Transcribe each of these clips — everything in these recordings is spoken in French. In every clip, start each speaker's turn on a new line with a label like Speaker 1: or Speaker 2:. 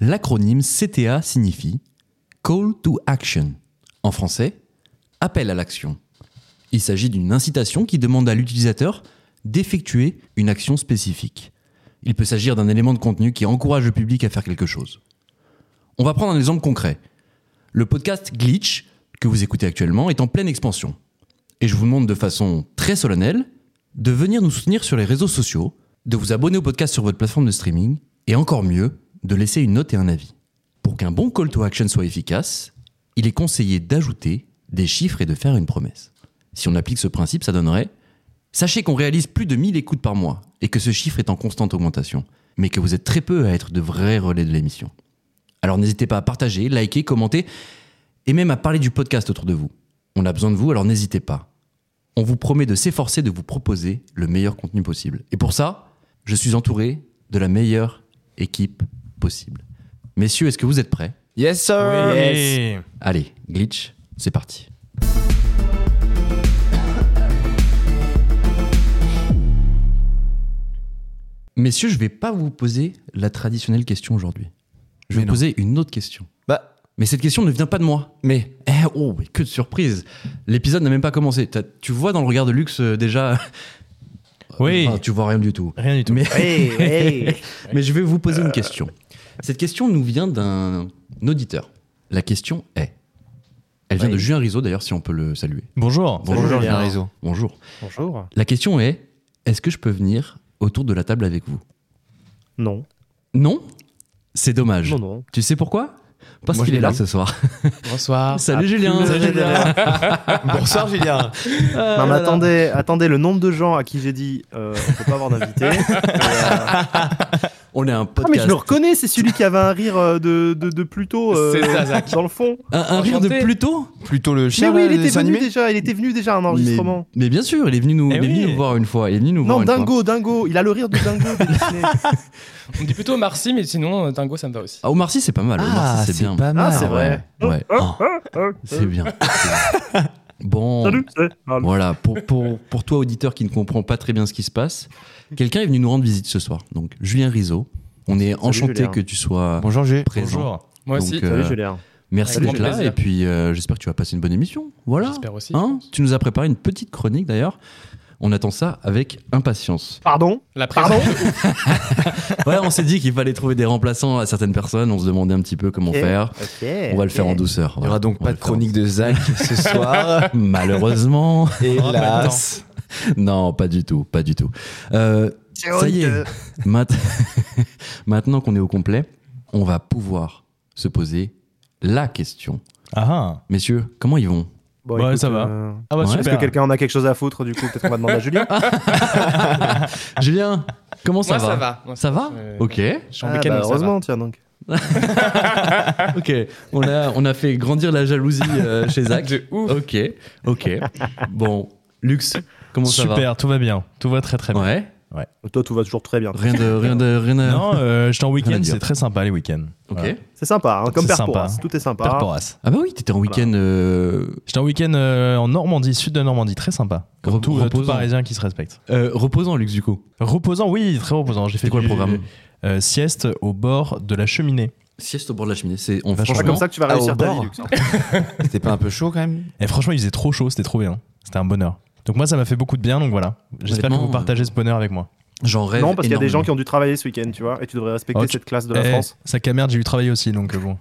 Speaker 1: L'acronyme CTA signifie Call to Action. En français, appel à l'action. Il s'agit d'une incitation qui demande à l'utilisateur d'effectuer une action spécifique. Il peut s'agir d'un élément de contenu qui encourage le public à faire quelque chose. On va prendre un exemple concret. Le podcast Glitch, que vous écoutez actuellement, est en pleine expansion. Et je vous demande de façon très solennelle de venir nous soutenir sur les réseaux sociaux, de vous abonner au podcast sur votre plateforme de streaming, et encore mieux, de laisser une note et un avis. Pour qu'un bon call to action soit efficace, il est conseillé d'ajouter des chiffres et de faire une promesse. Si on applique ce principe, ça donnerait Sachez qu'on réalise plus de 1000 écoutes par mois et que ce chiffre est en constante augmentation, mais que vous êtes très peu à être de vrais relais de l'émission. Alors n'hésitez pas à partager, liker, commenter et même à parler du podcast autour de vous. On a besoin de vous, alors n'hésitez pas. On vous promet de s'efforcer de vous proposer le meilleur contenu possible. Et pour ça, je suis entouré de la meilleure équipe possible. Messieurs, est-ce que vous êtes prêts
Speaker 2: Yes, sir!
Speaker 3: Oui.
Speaker 1: Allez, glitch, c'est parti. Messieurs, je vais pas vous poser la traditionnelle question aujourd'hui. Je vais
Speaker 2: Mais
Speaker 1: vous
Speaker 2: non.
Speaker 1: poser une autre question.
Speaker 2: Bah,
Speaker 1: Mais cette question ne vient pas de moi. Mais, eh, oh, mais que de surprise L'épisode n'a même pas commencé. T'as- Tu vois dans le regard de Lux euh, déjà.
Speaker 3: Oui.
Speaker 1: Enfin, tu vois rien du tout.
Speaker 3: Rien du tout.
Speaker 1: Mais,
Speaker 2: hey, hey.
Speaker 1: mais je vais vous poser une question. Cette question nous vient d'un auditeur. La question est. Elle vient
Speaker 2: Oui.
Speaker 1: de Julien Rizot, d'ailleurs, si on peut le saluer.
Speaker 3: Bonjour.
Speaker 1: Bonjour,
Speaker 2: Julien.
Speaker 3: Réseau.
Speaker 1: Bonjour.
Speaker 4: Bonjour.
Speaker 1: La question est est-ce que je peux venir autour de la table avec vous
Speaker 4: Non.
Speaker 1: Non C'est dommage.
Speaker 4: Non, non.
Speaker 1: Tu sais pourquoi Parce
Speaker 3: Moi,
Speaker 1: qu'il
Speaker 3: je
Speaker 1: est là
Speaker 3: l'ai.
Speaker 1: ce soir.
Speaker 4: Ah,
Speaker 3: Bonsoir.
Speaker 1: Salut Julien
Speaker 3: Salut, Julien.
Speaker 2: Bonsoir, Julien!
Speaker 4: non, mais attendez, attendez, le nombre de gens à qui j'ai dit euh, on peut pas avoir d'invité. Et, euh,
Speaker 1: On est un
Speaker 4: Ah, mais je
Speaker 1: podcast.
Speaker 4: le reconnais, c'est celui qui avait un rire euh, de, de, de Pluto euh,
Speaker 2: C'est ça, Zach.
Speaker 4: dans le fond.
Speaker 1: un, un rire de
Speaker 2: Enchanté.
Speaker 1: plus tôt
Speaker 2: Plutôt le euh,
Speaker 4: Mais
Speaker 2: chien,
Speaker 4: oui,
Speaker 2: là,
Speaker 4: il
Speaker 2: le
Speaker 4: était
Speaker 2: dessin
Speaker 4: venu
Speaker 2: animé
Speaker 4: déjà, il était venu déjà à un
Speaker 1: mais,
Speaker 4: enregistrement.
Speaker 1: mais bien sûr, il est venu nous, il
Speaker 3: Eh
Speaker 1: est venu
Speaker 3: oui.
Speaker 1: nous voir une fois. Il est venu nous voir
Speaker 4: Non,
Speaker 1: une fois.
Speaker 4: dingo, dingo, il a le rire de dingo de Disney.
Speaker 5: On dit plutôt Marcy, mais sinon, euh, Dingo, ça me va aussi.
Speaker 1: Ah, Omar Sy, c'est pas mal. Omar Sy, c'est bien.
Speaker 4: Ah, c'est vrai.
Speaker 1: Ouais. Ouais. Ah, c'est bien. Bon.
Speaker 4: Salut, c'est Arles.
Speaker 1: Voilà, pour, pour, pour toi, auditeur qui ne comprend pas très bien ce qui se passe, quelqu'un est venu nous rendre visite ce soir. Donc, Julien Rizot, on est enchanté
Speaker 4: Julien.
Speaker 1: que tu sois
Speaker 2: Bonjour, G.
Speaker 1: présent.
Speaker 3: Bonjour.
Speaker 5: Moi
Speaker 1: Donc,
Speaker 5: aussi,
Speaker 1: euh,
Speaker 4: Salut Julien.
Speaker 1: Merci
Speaker 5: Avec
Speaker 1: d'être
Speaker 5: grand
Speaker 1: là,
Speaker 5: plaisir.
Speaker 1: et puis euh, j'espère que tu vas passer une bonne émission. Voilà.
Speaker 5: j'espère aussi.
Speaker 1: Hein tu nous as préparé une petite chronique d'ailleurs. On attend ça avec impatience.
Speaker 4: Pardon
Speaker 5: La
Speaker 4: Pardon
Speaker 5: présence.
Speaker 1: Ouais, on s'est dit qu'il fallait trouver des remplaçants à certaines personnes. On se demandait un petit peu comment
Speaker 4: Ok.
Speaker 1: faire.
Speaker 4: Ok.
Speaker 1: On va le faire en douceur.
Speaker 2: Il n'y aura donc pas de chronique de Zach ce soir.
Speaker 1: Malheureusement,
Speaker 2: Hélas.
Speaker 1: non, pas du tout, pas du tout. Euh, ça y est, Mat- maintenant qu'on est au complet, on va pouvoir se poser la question.
Speaker 3: Ah ah.
Speaker 1: Messieurs, comment ils vont
Speaker 4: Bon,
Speaker 3: Ouais, ça va.
Speaker 4: euh,
Speaker 3: Ah bah
Speaker 1: Ouais.
Speaker 4: Est-ce que
Speaker 3: super.
Speaker 4: quelqu'un en a quelque chose à foutre du coup Peut-être qu'on va demander à Julien. Ah,
Speaker 1: Julien, comment ça
Speaker 5: Ah.
Speaker 1: va
Speaker 5: Moi, ça va. Moi,
Speaker 1: Ça va
Speaker 5: Euh,
Speaker 1: Ok,
Speaker 5: Je suis en
Speaker 4: Ah,
Speaker 5: mécano,
Speaker 4: bah,
Speaker 5: ça va.
Speaker 4: heureusement, tiens donc.
Speaker 5: ah.
Speaker 1: ok. On a, on a fait grandir la jalousie euh, chez Zach.
Speaker 5: De ouf.
Speaker 1: Ok, ok. Bon, Lux, comment ça va
Speaker 3: Super, tout va bien. Tout va très très bien.
Speaker 1: Ouais,
Speaker 4: Toi, tout va toujours très bien.
Speaker 1: rien de, rien de, rien de.
Speaker 3: Non, euh, j'étais
Speaker 1: Rien
Speaker 3: en
Speaker 1: à
Speaker 3: week-end,
Speaker 1: dire.
Speaker 3: c'est très sympa les week-ends.
Speaker 1: Ok.
Speaker 3: Voilà.
Speaker 4: C'est sympa, hein, comme
Speaker 3: C'est
Speaker 4: Perporas.
Speaker 3: sympa.
Speaker 4: Tout est sympa.
Speaker 3: Perporas.
Speaker 1: Ah bah oui, t'étais en week-end. euh,
Speaker 3: J'étais en week-end euh, en Normandie, sud de Normandie, très sympa. Comme
Speaker 1: Re-
Speaker 3: tout, euh, tout
Speaker 1: reposant.
Speaker 3: parisien qui se respecte.
Speaker 1: euh, reposant, Lux, du coup.
Speaker 3: Reposant, oui, très reposant. J'ai fait
Speaker 1: C'était quoi le
Speaker 3: du-
Speaker 1: programme
Speaker 3: euh, Sieste au bord de la cheminée.
Speaker 1: Sieste au bord de la cheminée. C'est on
Speaker 3: Vachement
Speaker 4: C'est
Speaker 1: franchement.
Speaker 4: pas comme ça que tu vas
Speaker 2: Ah, au
Speaker 4: réussir ta vie,
Speaker 2: bord.
Speaker 4: Lux. hein.
Speaker 2: C'était pas un peu chaud quand même
Speaker 3: Et franchement, il faisait trop chaud, c'était trop bien. C'était un bonheur. Donc moi, ça m'a fait beaucoup de bien, donc voilà. J'espère que
Speaker 1: Honnêtement,
Speaker 3: vous partagez ce bonheur avec moi.
Speaker 1: J'en rêve.
Speaker 4: Non, parce qu'il y a des gens
Speaker 1: énormément.
Speaker 4: qui ont dû travailler ce week-end, tu vois, et tu devrais respecter
Speaker 3: Ok.
Speaker 4: cette classe de la
Speaker 3: Eh,
Speaker 4: France.
Speaker 3: Sac à merde, j'ai eu travailler aussi, donc euh, bon.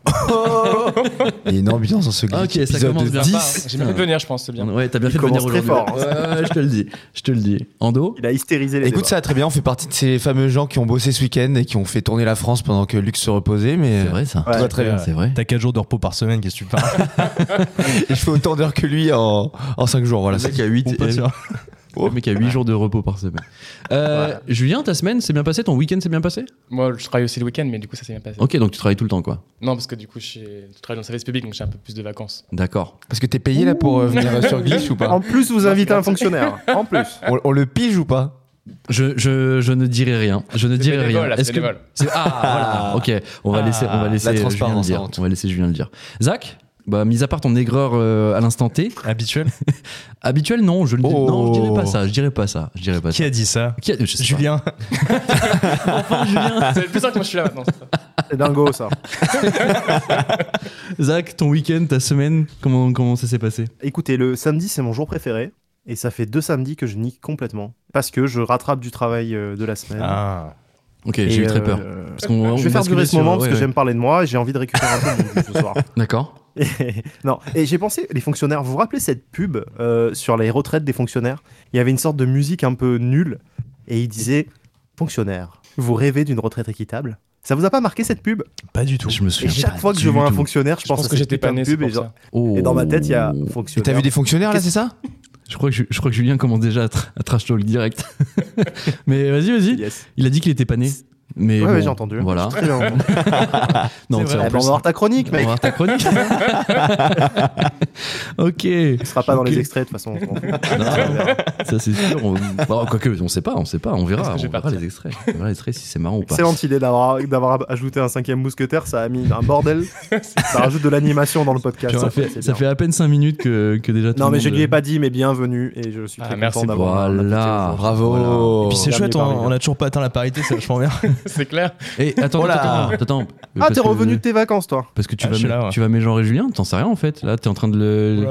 Speaker 2: Il y a une ambiance dans ce glitch.
Speaker 1: Ok, ça
Speaker 2: épisode
Speaker 1: commence
Speaker 2: de
Speaker 1: bien.
Speaker 2: 10.
Speaker 5: Sympa, hein. J'ai bien fait de venir, je pense, c'est bien.
Speaker 1: Ouais, t'as bien
Speaker 4: Il
Speaker 1: fait de venir
Speaker 4: commence très
Speaker 1: aujourd'hui.
Speaker 4: fort,
Speaker 1: Ouais, ouais, je te le dis, je te le dis. Ando,
Speaker 4: Il a hystérisé les
Speaker 2: Écoute,
Speaker 4: débats.
Speaker 2: ça va très bien. On fait partie de ces fameux gens qui ont bossé ce week-end et qui ont fait tourner la France pendant que Lux se reposait. Mais
Speaker 1: c'est vrai ça.
Speaker 4: Ouais.
Speaker 2: tout va très bien.
Speaker 3: Ouais.
Speaker 1: C'est vrai.
Speaker 3: T'as 4 jours de repos par semaine, qu'est-ce que tu parles
Speaker 2: Et je fais autant d'heures que lui en, en 5 jours. Voilà,
Speaker 1: Le
Speaker 2: c'est
Speaker 1: mec a 8
Speaker 3: On passe sur- Oh.
Speaker 1: Le mec a 8 jours de repos par semaine. Euh, Julien, ta semaine s'est bien passée Ton week-end s'est bien passé
Speaker 5: Moi, je travaille aussi le week-end, mais du coup, ça s'est bien passé.
Speaker 1: Ok, donc tu travailles tout le temps, quoi.
Speaker 5: Non, parce que du coup, je suis- je travaille dans le service public, donc j'ai un peu plus de vacances.
Speaker 1: D'accord.
Speaker 2: Parce que t'es payé là pour euh, venir euh, sur glitch ou pas
Speaker 4: En plus, vous invitez un fonctionnaire. En plus.
Speaker 2: on, on le pige ou pas
Speaker 1: Je, je, je ne dirai rien. Je ne dirai rien.
Speaker 5: bénévole, c'est bénévole.
Speaker 1: c'est- Ah, voilà. Ok, on va
Speaker 3: Ah,
Speaker 1: laisser, on va laisser
Speaker 2: la
Speaker 1: Julien le
Speaker 2: transparence
Speaker 1: dire.
Speaker 2: avant tout.
Speaker 1: On va laisser Julien le dire. Zach, bah, mis à part ton aigreur euh, à l'instant T,
Speaker 3: Habituel
Speaker 1: habituel, non, je ne
Speaker 2: Oh.
Speaker 1: non, je dirais pas ça. Je dirais pas ça. Je dirais pas
Speaker 3: Qui a dit ça
Speaker 1: ça. Qui a- je sais pas.
Speaker 3: Julien
Speaker 5: C'est le plus simple, moi, je suis là maintenant. c'est ça.
Speaker 4: C'est dingo ça.
Speaker 1: Zach, ton week-end, ta semaine, comment, comment ça s'est passé
Speaker 4: Écoutez, le samedi, c'est mon jour préféré. Et ça fait deux samedis que je nique complètement. Parce que je rattrape du travail euh, de la semaine.
Speaker 3: Ah.
Speaker 1: Ok,
Speaker 4: Et,
Speaker 1: j'ai eu très
Speaker 4: euh,
Speaker 1: peur. Parce qu'on- on
Speaker 4: je vais faire
Speaker 1: basculait
Speaker 4: durer ce
Speaker 1: sur-
Speaker 4: moment
Speaker 1: ouais,
Speaker 4: parce que
Speaker 1: ouais.
Speaker 4: j'aime parler de moi et j'ai envie de récupérer un peu mon jus ce soir.
Speaker 1: D'accord.
Speaker 4: Et- non, et j'ai pensé, les fonctionnaires, vous vous rappelez cette pub euh, sur les retraites des fonctionnaires Il y avait une sorte de musique un peu nulle et il disait Fonctionnaire, vous rêvez d'une retraite équitable Ça vous a pas marqué cette pub
Speaker 3: Pas du tout.
Speaker 1: Je me
Speaker 4: Et
Speaker 1: souviens.
Speaker 4: chaque
Speaker 1: pas
Speaker 4: fois que
Speaker 1: du
Speaker 4: je vois un
Speaker 1: tout.
Speaker 4: fonctionnaire, je,
Speaker 5: Je pense
Speaker 4: à
Speaker 5: que
Speaker 4: cette
Speaker 5: j'étais pas
Speaker 4: putain de
Speaker 5: né, c'est
Speaker 4: pub et,
Speaker 5: pour
Speaker 4: genre-
Speaker 5: ça.
Speaker 1: Oh.
Speaker 4: et dans ma tête, il y a
Speaker 2: Et
Speaker 4: fonctionnaire.
Speaker 2: t'as vu des fonctionnaires là,
Speaker 4: Qu'est-ce-
Speaker 2: c'est ça
Speaker 1: Je crois que, je, je crois que Julien commence déjà à, tra- à trash talk direct. mais vas-y, vas-y.
Speaker 4: Yes.
Speaker 1: Il a dit qu'il était pas né. Mais
Speaker 4: Ouais,
Speaker 1: bon,
Speaker 4: ouais, j'ai entendu.
Speaker 1: Voilà.
Speaker 4: Très bien.
Speaker 1: Non, tiens, en
Speaker 3: C'est vrai.
Speaker 4: Eh ben, on va
Speaker 1: plus,
Speaker 4: voir ta chronique,
Speaker 1: on va
Speaker 4: mec.
Speaker 1: voir ta chronique. ok.
Speaker 4: Tu seras pas dans
Speaker 1: Ok.
Speaker 4: les extraits de toute façon. on s'en fout.
Speaker 1: Non, ça c'est sûr. On... Bon, quoique, on sait pas, on sait pas, on verra.
Speaker 5: Est-ce que je vais
Speaker 1: On verra
Speaker 5: partir
Speaker 1: les extraits. On verra les extraits si c'est marrant ou pas.
Speaker 4: Excellente idée d'avoir d'avoir ajouté un cinquième mousquetaire, ça a mis un bordel. ça rajoute de l'animation dans le
Speaker 1: Puis
Speaker 4: podcast.
Speaker 1: on a
Speaker 4: ça,
Speaker 1: fait-
Speaker 4: c'est
Speaker 1: ça
Speaker 4: bien.
Speaker 1: fait à peine 5 minutes que, que déjà tout
Speaker 4: Non
Speaker 1: le
Speaker 4: mais je
Speaker 1: monde- euh,
Speaker 4: lui ai pas dit, mais bienvenue et je suis
Speaker 5: Ah,
Speaker 4: très
Speaker 5: merci
Speaker 4: content
Speaker 5: beaucoup.
Speaker 4: d'avoir.
Speaker 1: Voilà.
Speaker 2: Bravo.
Speaker 1: Voilà.
Speaker 3: Et puis c'est
Speaker 4: Dernier
Speaker 3: chouette,
Speaker 4: parmi
Speaker 3: on,
Speaker 4: les
Speaker 3: on a toujours pas atteint la parité, c'est vachement bien.
Speaker 5: C'est clair.
Speaker 1: Et Eh, attends,
Speaker 2: Voilà.
Speaker 1: attends, attends, attends.
Speaker 4: Oh Ah
Speaker 1: Parce
Speaker 4: t'es
Speaker 1: que-
Speaker 4: revenu de tes vacances toi
Speaker 1: Parce que tu,
Speaker 3: Ah,
Speaker 1: vas,
Speaker 3: je suis
Speaker 1: mé-
Speaker 3: là, ouais.
Speaker 1: tu vas mégenrer Julien, t'en sais rien en fait. Là, t'es en train de le.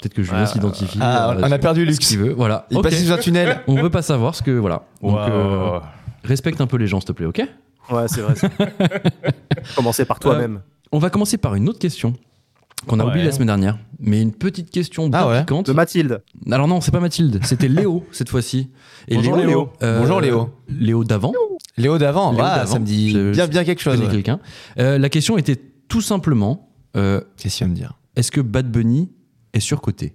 Speaker 1: Peut-être que Julien
Speaker 2: Ah,
Speaker 1: s'identifie.
Speaker 2: Ah,
Speaker 1: euh,
Speaker 2: on a perdu
Speaker 1: ce qu'il
Speaker 2: Lux.
Speaker 1: veut. Voilà.
Speaker 2: Il
Speaker 1: Ok.
Speaker 2: passe sous un tunnel.
Speaker 1: On veut pas savoir ce que. Voilà. Donc, euh, respecte un peu les gens, s'il te plaît, ok
Speaker 4: Ouais c'est vrai. Euh, Commencez par toi-même.
Speaker 1: On va commencer par une autre question qu'on a
Speaker 3: Ouais.
Speaker 1: oubliée la semaine dernière. Mais une petite question bien
Speaker 2: Ah ouais.
Speaker 1: piquante.
Speaker 4: De Mathilde.
Speaker 1: Alors non, c'est pas Mathilde, c'était Léo cette fois-ci. Et euh,
Speaker 2: Bonjour, Léo. Bonjour, Léo.
Speaker 1: Léo d'avant.
Speaker 2: Léo d'avant,
Speaker 1: Léo
Speaker 2: ah,
Speaker 1: d'avant.
Speaker 2: ça me dit
Speaker 1: Je-
Speaker 2: bien, bien quelque
Speaker 1: Je
Speaker 2: chose.
Speaker 1: connais
Speaker 2: ouais.
Speaker 1: quelqu'un. Euh, la question était tout simplement euh,
Speaker 2: Qu'est-ce qu'il va me dire
Speaker 1: est-ce que Bad Bunny est surcoté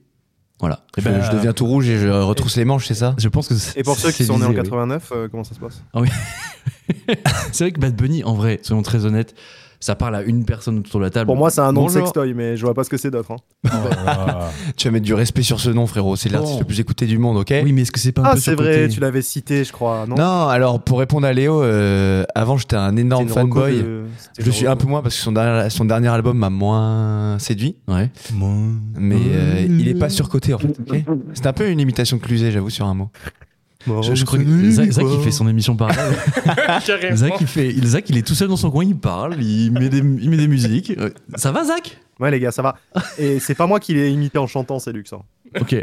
Speaker 1: Voilà.
Speaker 2: je,
Speaker 3: ben,
Speaker 2: je deviens tout rouge et je retrousse les manches, c'est ça
Speaker 1: Je pense que c'est-
Speaker 4: Eh Et pour ceux qui
Speaker 1: c'est
Speaker 4: sont nés en
Speaker 1: visé, oui.
Speaker 4: 89, euh, comment ça se passe
Speaker 1: C'est vrai que Bad Bunny, en vrai, soyons très honnêtes, ça parle à une personne autour de la table.
Speaker 4: Pour moi c'est un nom de
Speaker 2: Bonjour.
Speaker 4: sextoy, mais je vois pas ce que c'est d'autre. hein.
Speaker 2: Tu vas mettre du respect sur ce nom, frérot. C'est l'artiste
Speaker 1: Bon.
Speaker 2: le plus écouté du monde, ok
Speaker 1: oui, mais est-ce que c'est pas un
Speaker 4: Ah
Speaker 1: peu
Speaker 4: c'est
Speaker 1: surcoté
Speaker 4: vrai, tu l'avais cité je crois. Non.
Speaker 2: non. alors pour répondre à Léo, euh, avant j'étais un
Speaker 4: C'était
Speaker 2: énorme
Speaker 4: une reco
Speaker 2: fanboy.
Speaker 4: de- c'était
Speaker 2: Je
Speaker 4: une
Speaker 2: suis
Speaker 4: reco.
Speaker 2: un peu moins parce que son dernier, son dernier album m'a moins séduit,
Speaker 1: Ouais.
Speaker 2: mais euh, il est pas surcoté en fait. ok C'est un peu une imitation de Cluzet, j'avoue, sur un mot.
Speaker 1: Je, je crois que Zach, Zach, il fait son émission par là.
Speaker 5: Carrément.
Speaker 1: Ah, Zach il, fait, il- Zach, il est tout seul dans son coin, il parle, il met des, il met des musiques. Euh, Ça va, Zach
Speaker 4: Ouais les gars ça va. Et c'est pas moi qui l'ai imité en chantant c'est Lux. hein.
Speaker 1: Ok.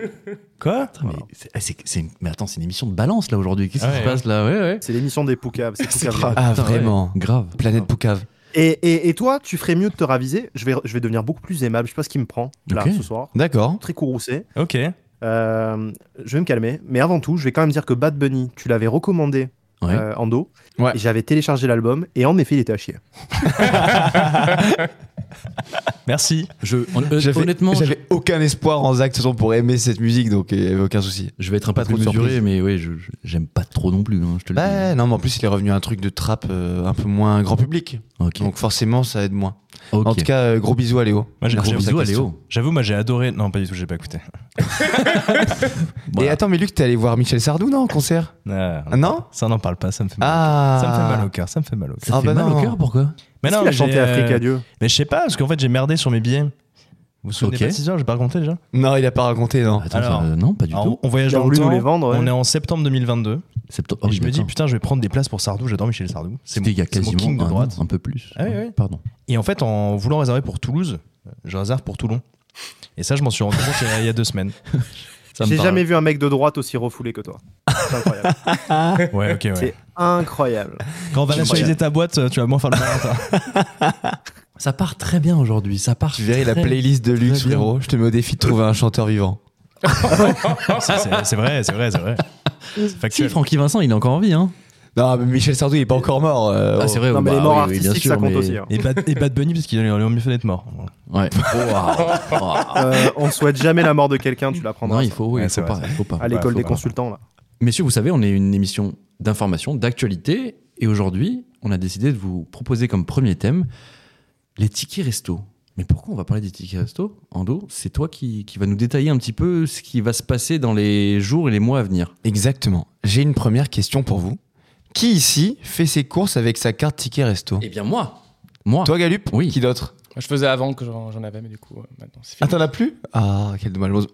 Speaker 3: Quoi
Speaker 1: Putain, mais, c'est- ah, c'est- c'est une- mais attends, c'est une émission de balance là aujourd'hui. Qu'est-ce qui
Speaker 3: Ouais.
Speaker 1: se passe là Ouais, ouais.
Speaker 4: C'est l'émission des Poucaves. c'est Poucaves, les gars.
Speaker 2: Ah,
Speaker 1: Putain,
Speaker 2: vraiment
Speaker 1: ouais, Grave.
Speaker 2: Planète Poucave.
Speaker 4: Et, et- et toi, tu ferais mieux de te raviser. Je vais, je vais devenir beaucoup plus aimable. Je sais pas ce qui me prend là
Speaker 1: Ok.
Speaker 4: ce soir.
Speaker 2: D'accord.
Speaker 4: Très courroucé.
Speaker 3: Ok.
Speaker 4: Euh, je vais me calmer. Mais avant tout, je vais quand même dire que Bad Bunny, tu l'avais recommandé
Speaker 1: Ouais.
Speaker 4: euh, en dos.
Speaker 2: Ouais.
Speaker 4: Et j'avais téléchargé l'album. Et en effet, il était à chier.
Speaker 3: Merci.
Speaker 1: Je, hon- euh,
Speaker 2: J'avais-
Speaker 1: honnêtement, je,
Speaker 2: j'avais aucun espoir en Zach de toute façon, pour aimer cette musique, donc il n'y avait aucun souci.
Speaker 1: je vais être un
Speaker 2: Pas
Speaker 1: peu plus
Speaker 2: trop de
Speaker 1: mesuré,
Speaker 2: surprise.
Speaker 1: mais ouais, je- je- j'aime pas trop non plus. hein, je te le
Speaker 2: Bah non, mais en plus il est revenu à un truc de trap euh, un peu moins grand public,
Speaker 1: dis. Ok.
Speaker 2: donc forcément ça aide moins.
Speaker 1: ok.
Speaker 2: En tout cas, euh, gros bisous à Léo.
Speaker 3: Moi,
Speaker 2: Merci
Speaker 3: j'ai-
Speaker 1: Gros
Speaker 2: pour sa
Speaker 1: bisous à
Speaker 2: question.
Speaker 1: Léo.
Speaker 3: J'avoue, moi j'ai adoré. Non, pas du tout, j'ai pas écouté.
Speaker 2: Et
Speaker 1: Voilà.
Speaker 2: attends, mais Luc, t'es allé voir Michel Sardou, non, en concert
Speaker 3: Euh,
Speaker 2: Ah, Non
Speaker 3: ça n'en parle pas, ça me fait mal.
Speaker 2: Ah
Speaker 3: Ça me fait mal au cœur, ça me fait mal au cœur.
Speaker 1: Ça
Speaker 2: Ah,
Speaker 1: fait
Speaker 2: bah
Speaker 1: mal au
Speaker 2: non.
Speaker 1: cœur, pourquoi
Speaker 3: Mais
Speaker 4: Est-ce
Speaker 3: non,
Speaker 4: qu'il a
Speaker 3: j'ai,
Speaker 4: chanté
Speaker 3: euh,
Speaker 4: Afrique à Dieu.
Speaker 3: Mais je sais pas, parce qu'en fait j'ai merdé sur mes billets. Vous vous souvenez
Speaker 1: Ok.
Speaker 3: pas de cette histoire J'ai pas raconté déjà
Speaker 2: Non, il a pas raconté, euh, non.
Speaker 1: Attends,
Speaker 3: Alors,
Speaker 1: ça- non, pas du
Speaker 3: Alors,
Speaker 1: tout.
Speaker 3: On voyage
Speaker 4: Il a
Speaker 3: dans le
Speaker 4: voulu nous
Speaker 3: temps.
Speaker 4: les vendre, ouais.
Speaker 3: On est en septembre 2022.
Speaker 1: Septembre-
Speaker 3: et
Speaker 1: oh,
Speaker 3: je me
Speaker 1: oui,
Speaker 3: dis,
Speaker 1: d'accord.
Speaker 3: putain, je vais prendre des places pour Sardou, j'adore Michel Sardou. C'est
Speaker 1: C'était il y a
Speaker 3: mon- c'est mon
Speaker 1: quasiment
Speaker 3: king de
Speaker 1: un,
Speaker 3: droite.
Speaker 1: an, un peu plus.
Speaker 3: Ah oui, oui.
Speaker 1: Pardon.
Speaker 3: Et en fait, en voulant réserver pour Toulouse, je réserve pour Toulon. Et ça, je m'en suis rendu compte il y a- il y a deux semaines.
Speaker 1: Ça me
Speaker 4: J'ai
Speaker 1: parle.
Speaker 4: jamais vu un mec de droite aussi refoulé que toi. C'est incroyable.
Speaker 3: Ouais, ok, ouais.
Speaker 4: C'est incroyable.
Speaker 3: Quand on va nationaliser ta boîte, tu vas moins faire le malin, toi.
Speaker 1: Ça part très bien aujourd'hui. Ça part.
Speaker 2: Tu verrais la
Speaker 1: très-
Speaker 2: playlist de Luc,
Speaker 1: très bien.
Speaker 2: frérot. Je te mets au défi de trouver un chanteur vivant.
Speaker 3: C'est- c'est- C'est vrai, c'est vrai, c'est vrai. C'est
Speaker 1: Si,
Speaker 3: factuel.
Speaker 1: Francky Vincent, il est encore en vie. Hein.
Speaker 2: Non, mais Michel Sardou, il est pas encore mort. euh,
Speaker 1: Ah, c'est vrai.
Speaker 4: non, mais
Speaker 1: bah
Speaker 4: les morts
Speaker 1: oui, oui, bien
Speaker 4: artistiques,
Speaker 1: sûr,
Speaker 4: ça compte
Speaker 1: mais-
Speaker 4: aussi. hein.
Speaker 3: Et Bad, et Bad Bunny, parce qu'il aurait mieux fait d'être mort.
Speaker 1: Ouais.
Speaker 4: Euh, on souhaite jamais la mort de quelqu'un, tu
Speaker 1: Non,
Speaker 4: l'apprendras.
Speaker 1: il faut, oui,
Speaker 3: Ouais,
Speaker 1: faut
Speaker 3: c'est vrai,
Speaker 1: pas, faut pas.
Speaker 4: À l'école
Speaker 3: faut
Speaker 4: des
Speaker 3: pas.
Speaker 4: consultants, là.
Speaker 1: Messieurs, vous savez, on est une émission d'information, d'actualité, et aujourd'hui, on a décidé de vous proposer comme premier thème les tickets resto. Mais pourquoi on va parler des tickets resto Ando, c'est toi qui, qui va nous détailler un petit peu ce qui va se passer dans les jours et les mois à venir.
Speaker 2: Exactement. J'ai une première question pour vous. Qui ici fait ses courses avec sa carte ticket resto
Speaker 1: Eh bien, moi Moi
Speaker 2: Toi, Galup
Speaker 1: Oui.
Speaker 2: Qui d'autre
Speaker 5: Moi, je faisais avant que j'en j'en avais, mais du coup, euh, maintenant, c'est
Speaker 2: Ah,
Speaker 5: fini.
Speaker 2: t'en as plus Ah, quel dommage. au-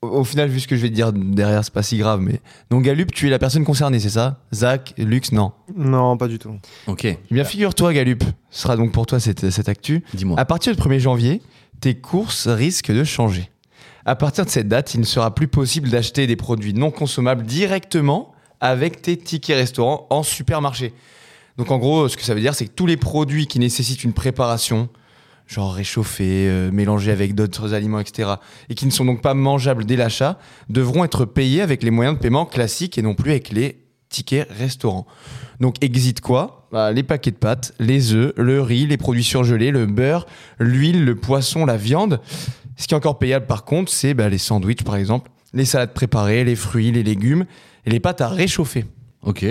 Speaker 2: au final, vu ce que je vais te dire derrière, c'est pas si grave, mais. Donc, Galup, tu es la personne concernée, c'est ça Zach, Lux, non.
Speaker 4: Non, pas du tout.
Speaker 1: Ok,
Speaker 2: Eh bien, figure-toi, Galup, ce sera donc pour toi cette, cette actu.
Speaker 1: dis-moi.
Speaker 4: Ah.
Speaker 2: À partir du 1er janvier, tes courses risquent de changer. À partir de cette date, il ne sera plus possible d'acheter des produits non consommables directement avec tes tickets restaurants en supermarché. Donc en gros, ce que ça veut dire, c'est que tous les produits qui nécessitent une préparation, genre réchauffés, euh, mélangés avec d'autres aliments, etc., et qui ne sont donc pas mangeables dès l'achat, devront être payés avec les moyens de paiement classiques et non plus avec les tickets restaurants. Donc exit quoi Bah, Les paquets de pâtes, les œufs, le riz, les produits surgelés, le beurre, l'huile, le poisson, la viande. Ce qui est encore payable par contre, c'est bah, les sandwichs par exemple, les salades préparées, les fruits, les légumes et les pâtes à réchauffer.
Speaker 1: Ok,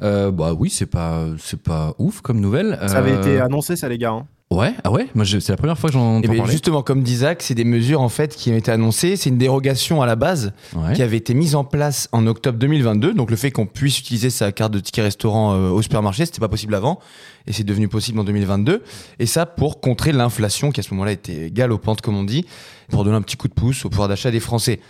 Speaker 1: Euh, bah oui, c'est pas, c'est pas ouf comme nouvelle.
Speaker 4: Ça avait
Speaker 1: Euh,
Speaker 4: été Eh annoncé, ça, les gars. hein.
Speaker 1: Ouais, ah ouais, moi je- c'est la première fois que j'en
Speaker 2: Et
Speaker 1: entends parler.
Speaker 2: justement, comme dit Zach, c'est des mesures en fait qui ont été annoncées. C'est une dérogation à la base
Speaker 1: Ouais.
Speaker 2: qui avait été mise en place en octobre 2022. Donc le fait qu'on puisse utiliser sa carte de ticket restaurant euh, au supermarché, c'était pas possible avant, et c'est devenu possible en 2022. Et ça pour contrer l'inflation qui à ce moment-là était galopante, comme on dit, pour donner un petit coup de pouce au pouvoir d'achat des Français.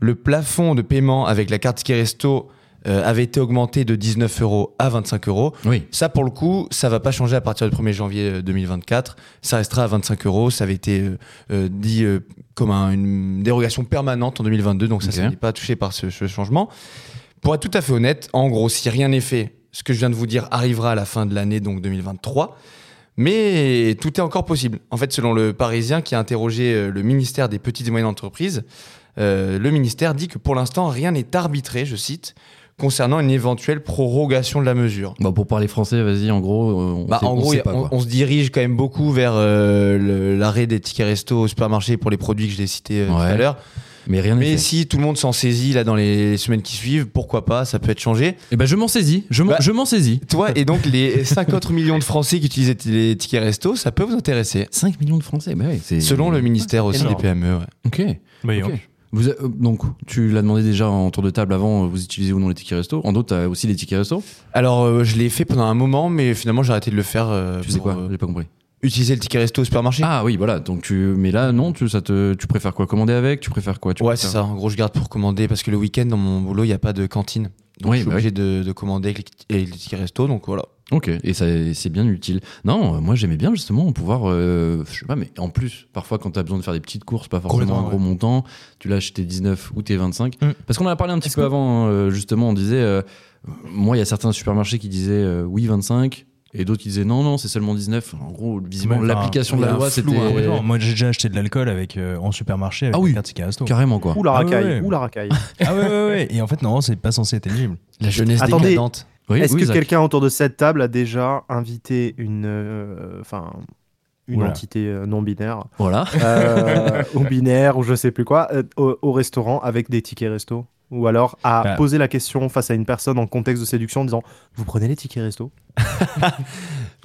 Speaker 2: Le plafond de paiement avec la carte ticket resto euh, avait été augmenté de 19 euros à 25 euros.
Speaker 1: Oui,
Speaker 2: Ça, pour le coup, ça va pas changer à partir du 1er janvier euh, 2024. Ça restera à 25 euros. Ça avait été euh, euh, dit euh, comme un- une dérogation permanente en 2022. Donc ça,
Speaker 1: Ok.
Speaker 2: ça n'est pas touché par ce, ce changement. Pour être tout à fait honnête, en gros, si rien n'est fait, ce que je viens de vous dire arrivera à la fin de l'année, donc 2023. Mais tout est encore possible. En fait, selon le Parisien qui a interrogé euh, le ministère des Petites et Moyennes Entreprises, euh, le ministère dit que pour l'instant, rien n'est arbitré, je cite, concernant une éventuelle prorogation de la mesure.
Speaker 1: bah pour parler français, vas-y, en gros, euh, on,
Speaker 2: Bah,
Speaker 1: sait,
Speaker 2: en
Speaker 1: on
Speaker 2: gros,
Speaker 1: sait
Speaker 2: y a-
Speaker 1: pas
Speaker 2: on,
Speaker 1: quoi.
Speaker 2: on se dirige quand même beaucoup vers euh, le- l'arrêt des tickets resto au supermarché pour les produits que je l'ai cités euh, tout
Speaker 1: Ouais.
Speaker 2: à l'heure.
Speaker 1: Mais rien n'est
Speaker 2: Mais
Speaker 1: fait.
Speaker 2: si tout le monde s'en saisit là dans les semaines qui suivent, pourquoi pas Ça peut être changé.
Speaker 1: Eh ben je m'en saisis, je m'en
Speaker 2: Bah-
Speaker 1: je m'en saisis.
Speaker 2: Toi et donc les 5 autres millions de Français qui utilisent les tickets resto, ça peut vous intéresser.
Speaker 1: 5 millions de Français, bah ouais, c'est...
Speaker 2: Selon le ministère aussi
Speaker 4: énorme.
Speaker 2: des PME. ouais.
Speaker 1: Ok, ok. Vous a- euh, donc, tu l'as demandé déjà en tour de table avant, euh, vous utilisez ou non les tickets resto. En d'autres, t'as aussi les tickets resto.
Speaker 2: Alors euh, je l'ai fait pendant un moment, mais finalement j'ai arrêté de le faire. euh,
Speaker 1: Tu sais
Speaker 2: pour,
Speaker 1: quoi
Speaker 2: euh,
Speaker 1: J'ai pas compris.
Speaker 2: Utiliser le ticket resto au supermarché.
Speaker 1: Ah oui, voilà. Donc tu, mais là, non, tu, ça te, tu préfères quoi Commander avec Tu préfères quoi tu
Speaker 2: ouais, c'est
Speaker 1: préfères-
Speaker 2: ça. En gros, je garde pour commander parce que le week-end, dans mon boulot, il n'y a pas de cantine. Donc,
Speaker 1: Oui,
Speaker 2: je suis
Speaker 1: bah
Speaker 2: obligé de, de commander avec les, et les tickets resto. Donc, voilà.
Speaker 1: Ok, et ça, c'est bien utile. Non, euh, moi j'aimais bien justement pouvoir, euh, je sais pas, mais en plus, parfois quand t'as besoin de faire des petites courses, pas forcément un
Speaker 2: Complètement,
Speaker 1: gros montant, tu lâches tes 19 ou tes 25.
Speaker 3: Mm.
Speaker 1: Parce qu'on en a parlé un petit peu avant, euh, justement, on disait, euh, moi il y a certains supermarchés qui disaient euh, oui 25, et d'autres qui disaient non, non, c'est seulement 19. En gros, visiblement,
Speaker 3: Ouais, enfin,
Speaker 1: l'application de
Speaker 2: il y
Speaker 1: la
Speaker 2: a un
Speaker 1: loi
Speaker 2: flou,
Speaker 1: c'était euh,
Speaker 2: hein,
Speaker 3: Complètement. Moi, j'ai déjà acheté de l'alcool avec, euh, en supermarché avec
Speaker 1: Ah
Speaker 3: ah,
Speaker 1: oui.
Speaker 3: oui. ticket resto.
Speaker 1: carrément quoi.
Speaker 4: Ouh la
Speaker 3: Ah ouais,
Speaker 4: racaille,
Speaker 3: ouais.
Speaker 4: ouh la racaille.
Speaker 3: Ah ouais, ouais, ouais. Et en fait, non, c'est pas censé être éligible.
Speaker 2: La jeunesse
Speaker 4: Attendez.
Speaker 2: décadente.
Speaker 1: Oui,
Speaker 4: Est-ce
Speaker 1: oui,
Speaker 4: que
Speaker 1: Zach.
Speaker 4: quelqu'un autour de cette table a déjà invité une, euh, enfin, une
Speaker 3: Oula.
Speaker 4: entité euh, non binaire
Speaker 1: Voilà.
Speaker 4: euh, ou binaire ou je sais plus quoi euh, au, au restaurant avec des tickets resto ou alors à
Speaker 1: Ah.
Speaker 3: Bah.
Speaker 4: poser la question face à une personne en contexte de séduction en disant vous prenez les tickets resto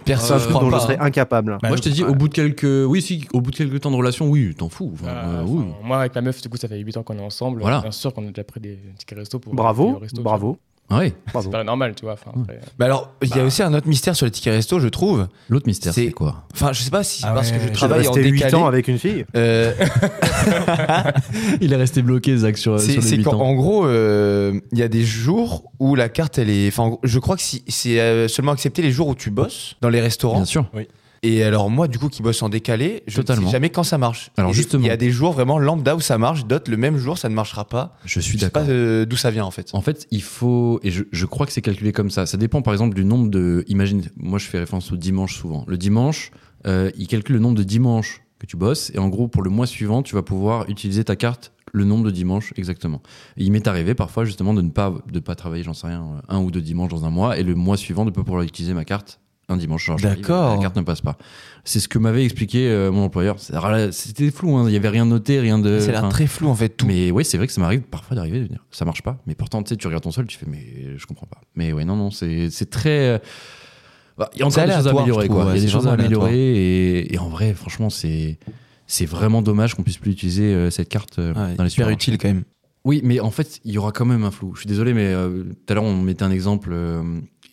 Speaker 2: Personne,
Speaker 1: Euh,
Speaker 2: je
Speaker 1: non,
Speaker 2: crois
Speaker 4: dont je
Speaker 2: pas.
Speaker 4: serais
Speaker 2: hein.
Speaker 4: incapable
Speaker 1: Moi je t'ai dit
Speaker 3: ouais.
Speaker 1: au bout de quelques, oui si, au bout de quelques temps de relation, oui, t'en fous. Enfin,
Speaker 5: Ah,
Speaker 1: euh,
Speaker 5: enfin,
Speaker 1: oui.
Speaker 5: Moi, avec ma meuf, du coup, ça fait 8 ans qu'on est ensemble.
Speaker 1: Voilà.
Speaker 5: Bien sûr qu'on a déjà pris des tickets resto pour. aller au
Speaker 4: bravo
Speaker 5: resto, tu vois.
Speaker 4: bravo
Speaker 1: Ah ouais.
Speaker 5: C'est
Speaker 4: bravo
Speaker 5: pas normal, tu vois. Enfin, après,
Speaker 2: Mais alors, il y a
Speaker 5: Bah.
Speaker 2: aussi un autre mystère sur les tickets resto, je trouve.
Speaker 1: L'autre mystère
Speaker 2: C'est-
Speaker 1: c'est quoi
Speaker 2: Enfin, je sais pas si c'est
Speaker 3: Ah
Speaker 2: parce
Speaker 3: ouais.
Speaker 2: que je
Speaker 3: J'ai
Speaker 4: j'ai
Speaker 2: travaille en
Speaker 4: resté 8
Speaker 2: décalé.
Speaker 4: ans avec une fille
Speaker 2: Euh,
Speaker 1: Il est resté bloqué Zach sur,
Speaker 2: c'est
Speaker 1: sur les
Speaker 2: c'est
Speaker 1: 8
Speaker 2: qu'en
Speaker 1: ans.
Speaker 2: en gros, euh, il y a des jours où la carte, elle est. Enfin, en gros, je crois que si, c'est euh, seulement accepté les jours où tu bosses dans les restaurants.
Speaker 1: Bien sûr.
Speaker 2: Et alors moi, du coup, qui bosse en décalé, je ne
Speaker 1: Totalement.
Speaker 2: sais jamais quand ça marche.
Speaker 1: Alors,
Speaker 2: Et
Speaker 1: justement.
Speaker 2: il y a des jours vraiment lambda où ça marche, d'autres le même jour ça ne marchera pas.
Speaker 1: Je suis
Speaker 2: Je sais
Speaker 1: d'accord.
Speaker 2: pas euh, d'où ça vient en fait.
Speaker 1: En fait, il faut, et je, je crois que c'est calculé comme ça. Ça dépend par exemple du nombre de. Imagine, moi je fais référence au dimanche souvent. Le dimanche, euh, il calcule le nombre de dimanches que tu bosses, et en gros, pour le mois suivant, tu vas pouvoir utiliser ta carte le nombre de dimanches exactement. Et il m'est arrivé parfois justement de ne pas, de pas travailler, j'en sais rien, euh, un ou deux dimanches dans un mois, et le mois suivant de ne pas pouvoir utiliser ma carte un dimanche. Genre, j'arrive,
Speaker 2: D'accord.
Speaker 1: La carte ne passe pas. C'est ce que m'avait expliqué euh, mon employeur. C'est- alors là, C'était flou, hein, il y n'y avait rien noté, rien de.
Speaker 2: c'est l'air
Speaker 1: Euh, enfin,
Speaker 2: très flou en fait tout.
Speaker 1: mais ouais, c'est vrai que ça m'arrive parfois d'arriver de dire ça marche pas. Mais pourtant, tu sais, tu regardes ton sol, tu fais mais je comprends pas. Mais ouais, non, non, c'est c'est très. euh, Bah, Il y a
Speaker 2: C'est
Speaker 1: encore des choses à
Speaker 2: aléatoire,
Speaker 1: améliorer,
Speaker 2: je
Speaker 1: quoi. Il
Speaker 2: trouve,
Speaker 1: y
Speaker 2: ouais,
Speaker 1: a des
Speaker 2: c'est
Speaker 1: choses à
Speaker 2: vraiment aléatoire.
Speaker 1: améliorer et, et en vrai, franchement, c'est c'est vraiment dommage qu'on puisse plus utiliser euh, cette carte euh,
Speaker 2: Ouais,
Speaker 1: dans les
Speaker 2: super
Speaker 1: supermarchés.
Speaker 2: utile quand même.
Speaker 1: Oui, mais en fait, il y aura quand même un flou. Je suis désolé, mais euh, tout à l'heure, on mettait un exemple. euh,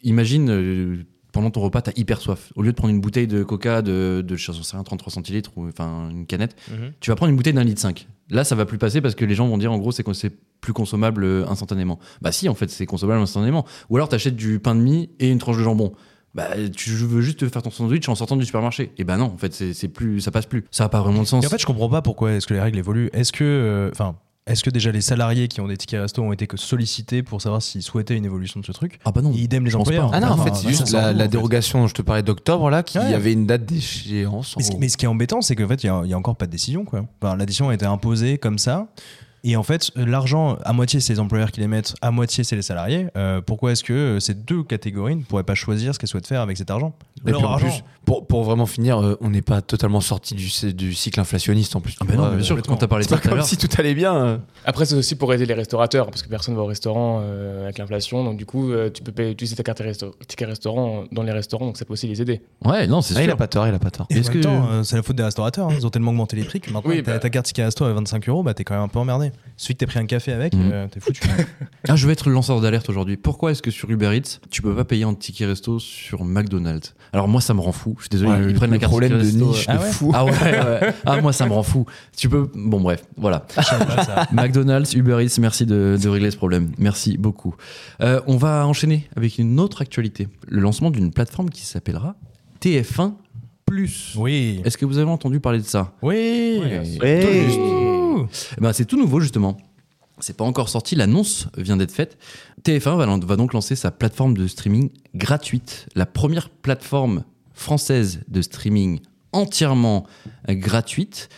Speaker 1: imagine, euh, pendant ton repas, t'as hyper soif. Au lieu de prendre une bouteille de coca de, de je sais pas, 33 centilitres ou enfin une canette,
Speaker 5: euh,
Speaker 1: tu vas prendre une bouteille d'un litre 5. Là, ça va plus passer parce que les gens vont dire en gros, c'est con- c'est plus consommable euh, instantanément. Bah si, en fait, c'est consommable instantanément. Ou alors, t'achètes du pain de mie et une tranche de jambon. Bah, tu veux juste te faire ton sandwich en sortant du supermarché. Et bah non, en fait, c'est c'est plus, ça passe plus. Ça a pas vraiment de sens.
Speaker 3: Et en fait, je comprends pas pourquoi est-ce que les règles évoluent. Est-ce que, euh, enfin, est-ce que déjà les salariés qui ont des tickets resto ont été que sollicités pour savoir s'ils souhaitaient une évolution de ce truc
Speaker 1: ah bah non.
Speaker 3: Et idem les
Speaker 1: Je pense
Speaker 3: employeurs.
Speaker 1: pas.
Speaker 2: Ah non, en
Speaker 3: Enfin,
Speaker 2: fait, c'est
Speaker 3: ouais,
Speaker 2: juste
Speaker 3: bah, ça
Speaker 2: la,
Speaker 3: s'en
Speaker 2: la
Speaker 3: fout, en fait.
Speaker 2: dérogation dont je te parlais d'octobre, là, qui
Speaker 3: Ouais.
Speaker 2: avait une date d'échéance. en
Speaker 3: Mais ce, qui-
Speaker 2: gros.
Speaker 3: mais ce qui est embêtant, c'est qu'en fait, il n'y a, encore pas de décision. Quoi. Enfin, la décision a été imposée comme ça. Et en fait, euh, l'argent, à moitié, c'est les employeurs qui les mettent, à moitié, c'est les salariés. Euh, pourquoi est-ce que euh, ces deux catégories ne pourraient pas choisir ce qu'elles souhaitent faire avec cet argent
Speaker 2: Et
Speaker 3: Leur
Speaker 2: puis en
Speaker 3: argent.
Speaker 2: plus, pour, pour vraiment finir, euh, on n'est pas totalement sorti du, du cycle inflationniste en plus.
Speaker 1: Ah bah non, mais bien sûr,
Speaker 3: complètement.
Speaker 1: quand t'as parlé de
Speaker 2: C'est
Speaker 1: ça
Speaker 2: pas
Speaker 1: tout à
Speaker 2: comme
Speaker 1: l'heure.
Speaker 2: si tout allait bien. euh.
Speaker 5: Après, c'est aussi pour aider les restaurateurs, parce que personne va au restaurant euh, avec l'inflation. Donc, du coup, euh, tu peux payer- utiliser ta carte resto- ticket restaurant dans les restaurants, donc ça peut aussi les aider.
Speaker 1: Ouais, non, c'est
Speaker 2: Ah, il a
Speaker 1: sûr.
Speaker 2: pas tort, il a pas tort.
Speaker 3: Et en
Speaker 1: Est-ce
Speaker 3: même
Speaker 1: que-
Speaker 3: temps, euh, c'est la faute des restaurateurs. hein. Ils ont tellement augmenté les prix que maintenant,
Speaker 5: Oui,
Speaker 3: t'as-
Speaker 5: bah.
Speaker 3: ta carte ticket resto à 25 euros, bah, t'es quand même un peu emmerdé. Celui que t'as pris un café avec,
Speaker 1: Mhm.
Speaker 3: euh, t'es foutu.
Speaker 1: Ah, je vais être le lanceur d'alerte aujourd'hui. Pourquoi est-ce que sur Uber Eats, tu peux pas payer en ticket resto sur McDonald's Alors moi, ça me rend fou. Je suis désolé,
Speaker 2: Ouais,
Speaker 1: ils
Speaker 2: le-
Speaker 1: prennent la
Speaker 2: le
Speaker 1: carte
Speaker 2: problème
Speaker 1: ticket
Speaker 2: de
Speaker 1: resto,
Speaker 2: niche
Speaker 1: euh,
Speaker 3: Ah
Speaker 2: de
Speaker 3: ouais
Speaker 2: fou.
Speaker 1: Ah ouais, ouais. ah moi ça me rend fou. Tu peux bon bref, voilà.
Speaker 3: Je savais pas ça.
Speaker 1: McDonald's, Uber Eats, merci de, de régler ce problème. Merci beaucoup. Euh, on va enchaîner avec une autre actualité. Le lancement d'une plateforme qui s'appellera TF1 Plus.
Speaker 3: Oui.
Speaker 1: Est-ce que vous avez entendu parler de ça
Speaker 3: Oui.
Speaker 4: Ouais.
Speaker 3: Ouh.
Speaker 1: Eh ben, c'est tout nouveau justement. C'est pas encore sorti, l'annonce vient d'être faite. TF1 va, lan- va donc lancer sa plateforme de streaming gratuite, la première plateforme française de streaming entièrement euh, gratuite,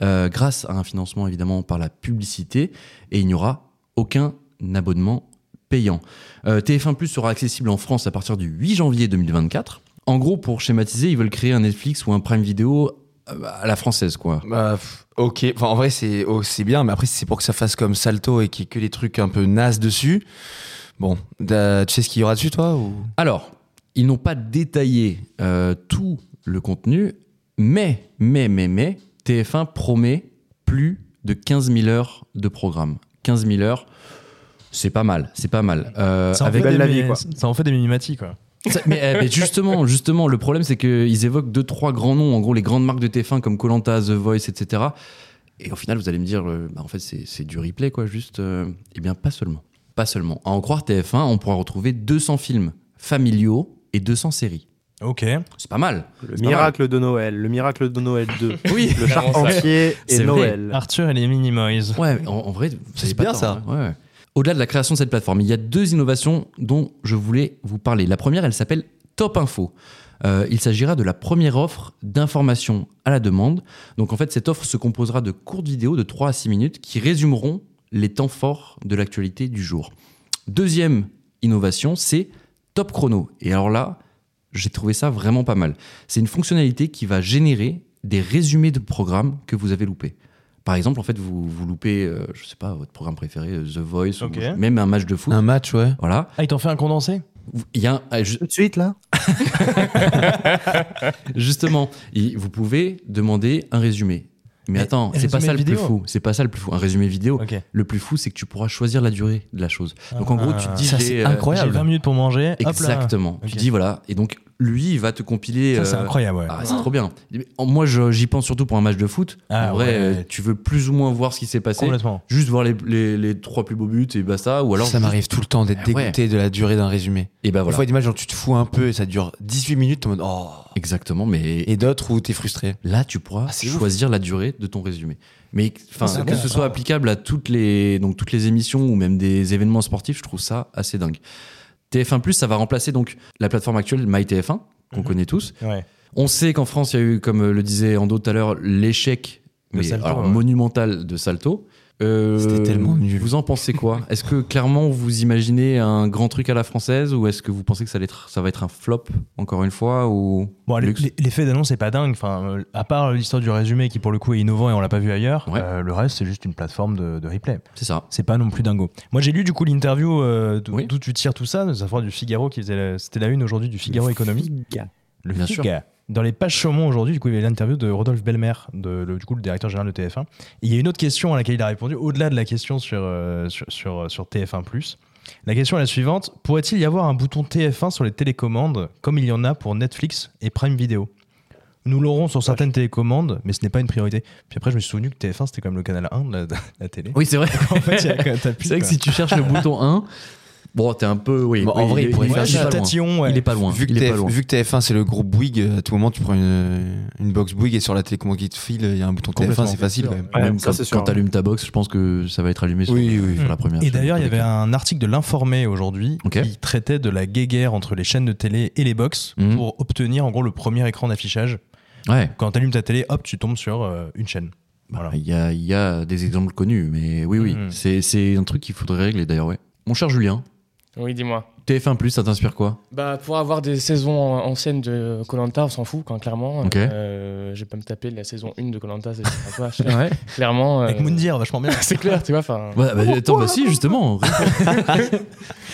Speaker 1: euh, grâce à un financement évidemment par la publicité, et il n'y aura aucun abonnement payant. Euh, TF1 Plus sera accessible en France à partir du 8 janvier 2024. En gros, pour schématiser, ils veulent créer un Netflix ou un Prime Video euh, à la française, quoi.
Speaker 2: Bah, pff, ok, enfin, en vrai c'est oh, c'est bien, mais après si c'est pour que ça fasse comme Salto et qu'il y ait que des trucs un peu nazes dessus. Bon, da- tu sais ce qu'il y aura dessus toi ou...
Speaker 1: Alors, ils n'ont pas détaillé euh, tout le contenu, mais, mais, mais, mais, TF1 promet plus de 15 000 heures de programme. 15 000 heures, c'est pas mal, c'est pas mal. Euh,
Speaker 3: Ça en
Speaker 1: avec-
Speaker 3: fait
Speaker 4: belle
Speaker 3: des
Speaker 4: la
Speaker 3: mi-
Speaker 4: vie, quoi.
Speaker 3: Ça en fait des mimimati, quoi.
Speaker 1: Ça- mais, euh, mais justement, justement, le problème, c'est qu'ils évoquent deux, trois grands noms, en gros, les grandes marques de TF1 comme Colanta, The Voice, etc. Et au final, vous allez me dire, euh, bah, en fait, c'est c'est du replay, quoi, juste. euh, eh bien, pas seulement. Pas seulement. À en croire TF1, on pourra retrouver 200 films familiaux et 200 séries.
Speaker 3: Ok.
Speaker 1: C'est pas mal.
Speaker 4: Le miracle de Noël, le miracle de Noël 2.
Speaker 1: Oui,
Speaker 4: Le charpentier et
Speaker 1: C'est vrai. Ah,
Speaker 4: Noël.
Speaker 3: Arthur et les Minimoys.
Speaker 1: Ouais, mais en, en vrai, Mmh. ça
Speaker 2: C'est
Speaker 1: y est pas
Speaker 2: bien,
Speaker 1: tort,
Speaker 2: ça.
Speaker 1: hein. Ouais, ouais. Au-delà de la création de cette plateforme, il y a deux innovations dont je voulais vous parler. La première, elle s'appelle Top Info. Euh, il s'agira de la première offre d'information à la demande. Donc en fait, cette offre se composera de courtes vidéos de 3 à 6 minutes qui résumeront les temps forts de l'actualité du jour. Deuxième innovation, c'est Top Chrono. Et alors là, j'ai trouvé ça vraiment pas mal. C'est une fonctionnalité qui va générer des résumés de programmes que vous avez loupés. Par exemple, en fait, vous, vous loupez, euh, je sais pas, votre programme préféré, euh, The Voice,
Speaker 3: Ok.
Speaker 1: ou même un match de foot.
Speaker 2: Un match, ouais.
Speaker 1: Voilà.
Speaker 3: Ah, ils t'ont fait un condensé
Speaker 1: Vous- Il y a un- ah, ju-
Speaker 4: Tout de suite, là
Speaker 1: justement, il- vous pouvez demander un résumé. Mais,
Speaker 3: Mais
Speaker 1: attends,
Speaker 3: un
Speaker 1: c'est pas
Speaker 3: résumé
Speaker 1: ça le plus
Speaker 3: vidéo.
Speaker 1: fou. C'est pas ça le plus fou. Un résumé vidéo.
Speaker 3: Ok.
Speaker 1: Le plus fou, c'est que tu pourras choisir la durée de la chose.
Speaker 3: Ah.
Speaker 1: Donc en gros, tu te dis
Speaker 2: ça,
Speaker 1: j'ai,
Speaker 2: c'est
Speaker 1: euh,
Speaker 2: incroyable.
Speaker 3: J'ai 20 minutes pour manger. Hop là.
Speaker 1: Exactement. Tu
Speaker 3: Ok.
Speaker 1: dis voilà. Et donc lui, il va te compiler.
Speaker 3: Ça, c'est
Speaker 1: euh,
Speaker 3: incroyable, ouais.
Speaker 1: Ah, c'est trop bien. Moi, je- j'y pense surtout pour un match de foot.
Speaker 3: Ah,
Speaker 1: en vrai,
Speaker 3: ouais.
Speaker 1: euh, tu veux plus ou moins voir ce qui s'est passé.
Speaker 3: Complètement.
Speaker 1: Juste voir les, les, les trois plus beaux buts et basta. Ou alors.
Speaker 2: ça m'arrive tout le temps d'être
Speaker 1: Eh ouais.
Speaker 2: dégoûté de la durée d'un résumé.
Speaker 1: Et bah
Speaker 2: Des
Speaker 1: voilà.
Speaker 2: fois, il y a des matchs dont tu te fous un peu et ça dure 18 minutes, t'es en mode oh.
Speaker 1: Exactement. Mais
Speaker 2: Et d'autres où t'es frustré.
Speaker 1: là, tu pourras
Speaker 2: Ah, c'est ouf.
Speaker 1: choisir la durée de ton résumé. Mais
Speaker 3: C'est
Speaker 1: enfin, que ce
Speaker 3: intéressant.
Speaker 1: soit applicable à toutes les, donc, toutes les émissions ou même des événements sportifs, je trouve ça assez dingue. TF1, ça va remplacer donc la plateforme actuelle MyTF1, qu'on
Speaker 3: Mhm.
Speaker 1: connaît tous.
Speaker 3: Ouais.
Speaker 1: On sait qu'en France, il y a eu, comme euh, le disait Ando tout à l'heure, l'échec
Speaker 3: De
Speaker 1: mais
Speaker 3: Salto,
Speaker 1: alors,
Speaker 3: ouais.
Speaker 1: monumental de Salto. Euh,
Speaker 2: C'était tellement nul.
Speaker 1: Vous en pensez quoi Est-ce que clairement vous imaginez un grand truc à la française ou est-ce que vous pensez que ça, allait être- ça va être un flop encore une fois ou
Speaker 3: Bon, les-
Speaker 1: Luxe.
Speaker 3: les- l'effet d'annonce est pas dingue. Enfin, euh, à part l'histoire du résumé qui, pour le coup, est innovant et on l'a pas vu ailleurs,
Speaker 1: Ouais.
Speaker 3: euh, le reste, c'est juste une plateforme de, de replay.
Speaker 1: C'est ça.
Speaker 3: C'est pas non plus dingo. Moi, j'ai lu du coup l'interview euh, d'o-
Speaker 1: Oui.
Speaker 3: d'où tu tires tout ça, de savoir du Figaro qui faisait. la- C'était la une aujourd'hui du Figaro Économie. Le
Speaker 1: Bien
Speaker 3: Figaro.
Speaker 1: sûr.
Speaker 3: Dans les pages Chaumont aujourd'hui, du coup, il y avait l'interview de Rodolphe Belmer, de, le, du coup, le directeur général de TF1. Et il y a une autre question à laquelle il a répondu, au-delà de la question euh, sur, euh, sur, sur, sur TF1+. La question est la suivante. Pourrait-il y avoir un bouton TF1 sur les télécommandes, comme il y en a pour Netflix et Prime Video Nous l'aurons sur certaines télécommandes, mais ce n'est pas une priorité. Puis après, je me suis souvenu que TF1, c'était quand même le canal 1 de la, de la télé.
Speaker 1: Oui, c'est vrai.
Speaker 3: En fait, il y a quand même- t'as plus,
Speaker 1: C'est vrai que
Speaker 3: quoi.
Speaker 1: si tu cherches le bouton 1, bon, t'es un peu. Oui,
Speaker 2: Bon, en
Speaker 1: oui,
Speaker 2: vrai, il pourrait
Speaker 1: est
Speaker 2: faire
Speaker 1: pas
Speaker 2: ça.
Speaker 1: loin.
Speaker 3: Tatillon, ouais.
Speaker 1: Il est pas loin.
Speaker 2: Vu que,
Speaker 1: il est
Speaker 2: TF
Speaker 1: pas loin.
Speaker 2: vu que TF1 c'est le groupe Bouygues, à tout moment tu prends une, une box Bouygues et sur la télécommande qui te file, il y a un bouton
Speaker 3: Complètement,
Speaker 2: TF1, c'est
Speaker 3: bien
Speaker 2: facile
Speaker 3: sûr.
Speaker 2: quand même.
Speaker 4: Ouais,
Speaker 1: Même
Speaker 4: ça,
Speaker 1: quand
Speaker 4: c'est sûr,
Speaker 1: quand t'allumes ta box, je pense que ça va être allumé sur,
Speaker 2: Oui, oui.
Speaker 1: sur la première.
Speaker 3: Et
Speaker 1: chaîne.
Speaker 3: d'ailleurs, il y avait un article de l'Informé aujourd'hui
Speaker 1: Ok.
Speaker 3: qui traitait de la guéguerre entre les chaînes de télé et les box
Speaker 1: Mhm.
Speaker 3: pour obtenir en gros le premier écran d'affichage.
Speaker 1: Ouais.
Speaker 3: Quand tu allumes ta télé, hop, tu tombes sur euh, une chaîne. Voilà.
Speaker 1: Il y, a, il y a des exemples connus, mais oui, oui.
Speaker 3: Mhm.
Speaker 1: C'est- C'est un truc qu'il faudrait régler d'ailleurs, ouais. Mon cher Julien,
Speaker 5: Oui, dis-moi.
Speaker 1: TF1, ça t'inspire quoi
Speaker 5: Bah, pour avoir des saisons an- anciennes de Colanta, on s'en fout, quand, clairement.
Speaker 1: Ok.
Speaker 5: Euh, je vais pas me taper la saison 1 de Colanta, c'est sympa. clairement. euh,
Speaker 3: Avec Moundir, vachement bien.
Speaker 5: c'est clair, tu vois. enfin
Speaker 1: Ouais, bah, Attends, bah si, justement.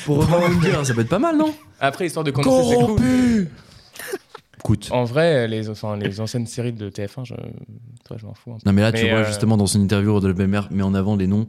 Speaker 1: Pour vraiment me dire, hein, ça peut être pas mal, non
Speaker 5: Après, l'histoire de Colanta, c'est cool.
Speaker 1: Écoute.
Speaker 5: En vrai, les, enfin, les anciennes séries de TF1, je, toi, je m'en fous. un peu.
Speaker 1: Non, mais là, tu
Speaker 5: Mais,
Speaker 1: vois,
Speaker 5: euh,
Speaker 1: justement, dans son interview, Rodolphe Bémer met en avant les noms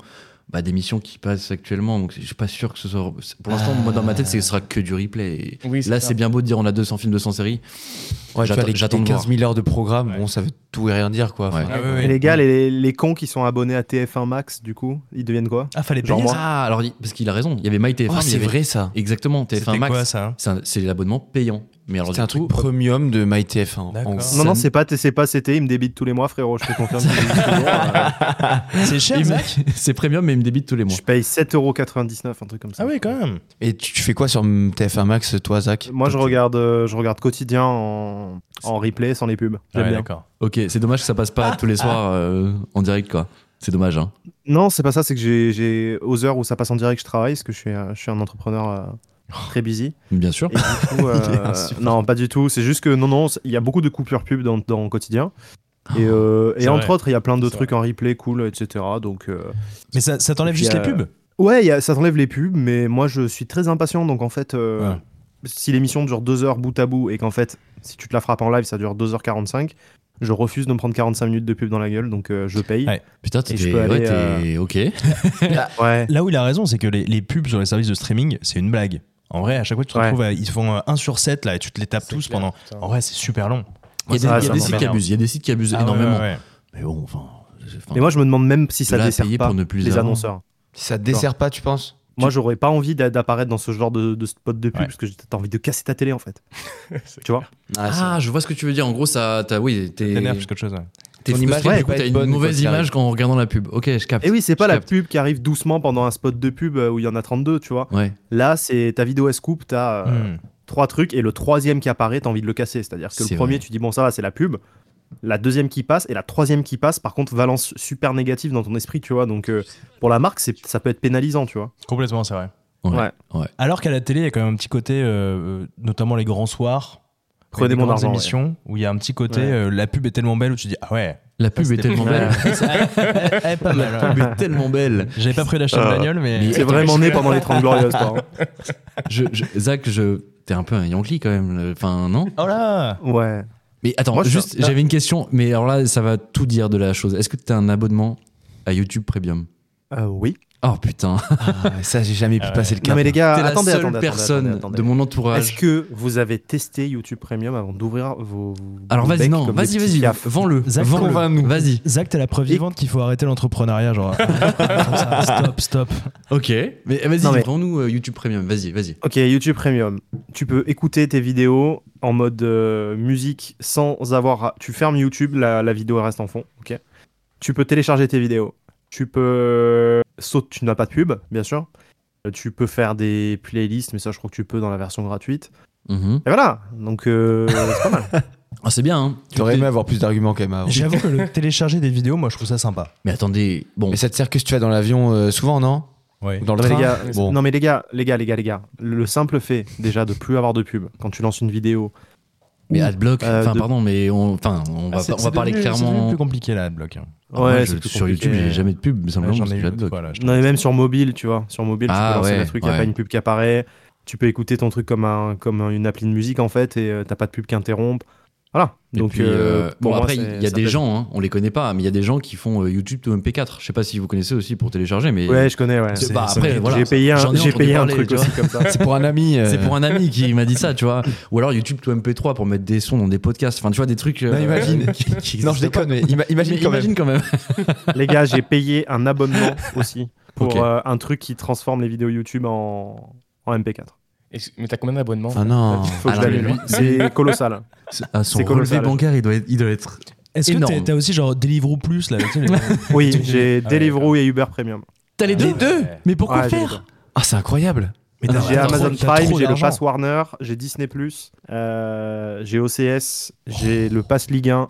Speaker 1: bah, d'émissions qui passent actuellement. Donc, je suis pas sûr que ce soit. Pour l'instant, moi, dans ma tête, ce sera que du replay. Et
Speaker 5: Oui,
Speaker 1: là,
Speaker 5: ça.
Speaker 1: c'est bien beau de dire on a 200 films, 200 séries.
Speaker 2: Ouais, tu vois,
Speaker 1: J'attends-
Speaker 2: les-
Speaker 1: j'attends
Speaker 2: les
Speaker 1: de
Speaker 2: 15 000 heures de programme,
Speaker 3: Ouais.
Speaker 2: bon, ça veut tout et rien dire quoi. Enfin,
Speaker 1: Ouais.
Speaker 5: Ah, oui,
Speaker 4: Et les gars, les, les cons qui sont abonnés à TF1 Max, du coup, ils deviennent quoi
Speaker 3: Ah, fallait
Speaker 4: Genre
Speaker 3: payer
Speaker 4: moi.
Speaker 3: ça.
Speaker 1: Ah, alors, il- parce qu'il a raison. Il y avait MyTF1.
Speaker 2: Oh,
Speaker 1: mais il y
Speaker 2: c'est
Speaker 1: avait-
Speaker 2: vrai ça.
Speaker 1: Exactement,
Speaker 3: C'était
Speaker 1: TF1 Max.
Speaker 3: quoi ça hein
Speaker 1: c'est un- C'est l'abonnement payant. Mais alors,
Speaker 2: C'est un
Speaker 1: du coup,
Speaker 2: truc premium de MyTF1. en
Speaker 3: D'accord.
Speaker 2: gros.
Speaker 3: Ça
Speaker 4: Non, non,
Speaker 1: me-
Speaker 4: c'est pas, c'est pas CT, ils me débitent tous les mois, frérot, je te confirme. qu'ils me débitent tous les mois.
Speaker 3: C'est
Speaker 1: il
Speaker 3: cher,
Speaker 1: me-
Speaker 3: Zach
Speaker 1: c'est premium, mais il me débite tous les mois.
Speaker 4: Je paye 7,99€, un truc comme ça.
Speaker 3: Ah oui, quand même.
Speaker 2: Et tu, tu fais quoi sur TF1 Max, toi, Zach
Speaker 4: Moi, je
Speaker 2: Toi, tu-
Speaker 4: regarde, euh, je regarde quotidien en, en replay, sans les pubs. J'aime
Speaker 3: Ouais,
Speaker 4: bien.
Speaker 3: Ah d'accord.
Speaker 1: Ok, c'est dommage que ça passe pas tous les soirs euh, en direct, quoi. C'est dommage, hein.
Speaker 4: Non, c'est pas ça, c'est que j'ai- j'ai aux heures où ça passe en direct, je travaille, parce que je suis, un- je suis un entrepreneur euh, très busy.
Speaker 1: Bien sûr.
Speaker 4: Et du coup, euh,
Speaker 3: Il est insupportable.
Speaker 4: non, pas du tout. C'est juste que non, non, c'est- il y a beaucoup de coupures pub dans, dans quotidien. Et, euh, et
Speaker 3: Ah, C'est
Speaker 4: entre
Speaker 3: vrai.
Speaker 4: autres, il y a plein de
Speaker 5: C'est
Speaker 4: trucs en replay, cool, etc. Donc, euh,
Speaker 3: Mais ça, ça t'enlève
Speaker 4: Puis,
Speaker 3: juste
Speaker 4: euh,
Speaker 3: les pubs
Speaker 4: ouais, il y a- ça t'enlève les pubs, mais moi, je suis très impatient. Donc, en fait, euh,
Speaker 3: Ouais.
Speaker 4: si l'émission dure 2 heures bout à bout et qu'en fait, si tu te la frappes en live, ça dure 2h45, je refuse de me prendre 45 minutes de pub dans la gueule, donc euh, je paye.
Speaker 3: Ouais.
Speaker 4: Ouais.
Speaker 1: Putain,
Speaker 4: Et je
Speaker 1: t'es.
Speaker 4: peux aller,
Speaker 1: Ouais, t'es. Ok. Bah,
Speaker 3: Là où il a raison, c'est que les, les pubs sur les services de streaming, c'est une blague. En vrai, à chaque fois, tu te
Speaker 4: Ouais.
Speaker 3: retrouves, à- ils font 1 sur 7 là et tu te les tapes tous
Speaker 5: C'est clair,
Speaker 3: pendant.
Speaker 5: putain.
Speaker 3: En vrai, c'est super long.
Speaker 1: Il y a des,
Speaker 4: ça,
Speaker 1: il y a
Speaker 4: ça
Speaker 1: des
Speaker 4: m'emmerde.
Speaker 1: sites qui abusent, il y a des sites qui abusent énormément.
Speaker 3: Ah ouais, ouais.
Speaker 1: Mais bon, enfin. c'est- enfin,
Speaker 4: Mais moi, je me demande même si
Speaker 1: de
Speaker 4: ça
Speaker 1: là à
Speaker 4: dessert
Speaker 1: payer
Speaker 4: pas
Speaker 1: pour ne plus
Speaker 4: les
Speaker 1: avoir.
Speaker 4: annonceurs.
Speaker 2: Si ça te dessert pas, tu penses
Speaker 4: Moi, j'aurais pas envie d'a- d'apparaître dans ce genre de, de spot de pub
Speaker 3: Ouais.
Speaker 4: parce que j'ai- t'as envie de casser ta télé en fait.
Speaker 5: C'est
Speaker 4: tu vois
Speaker 1: Ah, je vois ce que tu veux dire. En gros, ça. t'as- Oui, t'es.
Speaker 3: T'énerves plus qu'autre chose. ouais.
Speaker 1: T'es
Speaker 2: Ton
Speaker 1: frustré,
Speaker 2: image va
Speaker 1: du coup,
Speaker 2: pas
Speaker 1: t'as
Speaker 2: être
Speaker 1: une
Speaker 2: bonne, quoi
Speaker 1: mauvaise
Speaker 2: qu'il arrive.
Speaker 1: image en regardant la pub. Ok, je capte.
Speaker 4: Et Eh oui, c'est pas
Speaker 1: Je
Speaker 4: la
Speaker 1: capte.
Speaker 4: pub qui arrive doucement pendant un spot de pub euh, où il y en a 32, tu vois.
Speaker 1: Ouais.
Speaker 4: Là, c'est ta vidéo, elle se coupe, t'as euh,
Speaker 3: Hmm.
Speaker 4: trois trucs et le troisième qui apparaît, t'as envie de le casser. C'est-à-dire que
Speaker 1: C'est
Speaker 4: le premier,
Speaker 1: vrai.
Speaker 4: tu dis bon, ça va, c'est la pub. La deuxième qui passe et la troisième qui passe, par contre, valence super négative dans ton esprit, tu vois. Donc, euh, pour la marque, c'est- ça peut être pénalisant, tu vois.
Speaker 3: Complètement, c'est vrai.
Speaker 1: Ouais.
Speaker 4: Ouais.
Speaker 3: Alors qu'à la télé, il y a quand même un petit côté, euh, euh, notamment les grands soirs.
Speaker 4: Prenez
Speaker 3: les
Speaker 4: mon
Speaker 3: grandes
Speaker 4: argent,
Speaker 3: émissions où il y a un petit côté,
Speaker 4: Ouais.
Speaker 3: euh, la pub est tellement belle où tu dis ah ouais.
Speaker 1: La pub
Speaker 3: ça,
Speaker 1: est
Speaker 3: c'était
Speaker 1: tellement
Speaker 3: pas
Speaker 1: belle.
Speaker 3: mal. Elle- elle est pas mal.
Speaker 1: La
Speaker 3: ouais.
Speaker 1: pub est tellement belle.
Speaker 3: J'avais pas prévu d'acheter une
Speaker 4: Ah.
Speaker 3: bagnole, mais.
Speaker 4: C'est vraiment né pendant les 30 glorieuses, toi, hein.
Speaker 1: Je, je- Zach, je. T'es un peu un Yankee quand même. le- Enfin, non
Speaker 3: Oh là
Speaker 4: Ouais.
Speaker 1: Mais attends,
Speaker 4: Moi, je suis
Speaker 1: juste,
Speaker 4: un-
Speaker 1: j'avais une question, mais alors là, ça va tout dire de la chose. Est-ce que t'as un abonnement à YouTube Premium
Speaker 4: Euh, oui.
Speaker 1: Oh putain,
Speaker 2: Ah, ça, j'ai jamais pu
Speaker 3: Ah ouais.
Speaker 2: passer le
Speaker 4: Non,
Speaker 2: cap.
Speaker 4: mais les gars,
Speaker 1: t'es la
Speaker 4: attendez,
Speaker 1: seule
Speaker 4: attendez, attendez,
Speaker 1: personne
Speaker 4: attendez, attendez.
Speaker 1: de mon
Speaker 4: Est-ce
Speaker 1: entourage.
Speaker 4: que vous avez testé YouTube Premium avant d'ouvrir vos. vos
Speaker 1: Alors vas-y,
Speaker 4: becs
Speaker 1: non,
Speaker 4: comme des
Speaker 1: vas-y,
Speaker 4: petits
Speaker 1: vas-y,
Speaker 4: cafes
Speaker 1: vends-le,
Speaker 3: Zach,
Speaker 1: vends-le,
Speaker 2: convainc-nous.
Speaker 1: vas-y.
Speaker 3: Zach, t'es la preuve
Speaker 4: Et-
Speaker 3: vivante qu'il faut arrêter l'entrepreneuriat. Genre, Comme ça, stop, stop.
Speaker 1: Ok, mais vas-y,
Speaker 4: Non, mais-
Speaker 1: vends-nous euh, YouTube Premium, vas-y, vas-y.
Speaker 4: Ok, YouTube Premium. Tu peux écouter tes vidéos en mode euh, musique sans avoir. à- Tu fermes YouTube, la, la vidéo reste en fond. Ok. Tu peux télécharger tes vidéos. Tu peux. Saute, tu n'as pas de pub, bien sûr. Euh, Tu peux faire des playlists, mais ça, je crois que tu peux dans la version gratuite.
Speaker 1: Mhm.
Speaker 4: Et voilà. Donc, euh, c'est pas mal.
Speaker 1: Ah, c'est bien, hein. Tu
Speaker 2: T'aurais
Speaker 1: te-
Speaker 2: aimé avoir plus d'arguments quand même. avant.
Speaker 3: J'avoue que le télécharger des vidéos, moi, je trouve ça sympa.
Speaker 1: Mais attendez, bon,
Speaker 2: Mais ça te sert que si tu vas dans l'avion euh, souvent, non
Speaker 3: Ouais.
Speaker 2: Ou Dans le
Speaker 4: Non, mais
Speaker 2: train
Speaker 4: les gars,
Speaker 2: Bon.
Speaker 4: Non mais les gars, les gars, les gars, les gars, le le simple fait déjà de plus avoir de pub quand tu lances une vidéo.
Speaker 1: mais
Speaker 4: Ouh.
Speaker 1: AdBlock,
Speaker 4: Euh,
Speaker 1: enfin,
Speaker 4: de-
Speaker 1: pardon, mais on, enfin, on va,
Speaker 3: Ah, c'est-
Speaker 1: pas- on
Speaker 3: c'est
Speaker 1: va parler
Speaker 3: devenu- C'est devenu
Speaker 1: clairement.
Speaker 3: plus compliqué là, Bloc.
Speaker 1: Moi, je-
Speaker 4: plus
Speaker 1: sur YouTube,
Speaker 4: compliqué.
Speaker 1: j'ai jamais de pub,
Speaker 3: Ouais,
Speaker 1: simplement
Speaker 3: J'en
Speaker 1: parce
Speaker 3: ai
Speaker 1: que
Speaker 3: eu
Speaker 1: j'ai
Speaker 3: une
Speaker 1: AdBlock.
Speaker 3: fois là. je
Speaker 4: Non et même sur mobile, tu vois, sur mobile,
Speaker 1: Ah,
Speaker 4: tu peux lancer
Speaker 1: ouais,
Speaker 4: des trucs, y a
Speaker 1: ouais.
Speaker 4: pas une pub qui apparaît. Tu peux écouter ton truc comme un comme un- une appli de musique en fait et euh, t'as pas de pub qui interrompt. Voilà.
Speaker 1: Et
Speaker 4: Donc,
Speaker 1: puis,
Speaker 4: euh,
Speaker 1: euh,
Speaker 4: pour
Speaker 1: bon,
Speaker 4: moi,
Speaker 1: après,
Speaker 4: c'est-
Speaker 1: il y a
Speaker 4: ça
Speaker 1: des
Speaker 4: pèse.
Speaker 1: gens, hein, on les connaît pas, mais il y a des gens qui font euh, YouTube ou MP4. Je sais pas si vous connaissez aussi pour télécharger, mais
Speaker 4: Ouais, je connais, ouais.
Speaker 1: C'est-
Speaker 3: C'est-
Speaker 1: bah,
Speaker 3: ça
Speaker 1: après,
Speaker 3: m'étonne.
Speaker 1: voilà,
Speaker 4: j'ai payé
Speaker 1: j'en
Speaker 4: un,
Speaker 1: ai
Speaker 4: j'ai
Speaker 1: entendu
Speaker 4: payé un
Speaker 1: parler,
Speaker 4: truc
Speaker 1: tu vois.
Speaker 4: aussi comme ça.
Speaker 2: C'est pour un ami. euh,
Speaker 1: C'est pour un ami qui m'a dit ça, tu vois. Ou alors YouTube to MP3 pour mettre des sons dans des podcasts. Enfin, tu vois, des trucs. euh,
Speaker 2: Non, Bah, imagine.
Speaker 1: qui- qui
Speaker 2: Non, je
Speaker 1: existent pas.
Speaker 2: déconne, mais ima- imagine
Speaker 1: Mais
Speaker 2: quand même.
Speaker 1: imagine quand même.
Speaker 4: Les gars, j'ai payé un abonnement aussi pour
Speaker 1: Ok.
Speaker 4: euh, un truc qui transforme les vidéos YouTube en, en MP4.
Speaker 5: Et- Mais t'as combien d'abonnements
Speaker 2: Ah non.
Speaker 4: Faut que
Speaker 1: Ah
Speaker 4: je
Speaker 1: non, mais
Speaker 4: l'annule.
Speaker 1: lui-
Speaker 4: C'est colossal.
Speaker 1: Ah, son
Speaker 4: C'est colossal.
Speaker 1: relevé bancaire, il doit être. Il doit être...
Speaker 3: Est-ce que
Speaker 1: Énorme.
Speaker 3: t'as- t'as aussi genre Deliveroo Plus là tu sais, les-
Speaker 4: Oui,
Speaker 3: Tu-
Speaker 4: j'ai
Speaker 3: Ah ouais,
Speaker 4: Deliveroo et Uber Premium.
Speaker 1: T'as les
Speaker 3: Ah
Speaker 1: deux
Speaker 3: ouais.
Speaker 1: Mais pourquoi
Speaker 4: Ouais, j'ai les
Speaker 1: faire
Speaker 2: Ah, c'est incroyable.
Speaker 3: Mais
Speaker 1: Ah,
Speaker 3: t'as-
Speaker 4: J'ai
Speaker 3: t'as
Speaker 1: trop-
Speaker 4: Amazon
Speaker 3: trop- t'as
Speaker 4: Prime,
Speaker 3: trop
Speaker 4: j'ai le
Speaker 3: d'argent.
Speaker 4: Pass Warner, j'ai Disney+, euh, j'ai OCS, j'ai le Pass Ligue 1.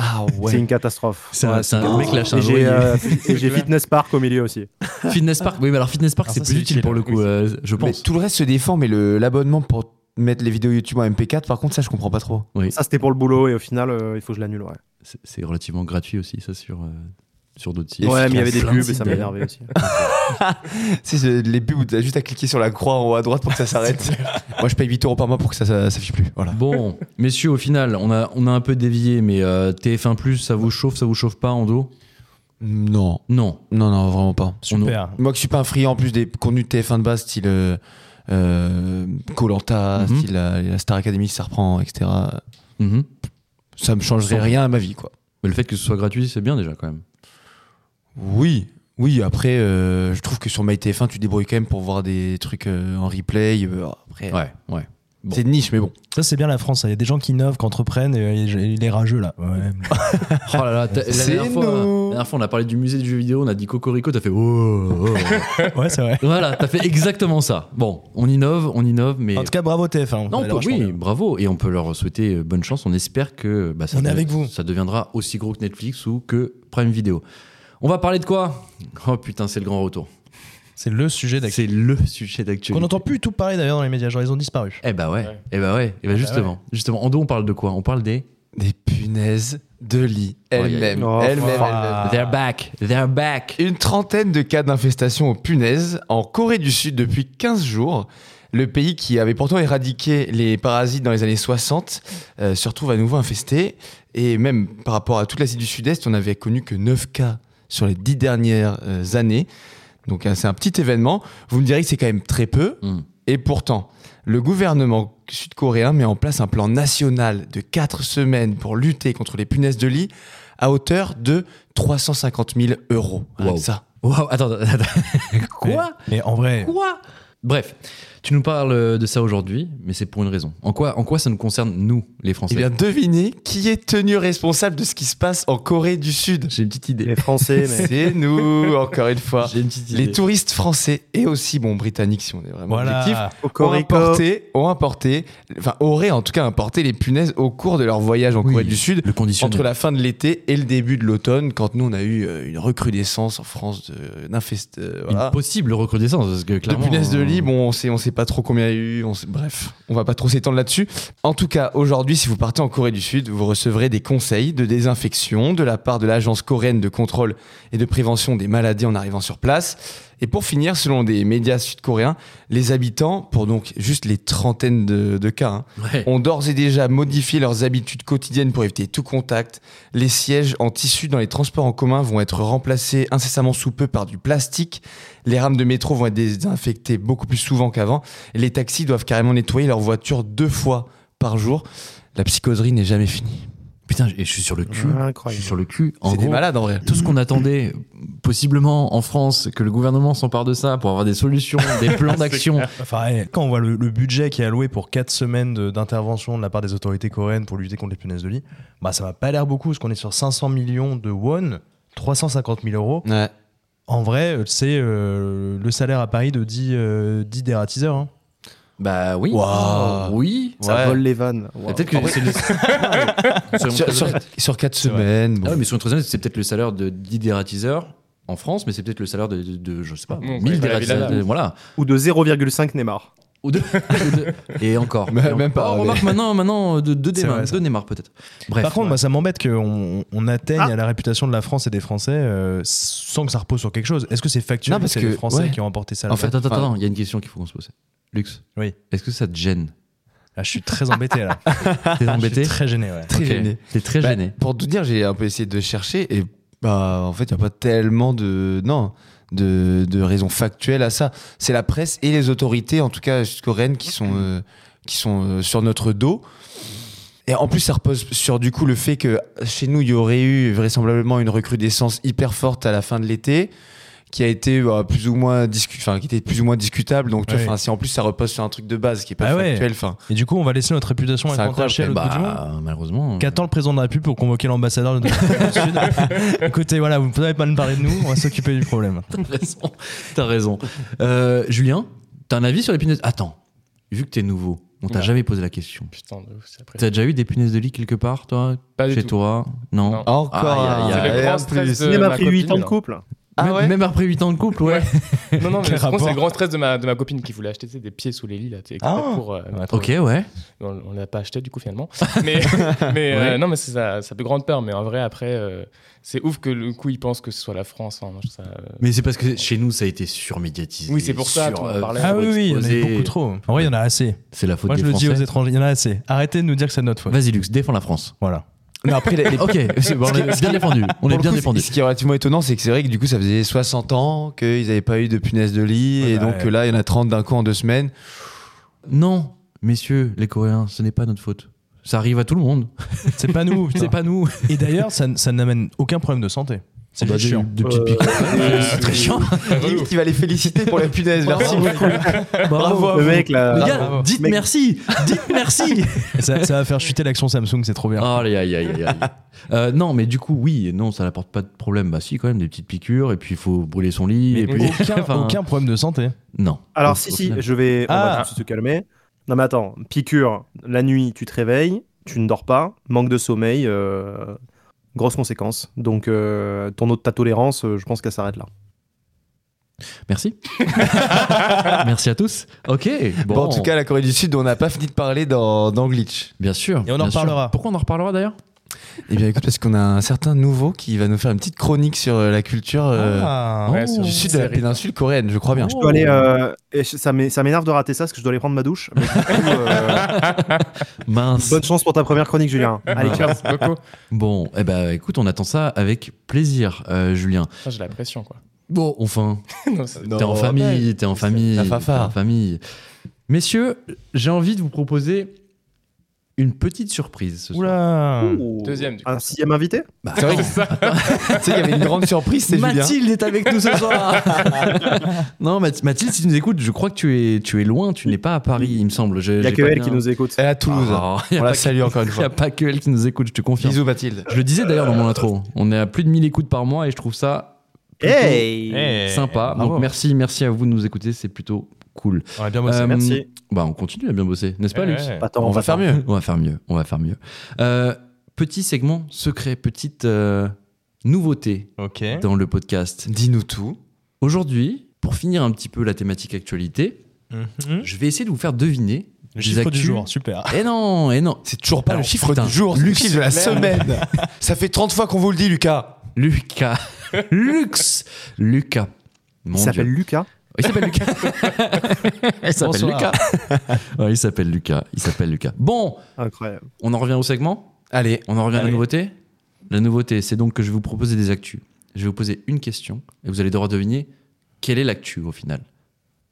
Speaker 2: Ah
Speaker 4: C'est
Speaker 2: ouais.
Speaker 4: une catastrophe.
Speaker 1: C'est un, hein, c'est un
Speaker 2: Oh.
Speaker 1: mec lâche un
Speaker 4: Et j'ai
Speaker 1: loyer.
Speaker 4: euh, et j'ai Fitness Park au milieu aussi.
Speaker 1: Fitness Park. Oui, mais alors Fitness Park,
Speaker 3: Alors
Speaker 1: Ah, c'est
Speaker 3: ça,
Speaker 1: plus
Speaker 3: c'est
Speaker 1: utile pour le
Speaker 3: utile,
Speaker 1: coup, euh, je
Speaker 2: Mais
Speaker 1: pense.
Speaker 2: tout le reste se défend, mais le- l'abonnement pour mettre les vidéos YouTube en MP4, par contre, ça, je comprends pas trop.
Speaker 4: Ça, c'était pour le boulot et au final, euh, il faut que je l'annule. Ouais,
Speaker 1: C'est- C'est relativement gratuit aussi, ça, sur, euh, sur d'autres sites.
Speaker 4: ouais mais il y avait des
Speaker 1: Plein de
Speaker 4: pubs et ça
Speaker 1: sites, d'ailleurs.
Speaker 4: m'énervait aussi.
Speaker 2: C'est euh, les pubs où t'as juste à cliquer sur la croix en haut à droite pour que ça s'arrête. Moi, je paye 8 euros par mois pour que ça ça- ça fiche plus. Voilà.
Speaker 1: Bon, messieurs, au final, on a, on a un peu dévié, mais euh, TF1, ça vous chauffe, ça vous chauffe pas en dos
Speaker 2: Non.
Speaker 1: Non.
Speaker 2: Non, non, vraiment pas.
Speaker 3: Super.
Speaker 2: Moi, que je suis pas un friand en plus des contenus de TF1 de base, style euh, euh, Koh-Lanta,
Speaker 1: Mhm.
Speaker 2: style la, la Star Academy qui ça reprend, etc.
Speaker 1: On- Mhm.
Speaker 2: Ça me changerait
Speaker 1: Sans-
Speaker 2: rien à ma vie, quoi.
Speaker 1: Mais le fait que ce soit gratuit, c'est bien déjà quand même.
Speaker 2: Oui, oui. Après, euh, je trouve que sur MyTF1, tu te débrouilles quand même pour voir des trucs euh, en replay. euh, après,
Speaker 1: Ouais, ouais. bon.
Speaker 2: c'est de niche, mais bon.
Speaker 3: Ça, c'est bien la France. hein. Il y a des gens qui innovent, qui entreprennent. et, euh, Il est rageux là. Ouais.
Speaker 1: Oh là là, t'as- la
Speaker 2: C'est
Speaker 1: dernière, fois,
Speaker 2: nous.
Speaker 1: la dernière fois, on a parlé du musée du jeu vidéo, on a dit Cocorico, t'as fait oh, oh, oh.
Speaker 3: Ouais, c'est vrai.
Speaker 1: Voilà, t'as fait exactement ça. Bon, on innove, on innove, mais.
Speaker 3: En tout cas, bravo TF1.
Speaker 1: Non, on
Speaker 3: Elle
Speaker 1: peut-
Speaker 3: est vachement
Speaker 1: oui,
Speaker 3: bien.
Speaker 1: bravo. Et on peut leur souhaiter euh, bonne chance. On espère que bah, ça,
Speaker 3: On est avec vous.
Speaker 1: ça deviendra aussi gros que Netflix ou que Prime Video. On va parler de quoi Oh putain, c'est le grand retour.
Speaker 3: C'est le sujet d'actu.
Speaker 1: C'est le sujet d'actualité.
Speaker 3: Qu'on n'entend plus tout parler d'ailleurs dans les médias. Genre, ils ont disparu.
Speaker 1: Eh bah ouais,
Speaker 5: Ouais.
Speaker 1: eh bah ouais, eh bah justement, justement. En deux, on parle de quoi On parle des.
Speaker 2: Des punaises de lit elles-mêmes,
Speaker 4: Oh,
Speaker 2: elles-mêmes,
Speaker 3: ah.
Speaker 2: elles-mêmes.
Speaker 1: They're back, they're back.
Speaker 2: Une trentaine de cas d'infestation aux punaises en Corée du Sud depuis 15 jours. Le pays qui avait pourtant éradiqué les parasites dans les années 60 euh, se retrouve à nouveau infesté. Et même par rapport à toute l'Asie du Sud-Est, on n'avait connu que 9 cas sur les 10 dernières euh, années. Donc euh, c'est un petit événement. Vous me direz que c'est quand même très peu.
Speaker 1: Hmm.
Speaker 2: Et pourtant, le gouvernement sud-coréen met en place un plan national de 4 semaines pour lutter contre les punaises de lit à hauteur de 350 000 euros. Rien
Speaker 1: Wow.
Speaker 2: que ça.
Speaker 1: Wow, attends, attends. quoi
Speaker 3: Mais en vrai,
Speaker 1: Quoi Bref, tu nous parles euh, de ça aujourd'hui, mais c'est pour une raison. En quoi, en quoi ça nous concerne, nous, les Français
Speaker 2: Eh bien, devinez qui est tenu responsable de ce qui se passe en Corée du Sud. Eh ben,
Speaker 1: J'ai une petite idée.
Speaker 4: Les Français, mais
Speaker 2: C'est nous, encore une fois.
Speaker 1: J'ai une petite idée.
Speaker 2: Les touristes français et aussi, bon, britanniques si on est vraiment objectif,
Speaker 3: voilà.
Speaker 2: ont
Speaker 4: Cocorico,
Speaker 2: importé, ont importé, enfin, auraient en tout cas importé les punaises au cours de leur voyage en
Speaker 1: Oui,
Speaker 2: Corée du Sud.
Speaker 1: Le conditionnel.
Speaker 2: Entre la fin de l'été et le début de l'automne, quand nous on a eu euh, une recrudescence en France de- d'infest, euh,
Speaker 1: Une
Speaker 2: voilà.
Speaker 1: possible recrudescence, parce que
Speaker 2: de
Speaker 1: clairement.
Speaker 2: punaises de
Speaker 1: euh,
Speaker 2: lit. Bon, on sait, on sait pas trop combien il y a eu. On sait- bref, on va pas trop s'étendre là-dessus. En tout cas, aujourd'hui, si vous partez en Corée du Sud, vous recevrez des conseils de désinfection de la part de l'agence coréenne de contrôle et de prévention des maladies en arrivant sur place. Et pour finir, selon des médias sud-coréens, les habitants, pour donc juste les trentaines de, de cas, hein,
Speaker 1: ouais.
Speaker 2: ont d'ores et déjà modifié leurs habitudes quotidiennes pour éviter tout contact. Les sièges en tissu dans les transports en commun vont être remplacés incessamment sous peu par du plastique. Les rames de métro vont être désinfectées beaucoup plus souvent qu'avant. Et Les taxis doivent carrément nettoyer leurs voitures deux fois par jour. La psychoserie n'est jamais finie.
Speaker 1: Putain, et je suis sur le cul. Je suis
Speaker 4: Incroyable.
Speaker 1: sur le cul. En
Speaker 2: C'est des
Speaker 1: gros,
Speaker 2: malades en vrai.
Speaker 1: tout ce qu'on attendait, possiblement en France, que le gouvernement s'empare de ça pour avoir des solutions, des plans d'action.
Speaker 3: Enfin, eh, quand on voit le, le budget qui est alloué pour 4 semaines de- d'intervention de la part des autorités coréennes pour lutter contre les punaises de lit, bah ça m'a pas l'air beaucoup parce qu'on est sur 500 millions de won, 350 000 euros.
Speaker 2: Ouais.
Speaker 3: En vrai, euh, c'est euh, le salaire à Paris de 10, euh, 10 dératiseurs. hein.
Speaker 1: Bah oui.
Speaker 2: Waouh.
Speaker 1: Oui.
Speaker 4: Ça
Speaker 2: Ouais.
Speaker 4: vole les vannes.
Speaker 1: Et
Speaker 4: Wow.
Speaker 1: Peut-être que
Speaker 2: En vrai-
Speaker 1: c'est le- Soyons
Speaker 2: Sur,
Speaker 1: très
Speaker 2: sur-
Speaker 1: honnêtes.
Speaker 2: sur quatre
Speaker 3: C'est vrai.
Speaker 2: semaines. bon.
Speaker 1: Ah oui, mais sur une c'est peut-être le salaire de 10 dératiseurs en France, mais c'est peut-être le salaire de, de, de- je sais pas,
Speaker 5: Mmh,
Speaker 1: 1000
Speaker 5: ouais, la
Speaker 1: dératiseurs.
Speaker 5: Villa.
Speaker 1: Voilà.
Speaker 4: Ou de 0,5 Neymar.
Speaker 1: Ou deux. ou deux. Et encore.
Speaker 2: Même-
Speaker 1: Et encore.
Speaker 2: même pas,
Speaker 1: Oh,
Speaker 2: mais-
Speaker 1: remarque, maintenant, maintenant de, de
Speaker 3: C'est
Speaker 1: Neymar,
Speaker 3: vrai, ça.
Speaker 1: de Neymar, peut-être. Bref.
Speaker 3: Par contre, moi, ça m'embête qu'on on atteigne
Speaker 4: Ah.
Speaker 3: à la réputation de la France et des Français euh, sans que ça repose sur quelque chose. Est-ce que c'est factuel
Speaker 2: Non, parce
Speaker 3: c'est
Speaker 2: que-
Speaker 3: les Français
Speaker 2: ouais.
Speaker 3: qui ont emporté ça
Speaker 1: en
Speaker 3: là-bas
Speaker 1: fait, attends, attends,
Speaker 2: enfin-
Speaker 1: attends, il y a une question qu'il faut qu'on se pose. Lux.
Speaker 3: Oui.
Speaker 1: Est-ce que ça te gêne
Speaker 3: Là, Ah, je suis très embêté là.
Speaker 1: T'es embêté
Speaker 3: Je suis très gêné, ouais.
Speaker 2: Très
Speaker 1: Ok.
Speaker 2: gêné.
Speaker 1: T'es très
Speaker 2: Bah,
Speaker 1: gêné.
Speaker 2: Pour tout dire, j'ai un peu essayé de chercher et bah en fait, il n'y a pas tellement de non de, de raisons factuelles à ça. C'est la presse et les autorités, en tout cas coréennes, qui sont euh, qui sont euh, sur notre dos. Et en plus, ça repose sur du coup le fait que chez nous, il y aurait eu vraisemblablement une recrudescence hyper forte à la fin de l'été, qui a été bah, plus ou moins discu- enfin, qui était plus ou moins discutable. Donc, tu vois,
Speaker 3: Ouais.
Speaker 2: enfin, si en plus ça repose sur un truc de base qui est pas
Speaker 3: Ah ouais.
Speaker 2: factuel, enfin,
Speaker 3: Et du coup, on va laisser notre réputation
Speaker 2: C'est
Speaker 3: à grand
Speaker 2: incroyable,
Speaker 3: échelle au bout du monde.
Speaker 1: Bah, malheureusement.
Speaker 3: Qu'attend le président de la République pour convoquer l'ambassadeur de notre Sud Écoutez, voilà, vous ne pouvez pas nous parler de nous, on va s'occuper du problème.
Speaker 1: T'as raison. T'as raison. Euh, Julien, t'as un avis sur les punaises Attends, vu que t'es nouveau, on t'a
Speaker 5: Ouais.
Speaker 1: jamais posé la question.
Speaker 5: Putain, de ouf, c'est après.
Speaker 1: T'as déjà eu des punaises de lit quelque part, toi
Speaker 5: Pas du
Speaker 1: Chez
Speaker 5: tout.
Speaker 1: toi Non.
Speaker 5: Non.
Speaker 2: encore.
Speaker 1: Aïe, aïe, aïe.
Speaker 2: un-
Speaker 5: C'est le
Speaker 2: et
Speaker 5: grand
Speaker 2: un
Speaker 5: stress
Speaker 2: plus.
Speaker 5: de-
Speaker 4: Même
Speaker 5: ma
Speaker 4: après 8 ans de
Speaker 5: copine,
Speaker 4: couple.
Speaker 2: Ah
Speaker 1: même,
Speaker 2: ouais.
Speaker 1: même après 8 ans de couple, ouais.
Speaker 5: Ouais. Non, non, mais
Speaker 3: Quel
Speaker 5: je pense que c'est
Speaker 3: rapport
Speaker 5: le grand stress de ma, de ma copine qui voulait acheter tu sais, des pieds sous les lits. Là, tu sais,
Speaker 3: Ah.
Speaker 5: pour, euh,
Speaker 3: Ouais,
Speaker 1: ok, ouais.
Speaker 5: on ne l'a pas acheté du coup finalement. Mais, mais euh,
Speaker 1: Ouais.
Speaker 5: non, mais c'est ça, ça fait grande peur. Mais en vrai, après, euh, c'est ouf que le coup, ils pensent que ce soit la France. hein. Moi, je trouve ça, euh,
Speaker 1: Mais c'est parce que chez nous, ça a été surmédiatisé.
Speaker 5: Oui, c'est pour ça,
Speaker 1: sur-
Speaker 5: tout le monde
Speaker 1: euh,
Speaker 5: parlait.
Speaker 3: Ah oui, oui, il y en a
Speaker 1: surexposé.
Speaker 3: beaucoup trop. En vrai, il y en a assez.
Speaker 1: C'est la faute
Speaker 3: Moi,
Speaker 1: des
Speaker 3: je le dis aux
Speaker 1: Français.
Speaker 3: étrangers, il y en a assez. Arrêtez de nous dire que c'est de notre faute.
Speaker 1: Vas-y, Lux, défends la France.
Speaker 3: Voilà.
Speaker 2: Mais après, les- les-
Speaker 1: Ok, c'est bon, on est bien défendu. On est
Speaker 2: Pour le
Speaker 1: bien
Speaker 2: coup,
Speaker 1: défendu.
Speaker 2: Ce qui est relativement étonnant, c'est que c'est vrai que du coup, ça faisait 60 ans qu'ils n'avaient pas eu de punaise de lit.
Speaker 3: Ouais,
Speaker 2: et
Speaker 3: bah
Speaker 2: donc
Speaker 3: ouais.
Speaker 2: que là, il y en a 30 d'un coup en deux semaines.
Speaker 1: Non, messieurs, les Coréens, ce n'est pas notre faute. Ça arrive à tout le monde.
Speaker 3: C'est pas nous. putain.
Speaker 1: C'est pas nous.
Speaker 3: Et d'ailleurs, ça, n- ça n'amène aucun problème de santé. C'est
Speaker 1: Bah,
Speaker 3: juste
Speaker 1: des-
Speaker 3: chiant.
Speaker 1: des petites piqûres. C'est très chiant.
Speaker 2: Limite, il va les féliciter pour la punaise. Merci
Speaker 1: Bravo.
Speaker 2: beaucoup.
Speaker 1: Bravo.
Speaker 4: Le mec
Speaker 1: Les
Speaker 4: là.
Speaker 1: gars,
Speaker 3: bravo.
Speaker 1: dites
Speaker 4: Mec.
Speaker 1: merci Dites merci
Speaker 3: Et Ça, ça va faire chuter l'action Samsung, c'est trop bien.
Speaker 1: Oh, aïe, aïe, aïe, aïe, aïe. Euh, Non, mais du coup, oui, non, ça n'apporte pas de problème. Bah si, quand même, des petites piqûres, et puis il faut brûler son lit,
Speaker 5: Mais
Speaker 1: et puis...
Speaker 3: Aucun,
Speaker 1: enfin,
Speaker 3: aucun problème de santé.
Speaker 1: Non. Au-
Speaker 4: Alors si
Speaker 1: au
Speaker 4: si,
Speaker 1: final.
Speaker 4: je vais
Speaker 3: Ah.
Speaker 4: on va tout de suite se calmer. Non mais attends, piqûre la nuit, tu te réveilles, tu ne dors pas, manque de sommeil, euh, grosse conséquence. Donc euh, ton autre ta tolérance, euh, je pense qu'elle s'arrête là.
Speaker 1: Merci. merci à tous. Ok, bon,
Speaker 2: Bon, en tout cas, la Corée du Sud, on n'a pas fini de parler dans, dans Glitch.
Speaker 1: Bien sûr.
Speaker 3: Et on en
Speaker 1: bien sûr.
Speaker 3: reparlera.
Speaker 1: Pourquoi on en reparlera d'ailleurs
Speaker 2: Eh bien, écoute, parce qu'on a un certain nouveau qui va nous faire une petite chronique sur euh, la culture euh,
Speaker 3: Ah.
Speaker 5: ouais,
Speaker 1: oh,
Speaker 5: sur-
Speaker 2: du sud de la
Speaker 5: série.
Speaker 2: péninsule coréenne, je crois bien.
Speaker 4: Je dois aller. euh, et je- ça m'é- ça m'énerve de rater ça parce que je dois aller prendre ma douche. Mais du coup, euh,
Speaker 1: Mince.
Speaker 4: bonne chance pour ta première chronique, Julien. Allez, ciao.
Speaker 5: Merci beaucoup.
Speaker 1: Bon, eh ben écoute, on attend ça avec plaisir, euh, Julien.
Speaker 5: Putain, J'ai la pression, quoi.
Speaker 1: Bon, enfin,
Speaker 5: Non, c'est-
Speaker 1: T'es en famille, t'es en famille.
Speaker 2: La
Speaker 1: t'es
Speaker 2: fanfare.
Speaker 1: en famille. Messieurs, j'ai envie de vous proposer une petite surprise. ce soir.
Speaker 3: Oula.
Speaker 5: Deuxième, du coup.
Speaker 4: Un sixième invité
Speaker 1: Bah,
Speaker 2: C'est vrai que-
Speaker 1: attends,
Speaker 2: tu sais, il y avait une grande surprise, c'est Julien.
Speaker 1: Mathilde est avec nous ce soir. non, Math- Mathilde, si tu nous écoutes, je crois que tu es, tu es loin, tu n'es pas à Paris, il me semble.
Speaker 4: Il
Speaker 1: Il
Speaker 4: n'y a que elle qui nous écoute.
Speaker 2: Elle est à Toulouse. on la salue encore une
Speaker 1: Ah, Il n'y
Speaker 2: fois.
Speaker 1: a pas que elle qui nous écoute, je te confirme.
Speaker 2: Bisous, Mathilde.
Speaker 1: Je le disais d'ailleurs dans mon intro, on est à plus de 1000 écoutes par mois et je trouve ça plutôt
Speaker 4: Hey
Speaker 1: sympa.
Speaker 3: Bravo.
Speaker 1: Donc merci, merci à vous de nous écouter, c'est plutôt cool.
Speaker 3: On a bien bossé.
Speaker 1: Euh,
Speaker 4: Merci. Eh,
Speaker 1: Bah on continue à bien bosser, n'est-ce pas
Speaker 3: Ouais,
Speaker 1: Lux
Speaker 3: ouais.
Speaker 4: Attends,
Speaker 2: on va faire mieux.
Speaker 1: On va faire mieux, on va faire mieux. Euh, petit segment secret, petite euh, nouveauté
Speaker 3: Ok.
Speaker 1: dans le podcast.
Speaker 2: Dis-nous tout.
Speaker 1: Aujourd'hui, pour finir un petit peu la thématique actualité,
Speaker 2: Mm-hmm.
Speaker 3: Mhm.
Speaker 1: je vais essayer de vous faire deviner
Speaker 3: Le
Speaker 1: des
Speaker 3: chiffre du
Speaker 1: actus.
Speaker 3: jour, super.
Speaker 1: Eh non, eh non,
Speaker 2: C'est toujours pas
Speaker 1: Alors,
Speaker 2: le chiffre
Speaker 1: putain,
Speaker 2: du jour, c'est le
Speaker 1: Luc,
Speaker 2: chiffre de la semaine. Ça fait 30 fois qu'on vous le dit, Lucas.
Speaker 1: Lucas, Lux, Lucas. Mon Oh,
Speaker 4: Il s'appelle Lucas.
Speaker 1: Il s'appelle Lucas. il s'appelle
Speaker 3: Bonsoir.
Speaker 1: Lucas. Ouais, il s'appelle Lucas. Il s'appelle Lucas. Bon,
Speaker 4: Incroyable.
Speaker 1: on en revient au segment
Speaker 2: Allez,
Speaker 1: On en revient à la
Speaker 3: Allez.
Speaker 1: nouveauté La nouveauté, c'est donc que je vais vous proposer des actus. Je vais vous poser une question et vous allez devoir deviner quelle est l'actu au final.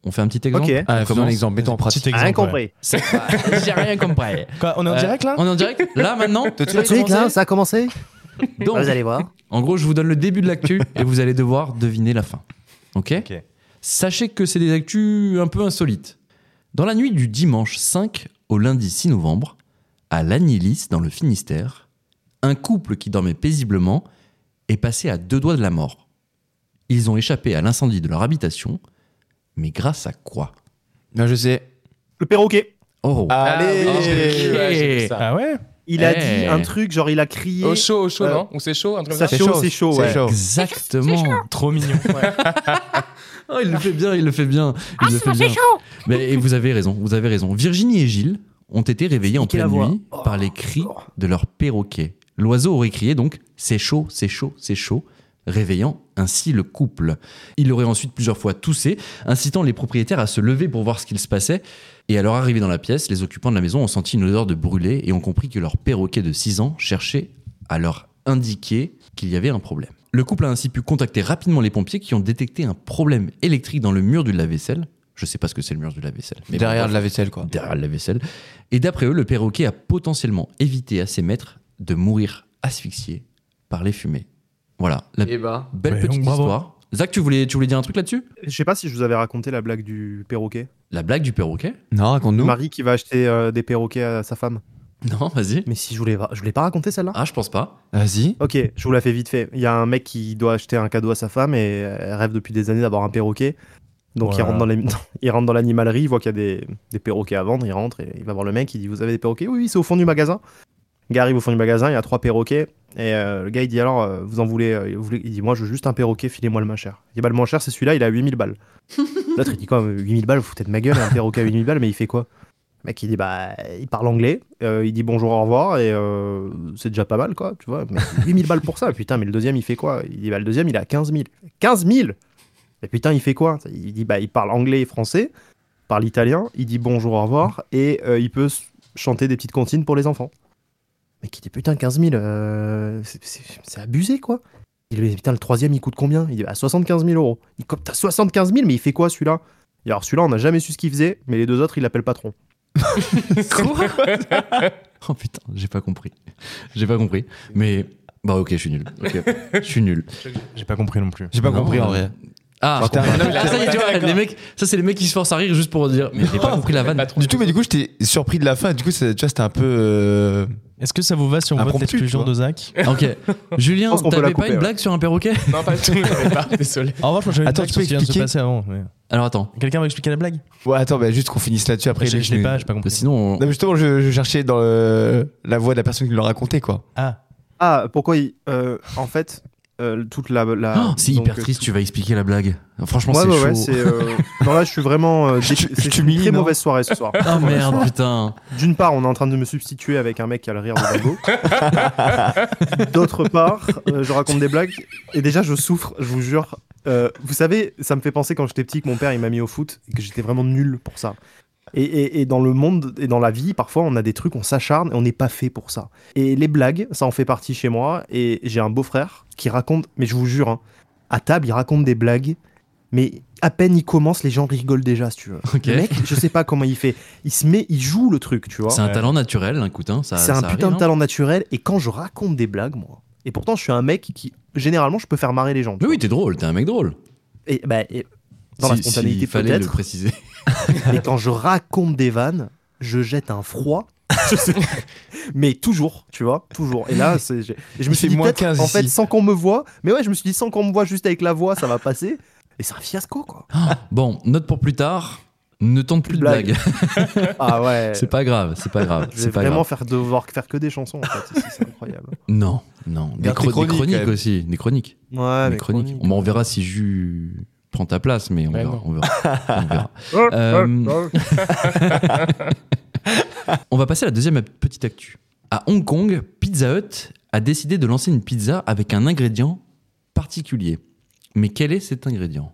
Speaker 1: On fait un petit exemple
Speaker 4: Ok.
Speaker 1: on
Speaker 2: comment
Speaker 1: commence
Speaker 2: Ah, l'exemple, mettons en pratique.
Speaker 3: Petit exemple,
Speaker 4: Rien
Speaker 3: ouais.
Speaker 4: compris.
Speaker 1: J'ai rien compris.
Speaker 3: Quoi, on est en
Speaker 1: Euh,
Speaker 3: direct là
Speaker 1: On est en direct Là, maintenant
Speaker 4: Tu sais que là, ça a commencé
Speaker 1: Donc,
Speaker 4: Vous allez voir.
Speaker 1: En gros, je vous donne le début de l'actu et vous allez devoir deviner la fin. Ok,
Speaker 3: Ok.
Speaker 1: Sachez que c'est des actus un peu insolites. Dans la nuit du dimanche 5 au lundi 6 novembre, à Lagnilis, dans le Finistère, un couple qui dormait paisiblement est passé à deux doigts de la mort. Ils ont échappé à l'incendie de leur habitation, mais grâce à quoi
Speaker 2: Non, je sais.
Speaker 4: Le perroquet.
Speaker 1: Oh
Speaker 2: Allez
Speaker 5: Ah, j'ai vu, ouais, j'ai vu ça.
Speaker 3: Ah ouais
Speaker 4: Il a
Speaker 1: Hey.
Speaker 4: dit un truc, genre il a crié.
Speaker 5: Au chaud, au chaud,
Speaker 4: Euh,
Speaker 5: non Ou c'est chaud, un truc comme
Speaker 4: ça
Speaker 2: Ah,
Speaker 5: ça
Speaker 4: fait- chaud, c'est chaud, ouais.
Speaker 1: Exactement
Speaker 3: oh. Trop mignon.
Speaker 1: Oh, il le fait bien, il le fait bien. Il le fait bien. Mais et vous avez raison, vous avez raison. Virginie et Gilles ont été réveillés en
Speaker 4: Niquez la
Speaker 1: pleine
Speaker 4: voix.
Speaker 1: nuit
Speaker 4: Oh.
Speaker 1: par les cris de leur perroquet. L'oiseau aurait crié donc c'est chaud, c'est chaud, c'est chaud. réveillant ainsi le couple. Il aurait ensuite plusieurs fois toussé, incitant les propriétaires à se lever pour voir ce qu'il se passait. Et alors arrivés dans la pièce, les occupants de la maison ont senti une odeur de brûlé et ont compris que leur perroquet de 6 ans cherchait à leur indiquer qu'il y avait un problème. Le couple a ainsi pu contacter rapidement les pompiers qui ont détecté un problème électrique dans le mur du lave-vaisselle. Je sais pas ce que c'est le mur du lave-vaisselle. mais
Speaker 2: derrière
Speaker 1: bon,
Speaker 2: de la vaisselle, quoi.
Speaker 1: derrière la vaisselle. Et d'après eux, le perroquet a potentiellement évité à ses maîtres de mourir asphyxié par les fumées. Voilà, la
Speaker 4: Eh
Speaker 2: Et
Speaker 4: ben.
Speaker 2: bah.
Speaker 1: belle
Speaker 3: Ouais,
Speaker 1: petite
Speaker 3: donc, bravo.
Speaker 1: histoire. Zach, tu voulais, tu voulais dire un truc là-dessus
Speaker 4: Je sais pas si je vous avais raconté la blague du perroquet.
Speaker 1: La blague du perroquet
Speaker 2: Non, raconte-nous.
Speaker 4: Marie qui va acheter euh, des perroquets à sa femme.
Speaker 1: Non, vas-y.
Speaker 4: Mais si je voulais, je voulais pas raconter celle-là.
Speaker 1: Ah, je pense pas.
Speaker 2: Vas-y.
Speaker 4: Ok, je vous la fais vite fait. Il y a un mec qui doit acheter un cadeau à sa femme et euh, elle rêve depuis des années d'avoir un perroquet. Donc il
Speaker 3: Voilà.
Speaker 4: rentre dans les- il rentre dans l'animalerie, il voit qu'il y a des, des perroquets à vendre, il rentre et il va voir le mec, il dit vous avez des perroquets Oui, oui, c'est au fond du magasin. Le gars arrive au fond du magasin, il y a trois perroquets et euh, le gars il dit alors euh, vous en voulez, euh, vous voulez- Il dit moi je veux juste un perroquet, filez-moi le moins cher. Il dit bah le moins cher c'est celui-là, il a 8000 balles. L'autre il dit quoi 8000 balles, vous foutez de ma gueule, un perroquet à 8000 balles, mais il fait quoi le mec, il dit, bah, il parle anglais, euh, il dit bonjour, au revoir, et euh, c'est déjà pas mal, quoi, tu vois. Mais 8000 balles pour ça, putain, mais le deuxième, il fait quoi Il dit, bah, le deuxième, il a 15 000. 15 000 Mais putain, il fait quoi Il dit, bah, il parle anglais et français, parle italien, il dit bonjour, au revoir, et euh, il peut s- chanter des petites comptines pour les enfants. Le mec, il dit, putain, 15 000, euh, c'est- c'est c'est abusé, quoi. Il lui dit, putain, le troisième, il coûte combien Il dit, bah, 75 000 euros. Il dit, comme t'as 75 000, mais il fait quoi, celui-là Et alors, celui-là, on n'a jamais su ce qu'il faisait, mais les deux autres, il l'appelle patron.
Speaker 1: Oh putain, j'ai pas compris. J'ai pas compris. Mais bah ok, je suis nul. Ok, je suis nul.
Speaker 3: J'ai pas compris non plus.
Speaker 2: J'ai pas
Speaker 1: Non,
Speaker 2: compris en
Speaker 1: euh,
Speaker 2: vrai.
Speaker 1: Ah,
Speaker 2: Putain,
Speaker 1: je comprends.
Speaker 2: non, mais
Speaker 1: ça, y est, tu vois,
Speaker 5: d'accord.
Speaker 1: les mecs, ça c'est les mecs qui se forcent à rire juste pour dire. Mais j'ai
Speaker 4: Ah,
Speaker 1: pas compris la vanne.
Speaker 5: Patron.
Speaker 2: Du tout, mais du coup, j'étais surpris de la fin. Du coup, c'est- tu vois, c'était un peu. euh,
Speaker 3: Est-ce que ça vous va si on vote
Speaker 2: Impromptu,
Speaker 3: l'exclusion
Speaker 2: tu vois.
Speaker 3: de Zach
Speaker 1: Ok, Julien,
Speaker 4: Je pense qu'on peut
Speaker 1: t'avais
Speaker 4: la
Speaker 1: pas
Speaker 4: couper,
Speaker 1: une
Speaker 4: ouais.
Speaker 1: blague sur un perroquet
Speaker 5: Non, pas du tout, j'avais pas, désolé.
Speaker 3: En revanche, moi j'avais une
Speaker 2: Attends,
Speaker 3: blague
Speaker 2: tu
Speaker 3: sur
Speaker 2: peux
Speaker 3: ce qui vient de se
Speaker 2: expliquer
Speaker 3: passer avant. mais-
Speaker 1: Alors attends,
Speaker 3: Quelqu'un veut expliquer la blague
Speaker 2: Ouais, attends, bah, juste qu'on finisse là-dessus après.
Speaker 3: Je
Speaker 2: les-
Speaker 3: je l'ai pas, j'ai pas compris.
Speaker 1: sinon. on-
Speaker 2: Non, mais justement, je, je cherchais dans le- la voix de la personne qui l'a raconté, quoi.
Speaker 3: Ah,
Speaker 4: Ah, pourquoi il. euh, en fait, euh, toute la. la
Speaker 1: Oh, c'est
Speaker 4: donc,
Speaker 1: hyper
Speaker 4: euh,
Speaker 1: triste,
Speaker 4: tout-
Speaker 1: tu vas expliquer la blague. Franchement,
Speaker 4: Ouais,
Speaker 1: c'est
Speaker 4: ouais,
Speaker 1: chaud.
Speaker 4: ouais, c'est. euh, Non, là, je suis vraiment. euh, dé-
Speaker 2: Je- je
Speaker 4: c'est une
Speaker 2: t'humilie,
Speaker 4: très
Speaker 1: hein.
Speaker 2: non
Speaker 4: mauvaise soirée ce soir.
Speaker 1: Ah merde, putain.
Speaker 4: D'une part, on est en train de me substituer avec un mec qui a le rire de Dingo. D'autre part, euh, je raconte des blagues. Et déjà, je souffre, je vous jure. Euh, vous savez, ça me fait penser quand j'étais petit que mon père il m'a mis au foot et que j'étais vraiment nul pour ça. Et, et- et dans le monde et dans la vie, parfois on a des trucs, on s'acharne et on n'est pas fait pour ça. Et les blagues, ça en fait partie chez moi. Et j'ai un beau-frère qui raconte, mais je vous jure, hein, à table, il raconte des blagues, mais à peine il commence, les gens rigolent déjà, si tu veux.
Speaker 1: Ok.
Speaker 4: Le mec, je sais pas comment il fait. Il se met, il joue le truc, tu vois.
Speaker 1: C'est un talent naturel, écoute. Hein, ça,
Speaker 4: C'est un
Speaker 1: ça
Speaker 4: putain
Speaker 1: arrive,
Speaker 4: de
Speaker 1: hein.
Speaker 4: talent naturel. Et quand je raconte des blagues, moi. Et pourtant, je suis un mec qui, généralement, je peux faire marrer les gens. tu
Speaker 1: Mais oui,
Speaker 4: vois.
Speaker 1: t'es drôle, t'es un mec drôle.
Speaker 4: Et, bah, et- dans la
Speaker 1: Si-
Speaker 4: spontanéité,
Speaker 1: s'il fallait le
Speaker 4: peut-être.
Speaker 1: préciser.
Speaker 4: Mais quand je raconte des vannes, je jette un froid. Je sais- mais toujours, tu vois, toujours. Et là, c'est- j'ai- et je me
Speaker 2: Il fait
Speaker 4: suis dit,
Speaker 2: moins
Speaker 4: peut-être,
Speaker 2: 15
Speaker 4: en
Speaker 2: ici.
Speaker 4: fait, sans qu'on me voit. Mais ouais, je me suis dit, sans qu'on me voit juste avec la voix, ça va passer. Et c'est un fiasco, quoi.
Speaker 1: Oh, Bon, note pour plus tard. Ne tente plus de
Speaker 4: Blague.
Speaker 1: blagues.
Speaker 4: Ah
Speaker 2: Euh,
Speaker 4: ouais.
Speaker 1: C'est pas grave, c'est pas grave.
Speaker 4: Je vais
Speaker 1: C'est pas
Speaker 4: vraiment
Speaker 1: grave.
Speaker 4: faire devoir faire que des chansons, en fait. ici, C'est incroyable.
Speaker 1: Non, non. Des,
Speaker 2: Garde tes
Speaker 1: chro- des
Speaker 2: chroniques,
Speaker 1: chroniques
Speaker 2: quand même. Ah,
Speaker 1: aussi, des chroniques.
Speaker 4: Ouais,
Speaker 1: Mes chroniques. Bon, on verra si Jus prend ta place, mais on
Speaker 5: Mais
Speaker 1: verra.
Speaker 5: non.
Speaker 1: On, verra. On verra.
Speaker 4: Oh,
Speaker 1: Euh, On va passer à la deuxième petite actu. À Hong Kong, Pizza Hut a décidé de lancer une pizza avec un ingrédient particulier. Mais quel est cet ingrédient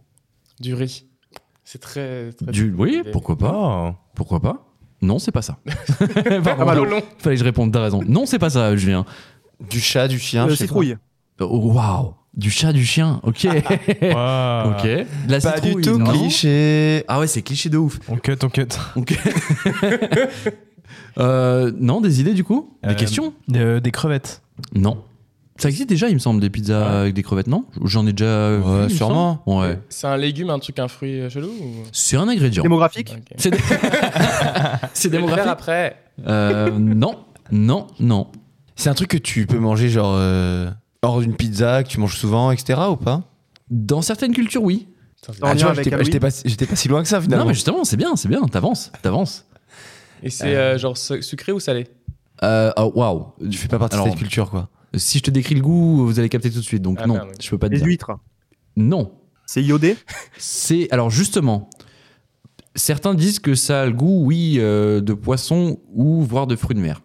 Speaker 5: Du riz. C'est très, très.
Speaker 1: Du oui,
Speaker 5: Des-
Speaker 1: pourquoi pas
Speaker 3: oh.
Speaker 1: Pourquoi pas Non, c'est pas ça. Pardon,
Speaker 5: Malo. Ah, bah, long.
Speaker 1: fallait que je réponde. T'as raison. Non, c'est pas ça, Julien.
Speaker 2: Du chat, du chien.
Speaker 4: Euh,
Speaker 2: je sais pas.
Speaker 4: citrouille.
Speaker 1: Oh, Waouh, du chat, du chien. Ok, ok.
Speaker 3: Waouh.
Speaker 1: De La
Speaker 2: Ah. Pas du
Speaker 1: citrouille,
Speaker 2: tout
Speaker 1: non
Speaker 2: cliché.
Speaker 1: Ah ouais, c'est cliché de ouf.
Speaker 3: On cut, on cut.
Speaker 1: Ok. Euh, non, des idées du coup Des
Speaker 3: Euh,
Speaker 1: questions
Speaker 3: Euh, des crevettes.
Speaker 1: Non. Ça existe déjà, il me semble, des pizzas
Speaker 3: Ouais.
Speaker 1: avec des crevettes, non J'en ai déjà. vu, il me
Speaker 2: sûrement.
Speaker 1: semble. Ouais.
Speaker 5: C'est un légume, un truc, un fruit euh, chelou ou...
Speaker 1: C'est un ingrédient.
Speaker 4: Démographique.
Speaker 5: Ok.
Speaker 1: C'est C'est
Speaker 5: Je vais le faire
Speaker 1: démographique
Speaker 5: après.
Speaker 1: Euh, Non, non, non.
Speaker 2: C'est un truc que tu peux manger, genre, euh, hors d'une pizza, que tu manges souvent, etc. ou pas
Speaker 1: Dans certaines cultures, oui.
Speaker 5: Putain, c'est-
Speaker 4: En
Speaker 2: Ah, tu
Speaker 4: lien
Speaker 2: vois,
Speaker 4: avec
Speaker 2: j'étais pas,
Speaker 4: Halloween.
Speaker 2: j'étais pas si- j'étais pas si loin que ça, finalement.
Speaker 1: Non, mais justement, c'est bien, c'est bien. T'avances, t'avances.
Speaker 5: Et c'est euh, genre su- sucré ou salé
Speaker 1: Euh, oh, Waouh.
Speaker 2: Tu fais pas partie de
Speaker 1: Alors,
Speaker 2: cette culture, quoi.
Speaker 1: Si je te décris le goût, vous allez capter tout de suite. Donc
Speaker 5: Ah,
Speaker 1: non,
Speaker 5: merde, oui.
Speaker 1: je peux pas te
Speaker 4: Les
Speaker 1: dire.
Speaker 4: huîtres.
Speaker 1: Non.
Speaker 4: C'est iodé.
Speaker 1: C'est alors justement, certains disent que ça a le goût, oui, euh, de poisson ou voire de fruits de mer.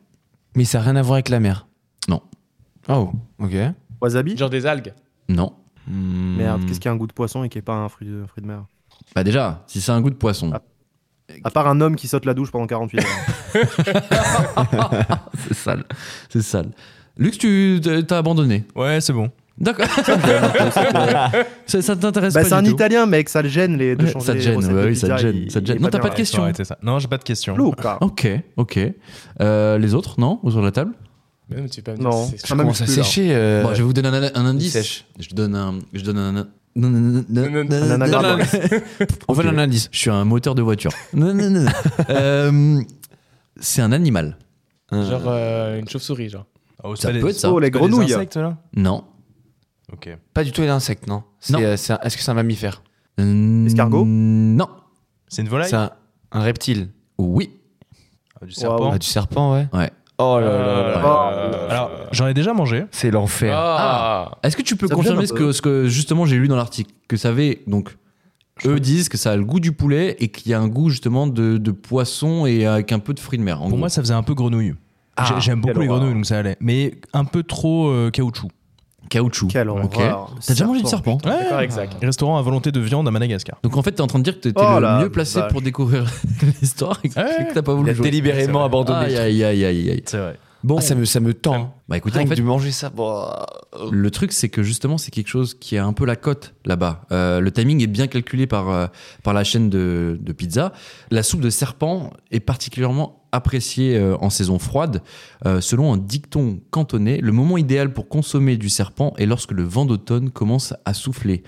Speaker 2: Mais ça n'a rien à voir avec la mer.
Speaker 1: Non.
Speaker 2: Oh, ok.
Speaker 4: Wasabi.
Speaker 5: Genre des algues.
Speaker 1: Non. hmm.
Speaker 4: Merde, qu'est-ce qui a un goût de poisson et qui est pas un fruit de, fruit de mer
Speaker 1: Bah déjà, si c'est un goût de poisson,
Speaker 4: Ah. À part un homme qui saute la douche pendant 48 heures.
Speaker 1: c'est sale. C'est sale. Lux, tu t'as abandonné.
Speaker 3: Ouais, c'est bon.
Speaker 1: D'accord. ça ça t'intéresse
Speaker 4: Bah,
Speaker 1: pas
Speaker 4: c'est un
Speaker 1: du tout.
Speaker 4: Italien, mec, ça le gêne les, de
Speaker 1: Ouais,
Speaker 4: changer
Speaker 1: ça te
Speaker 4: les
Speaker 1: gêne,
Speaker 4: recettes
Speaker 1: bah
Speaker 4: de
Speaker 1: oui, ça te
Speaker 4: pizza,
Speaker 1: gêne,
Speaker 4: il-
Speaker 1: ça te
Speaker 4: il
Speaker 1: gêne.
Speaker 4: est
Speaker 1: Non, t'as pas de
Speaker 4: bien,
Speaker 1: question.
Speaker 3: Faut arrêter ça. Non, j'ai pas de question.
Speaker 4: ouais. Luca.
Speaker 1: Ok, ok. Euh, les autres, non Autour de la table
Speaker 5: Mais non, mais tu peux pas me dire
Speaker 4: Non,
Speaker 5: si c'est-
Speaker 4: ça m'amuse
Speaker 2: à
Speaker 4: plus, là.
Speaker 2: sécher. euh,
Speaker 1: Bon, je vais vous donner un, un indice.
Speaker 2: sèche.
Speaker 1: Je donne un. Je donne un. non, non, non, non, non, non, non, non,
Speaker 4: anagramme.
Speaker 1: non.
Speaker 2: On veut
Speaker 1: Ok.
Speaker 2: un indice.
Speaker 1: Je suis un moteur de voiture. Non, non, non, non. Euh, C'est un animal.
Speaker 5: Genre euh, une chauve-souris, genre.
Speaker 3: Oh, c'est
Speaker 1: Ça
Speaker 3: pas
Speaker 1: peut
Speaker 3: des-
Speaker 1: être ça.
Speaker 4: Oh, les
Speaker 3: c'est pas
Speaker 4: grenouilles.
Speaker 3: Des insectes, là
Speaker 1: Non.
Speaker 3: Ok.
Speaker 2: Pas du tout un insecte, non. C'est,
Speaker 1: Non.
Speaker 2: euh, c'est un- Est-ce que c'est un mammifère
Speaker 1: Euh,
Speaker 4: Escargot
Speaker 1: Non.
Speaker 3: C'est une volaille
Speaker 2: C'est un, un reptile.
Speaker 1: Oui.
Speaker 3: Ah, Du serpent.
Speaker 2: Ah, du serpent, ouais.
Speaker 1: Ouais.
Speaker 2: Oh là là là.
Speaker 5: Euh,
Speaker 3: Alors, j'en ai déjà mangé.
Speaker 2: C'est l'enfer.
Speaker 5: Ah,
Speaker 1: Est-ce que tu peux
Speaker 4: Ça me
Speaker 1: confirmer
Speaker 4: gêne un
Speaker 1: ce
Speaker 4: peu.
Speaker 1: que, ce que justement j'ai lu dans l'article Que ça avait. Donc, eux disent que ça a le goût du poulet et qu'il y a un goût justement de, de poisson et avec un peu de fruits de mer. en
Speaker 3: Pour
Speaker 1: gros.
Speaker 3: moi, ça faisait un peu grenouille.
Speaker 1: Ah,
Speaker 3: J'ai- J'aime beaucoup
Speaker 4: quelle
Speaker 3: les
Speaker 4: horreur.
Speaker 3: grenouilles, donc ça allait. Mais un peu trop euh, caoutchouc.
Speaker 1: caoutchouc.
Speaker 4: Quelle
Speaker 1: Ok.
Speaker 4: horreur.
Speaker 1: T'as déjà mangé du serpent
Speaker 5: d'accord, exact.
Speaker 1: Ah.
Speaker 3: Restaurant à volonté de viande à Madagascar.
Speaker 1: Donc en fait, t'es en train de dire que t'étais
Speaker 4: Oh
Speaker 1: le
Speaker 4: la
Speaker 1: mieux placé
Speaker 4: vache.
Speaker 1: pour découvrir l'histoire et que
Speaker 3: Ouais.
Speaker 1: que t'as pas voulu
Speaker 2: Il a
Speaker 1: jouer.
Speaker 2: délibérément
Speaker 1: Aïe,
Speaker 2: abandonné.
Speaker 1: aïe, aïe, aïe, aïe.
Speaker 3: C'est vrai.
Speaker 1: Bon,
Speaker 2: Ah, ça me, ça me tend.
Speaker 1: bah écoutez,
Speaker 2: Rien
Speaker 1: en
Speaker 2: que
Speaker 1: fait,
Speaker 2: de manger ça. bon, euh,
Speaker 1: le truc, c'est que justement, c'est quelque chose qui a un peu la cote là-bas. Euh, le timing est bien calculé par, euh, par la chaîne de, de pizza. La soupe de serpent est particulièrement appréciée euh, en saison froide. Euh, selon un dicton cantonais, le moment idéal pour consommer du serpent est lorsque le vent d'automne commence à souffler.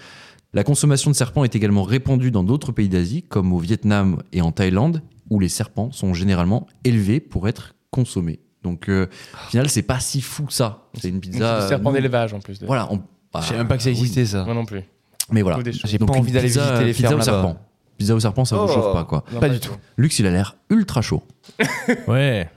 Speaker 1: La consommation de serpents est également répandue dans d'autres pays d'Asie, comme au Vietnam et en Thaïlande, où les serpents sont généralement élevés pour être consommés. Donc, euh, au final, c'est pas si fou que ça. C'est une
Speaker 5: Donc,
Speaker 1: pizza.
Speaker 5: c'est du serpent
Speaker 1: euh,
Speaker 5: d'élevage en plus. de-
Speaker 1: voilà, on. bah,
Speaker 2: Je savais même pas que ça existait, ça.
Speaker 5: Moi non plus.
Speaker 1: Mais voilà.
Speaker 5: Ou des choses.
Speaker 2: J'ai
Speaker 1: Donc
Speaker 2: pas
Speaker 1: une
Speaker 2: envie d'aller
Speaker 1: pizza-
Speaker 2: visiter les
Speaker 1: pizza
Speaker 2: fermes
Speaker 1: au
Speaker 2: là-bas.
Speaker 1: serpent. Pizza au serpent, ça vous
Speaker 2: Oh.
Speaker 1: chauffe pas quoi.
Speaker 5: Non,
Speaker 2: Pas du tout.
Speaker 1: Lux, il a l'air ultra chaud.
Speaker 3: Ouais.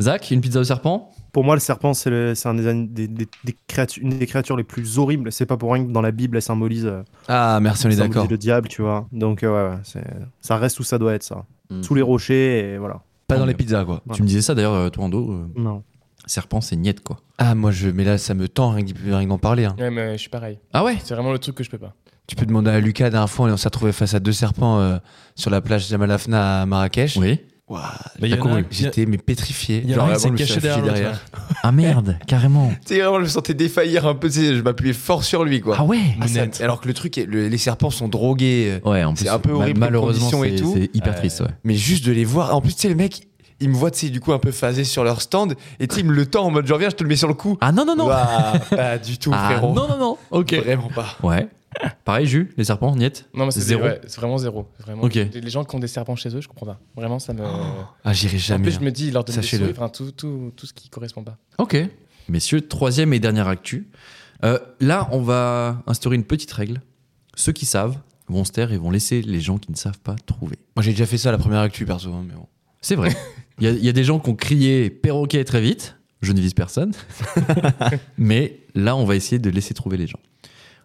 Speaker 1: Zach, une pizza au serpent
Speaker 4: Pour moi, le serpent, c'est le- c'est un des, an- des- des- des créatures, une des créatures les plus horribles. C'est pas pour rien que dans la Bible, elle symbolise, euh,
Speaker 2: Ah, merci, on est
Speaker 4: symbolise
Speaker 2: d'accord.
Speaker 4: le diable, tu vois. Donc, euh, ouais, ouais, c'est- ça reste où ça doit être, ça.
Speaker 1: Mm.
Speaker 4: Sous les rochers, et voilà.
Speaker 2: Pas dans les pizzas, quoi.
Speaker 1: Tu me disais ça d'ailleurs, euh, toi en dos. euh,
Speaker 4: Non.
Speaker 1: serpent, c'est niette quoi.
Speaker 2: Ah, moi, je. Mais là, ça me tend rien que rien que d'en parler. hein.
Speaker 5: Ouais, mais je suis pareil.
Speaker 1: Ah ouais
Speaker 5: C'est vraiment le truc que je peux pas.
Speaker 2: Tu peux demander à Lucas, la dernière fois, on s'est retrouvé face à deux serpents euh, sur la plage Jamal Afna à Marrakech.
Speaker 1: Oui.
Speaker 2: Ouah,
Speaker 3: Mais
Speaker 2: j'ai
Speaker 3: y
Speaker 2: pas
Speaker 3: en a
Speaker 2: compris.
Speaker 3: un-
Speaker 2: J'étais mais pétrifié.
Speaker 3: Il y en a un qui s'est caché derrière
Speaker 1: Ah merde, carrément.
Speaker 2: Tu sais, vraiment, je me sentais défaillir un peu. tu sais, Je m'appuyais fort sur lui, quoi.
Speaker 1: Ah ouais
Speaker 2: Ah, ça-
Speaker 3: Mounette.
Speaker 2: alors que le truc, est- le- les serpents sont drogués. euh,
Speaker 1: Ouais, en plus,
Speaker 2: C'est un peu
Speaker 1: ma-
Speaker 2: horrible comme
Speaker 1: malheureusement,
Speaker 2: condition et
Speaker 1: c'est
Speaker 2: tout.
Speaker 1: c'est hyper
Speaker 3: Ouais.
Speaker 1: triste. Ouais.
Speaker 2: Mais juste de les voir. En plus, tu sais, le mec, il me voit, tu sais, du coup, un peu phasé sur leur stand. Et tu sais, il me le tend en mode, je reviens, je te le mets sur le cou.
Speaker 1: Ah non, non, non
Speaker 2: Ouah, pas du tout,
Speaker 1: Ah,
Speaker 2: frérot.
Speaker 1: non, non, non Ok.
Speaker 2: Vraiment pas.
Speaker 1: Ouais. Pareil, Jus, les serpents, niette
Speaker 5: Non, mais c'est
Speaker 1: Zéro.
Speaker 5: ouais, c'est vraiment zéro. Vraiment.
Speaker 1: Ok. Oh,
Speaker 5: Les les gens qui ont des serpents chez eux, je comprends pas. Vraiment, ça me.
Speaker 2: Ah, j'irai
Speaker 5: en
Speaker 2: jamais.
Speaker 5: plus, je me dis, leur donner des
Speaker 2: Sachez-le.
Speaker 5: souris, enfin, tout, tout, tout ce qui correspond pas.
Speaker 1: Ok. Messieurs, troisième et dernière actu. Euh, là, on va instaurer une petite règle. Ceux qui savent vont se taire et vont laisser les gens qui ne savent pas trouver.
Speaker 2: Moi, j'ai déjà fait ça la première actu, perso. hein, mais bon.
Speaker 1: C'est vrai. Il y, a- il y a des gens qui ont crié perroquet très vite. Je ne vise personne. Mais là, on va essayer de laisser trouver les gens.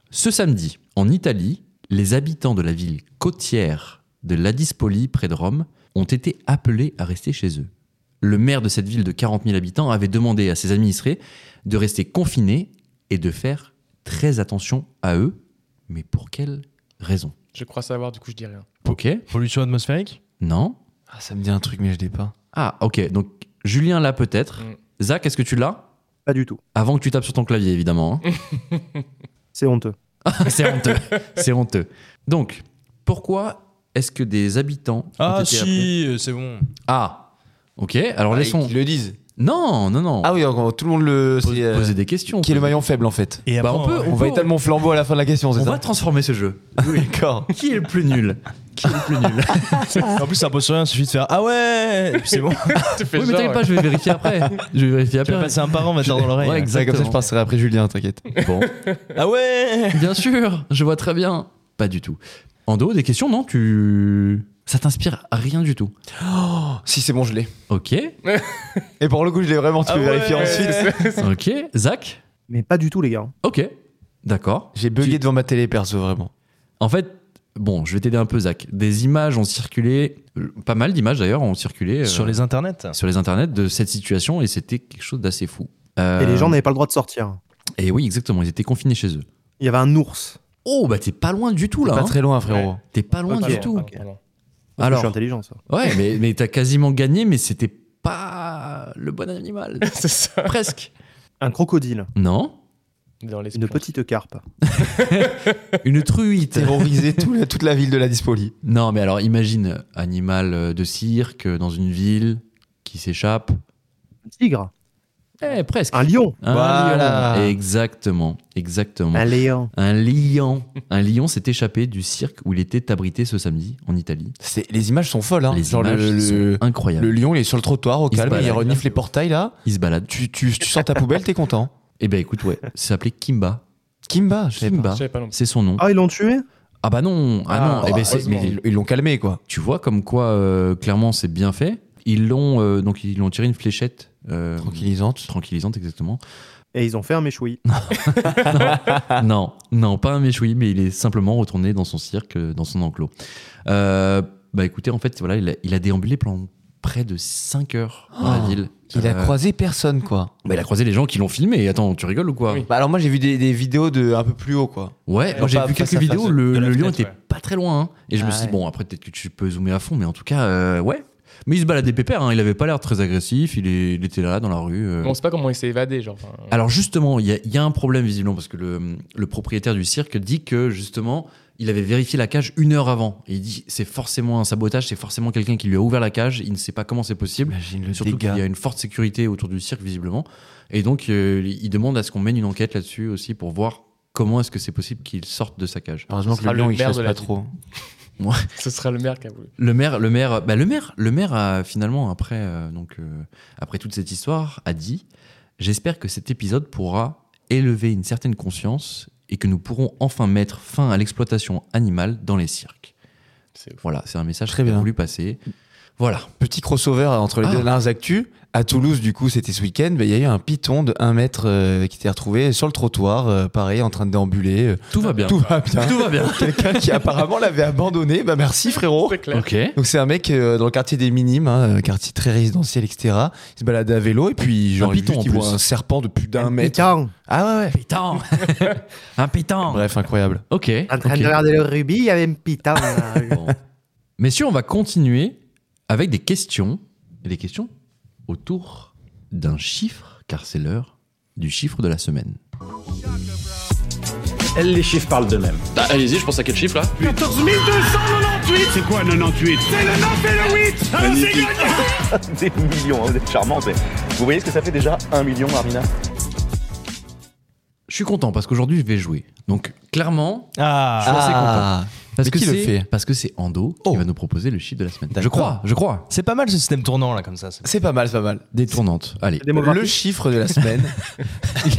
Speaker 1: Ce samedi, en Italie, les habitants de la ville côtière de Ladispoli, près de Rome, ont été appelés à rester chez eux. Le maire de cette ville de 40 000 habitants avait demandé à ses administrés de rester confinés et de faire très attention à eux. Mais pour quelle raison
Speaker 5: Je crois savoir, du coup, je dis rien.
Speaker 1: Ok
Speaker 3: Pollution atmosphérique
Speaker 1: Non
Speaker 2: Ah, ça me dit un truc, mais je l'ai pas.
Speaker 1: Ah, ok. Donc, Julien l'a peut-être.
Speaker 5: Mm.
Speaker 1: Zach, est-ce que tu l'as
Speaker 4: Pas du tout.
Speaker 1: Avant que tu tapes sur ton clavier, évidemment. hein.
Speaker 4: C'est honteux.
Speaker 1: C'est honteux. C'est honteux. Donc, pourquoi est-ce que des habitants. ont
Speaker 3: Ah
Speaker 1: été appelés-
Speaker 3: si, euh, c'est bon.
Speaker 1: Ah Ok, alors
Speaker 2: Ah,
Speaker 1: laissons.
Speaker 2: Ils le disent.
Speaker 1: Non, non, non.
Speaker 2: Ah oui, donc, tout le monde le.
Speaker 1: Pose-
Speaker 2: c'est, euh,
Speaker 1: Poser des questions.
Speaker 2: Qui est le maillon faible, en fait
Speaker 3: Et
Speaker 1: Bah,
Speaker 3: après,
Speaker 1: on peut-
Speaker 2: On va
Speaker 1: peut-
Speaker 2: étaler mon flambeau à la fin de la question, c'est
Speaker 1: On va
Speaker 2: ça
Speaker 1: transformer ce jeu.
Speaker 2: Oui, d'accord.
Speaker 1: Qui est le plus nul Qui est le plus nul
Speaker 3: En plus, ça pose sur rien, il suffit de faire Ah ouais Et puis c'est bon.
Speaker 5: Tu fais
Speaker 1: Oui, mais t'inquiète pas, je vais vérifier après. Je vais vérifier
Speaker 3: tu vas
Speaker 1: après.
Speaker 3: passer un parent, on va te dire dans l'oreille.
Speaker 1: Ouais, exact.
Speaker 2: Ouais, Comme ça, je
Speaker 1: Exactement.
Speaker 2: passerai après Julien, t'inquiète.
Speaker 1: Bon,
Speaker 3: Ah ouais
Speaker 1: bien sûr, je vois très bien. Pas du tout. En dos, des questions, non Tu. Ça t'inspire rien du tout.
Speaker 2: Si, c'est bon, je l'ai.
Speaker 1: Ok,
Speaker 2: Et pour le coup, je l'ai vraiment, tu
Speaker 3: Ah
Speaker 2: peux
Speaker 3: ouais.
Speaker 2: vérifier ensuite.
Speaker 1: ok. Zach
Speaker 4: Mais pas du tout, les gars.
Speaker 1: Ok, d'accord.
Speaker 2: J'ai bugué
Speaker 1: Tu-
Speaker 2: devant ma télé, perso, vraiment.
Speaker 1: En fait, bon, je vais t'aider un peu, Zach. Des images ont circulé, euh, pas mal d'images d'ailleurs ont circulé euh,
Speaker 3: Sur les internets
Speaker 1: sur les internets de cette situation et c'était quelque chose d'assez fou. Euh,
Speaker 4: Et les gens n'avaient pas le droit de sortir.
Speaker 1: Et oui, exactement, ils étaient confinés chez eux.
Speaker 4: Il y avait un ours.
Speaker 1: Oh, bah t'es pas loin du tout là.
Speaker 2: Pas
Speaker 1: hein.
Speaker 2: très loin, frérot.
Speaker 1: T'es pas loin
Speaker 5: Pas
Speaker 1: du
Speaker 5: loin,
Speaker 1: tout.
Speaker 5: pas loin, pas loin.
Speaker 4: Parce que
Speaker 1: Alors.
Speaker 4: Je suis intelligent, ça.
Speaker 1: Ouais, mais, mais t'as quasiment gagné, mais c'était pas le bon animal.
Speaker 5: C'est ça.
Speaker 1: Presque.
Speaker 4: Un crocodile.
Speaker 1: Non,
Speaker 5: Dans les
Speaker 4: Une petite carpe.
Speaker 1: une truite.
Speaker 2: Terroriser tout la- toute la ville de la Dispoli.
Speaker 1: Non, mais alors imagine, animal euh, de cirque euh, dans une ville qui s'échappe.
Speaker 4: Un tigre.
Speaker 1: Eh, presque.
Speaker 4: Un lion.
Speaker 1: Un
Speaker 2: Voilà.
Speaker 1: lion. Exactement, exactement.
Speaker 4: Un lion.
Speaker 1: Un lion. Un lion s'est échappé du cirque où il était abrité ce samedi en Italie.
Speaker 2: C'est- Les images sont folles. Hein.
Speaker 1: Les
Speaker 2: Genre
Speaker 1: images
Speaker 2: le, le-
Speaker 1: sont incroyables.
Speaker 2: le lion, il est sur le trottoir au
Speaker 1: Il se
Speaker 2: calme, il
Speaker 1: balade.
Speaker 2: renifle les portails là.
Speaker 1: Il se balade.
Speaker 2: Tu, tu, tu sors ta poubelle, t'es content.
Speaker 1: Eh ben écoute, ouais, ça s'appelait Kimba.
Speaker 2: Kimba, je sais pas.
Speaker 1: Kimba,
Speaker 5: Je savais pas non plus.
Speaker 1: c'est son nom.
Speaker 4: Ah, ils l'ont tué
Speaker 1: Ah bah non, ah non.
Speaker 2: Eh
Speaker 1: Eh ben,
Speaker 2: ben,
Speaker 1: c'est-
Speaker 2: c'est- mais
Speaker 1: mais
Speaker 2: ils ils l'ont calmé quoi.
Speaker 1: tu vois comme quoi, euh, clairement, c'est bien fait. Ils l'ont euh, donc ils l'ont tiré une fléchette euh,
Speaker 2: Tranquillisante.
Speaker 1: tranquillisante exactement.
Speaker 4: Et ils ont fait un méchoui.
Speaker 2: Ah.
Speaker 1: non, non, pas un méchoui, mais il est simplement retourné dans son cirque, euh, dans son enclos. Euh, bah écoutez, en fait, voilà, il a, il a déambulé pendant près de 5 heures dans la
Speaker 2: Oh,
Speaker 1: ville.
Speaker 2: Il a
Speaker 1: Euh,
Speaker 2: croisé personne quoi.
Speaker 1: bah, il a croisé les gens qui l'ont filmé. Attends, tu rigoles ou quoi
Speaker 5: Oui.
Speaker 2: Bah, alors moi j'ai vu des, des vidéos de un peu plus haut quoi.
Speaker 1: Ouais,
Speaker 2: Ouais,
Speaker 1: moi, j'ai
Speaker 2: pas
Speaker 1: vu
Speaker 2: face
Speaker 1: quelques
Speaker 2: à face
Speaker 1: vidéos,
Speaker 2: de-
Speaker 1: le,
Speaker 5: de la
Speaker 1: le lion
Speaker 5: fenêtre,
Speaker 1: était
Speaker 5: ouais.
Speaker 1: pas très loin. hein. et je me
Speaker 2: Ah
Speaker 1: suis dit,
Speaker 2: ouais.
Speaker 1: bon, après peut-être que tu peux zoomer à fond, mais en tout cas, euh, ouais. Mais il se baladait pépère, hein. il avait pas l'air très agressif, il, est- il était là dans la rue. euh. Ah.
Speaker 5: On sait pas comment il s'est évadé, genre. enfin,
Speaker 1: Alors justement, il y, a- il y a un problème visiblement parce que le, le propriétaire du cirque dit que justement, il avait vérifié la cage une heure avant. Et il dit c'est forcément un sabotage, c'est forcément quelqu'un qui lui a ouvert la cage. Il ne sait pas comment c'est possible.
Speaker 2: Imagine le
Speaker 1: Surtout qu'il y a une forte sécurité autour du cirque visiblement. Et donc, euh, il demande à ce qu'on mène une enquête là-dessus aussi pour voir comment est-ce que c'est possible qu'il sorte de sa cage.
Speaker 2: Heureusement
Speaker 5: Ce
Speaker 2: que
Speaker 5: sera
Speaker 2: le lion
Speaker 5: le
Speaker 2: il
Speaker 5: maire
Speaker 2: chasse
Speaker 5: de la
Speaker 2: pas
Speaker 5: ville.
Speaker 2: trop.
Speaker 5: Ce sera le maire qui a voulu.
Speaker 1: Le maire, le maire, bah, le maire, le maire a finalement après euh, donc euh, après toute cette histoire a dit j'espère que cet épisode pourra élever une certaine conscience et que nous pourrons enfin mettre fin à l'exploitation animale dans les cirques.
Speaker 5: C'est ouf.
Speaker 1: Voilà, c'est un message
Speaker 2: Très
Speaker 1: qu'il a
Speaker 2: bien.
Speaker 1: voulu passer. Voilà.
Speaker 2: Petit crossover entre les
Speaker 1: Ah.
Speaker 2: deux dernières actus. À Toulouse, du coup, c'était ce week-end, bah, il y a eu un python de 1 mètre euh, qui s'est retrouvé sur le trottoir, euh, pareil, en train de déambuler. euh,
Speaker 1: Tout va bien.
Speaker 2: Tout va bien.
Speaker 1: Tout va bien.
Speaker 2: Quelqu'un qui apparemment l'avait abandonné. Bah merci frérot.
Speaker 5: C'est clair.
Speaker 1: ok.
Speaker 2: Donc c'est un mec euh, dans le quartier des Minimes, hein, un quartier très résidentiel, etc. Il se balade à vélo et puis genre
Speaker 1: Un
Speaker 2: il-
Speaker 1: python,
Speaker 2: juste,
Speaker 1: en
Speaker 2: il voit
Speaker 1: plus.
Speaker 2: un serpent de plus d'un mètre.
Speaker 4: Pétan.
Speaker 2: Ah ouais ouais.
Speaker 1: Pétan. un pétan.
Speaker 2: Bref, incroyable.
Speaker 1: Ok.
Speaker 4: En train
Speaker 1: ok.
Speaker 4: de regarder le rubis, il y avait un pitan. là.
Speaker 1: Bon. Messieurs, on va continuer avec des questions. Et des questions autour d'un chiffre, car c'est l'heure du chiffre de la semaine.
Speaker 6: Les chiffres parlent d'eux-mêmes.
Speaker 7: Allez-y, je pense à quel chiffre là
Speaker 8: 14 298 C'est quoi 98 C'est le 9 et le 8 Alors c'est gagné
Speaker 6: Des millions, hein, vous êtes charmants. mais Vous voyez ce que ça fait déjà Un million, Armina
Speaker 1: Je suis content parce qu'aujourd'hui je vais jouer. Donc clairement,
Speaker 3: Ah,
Speaker 2: Ah,
Speaker 1: parce
Speaker 2: Mais
Speaker 1: que
Speaker 2: qui le
Speaker 1: c'est
Speaker 2: fait
Speaker 1: parce que c'est Ando
Speaker 2: Oh.
Speaker 1: qui va nous proposer le chiffre de la semaine. Je
Speaker 2: D'accord.
Speaker 1: crois, je crois.
Speaker 3: C'est pas mal ce système tournant là comme ça. c'est-
Speaker 2: c'est pas mal, c'est pas mal.
Speaker 1: Détournante. Allez,
Speaker 2: Le chiffre de la semaine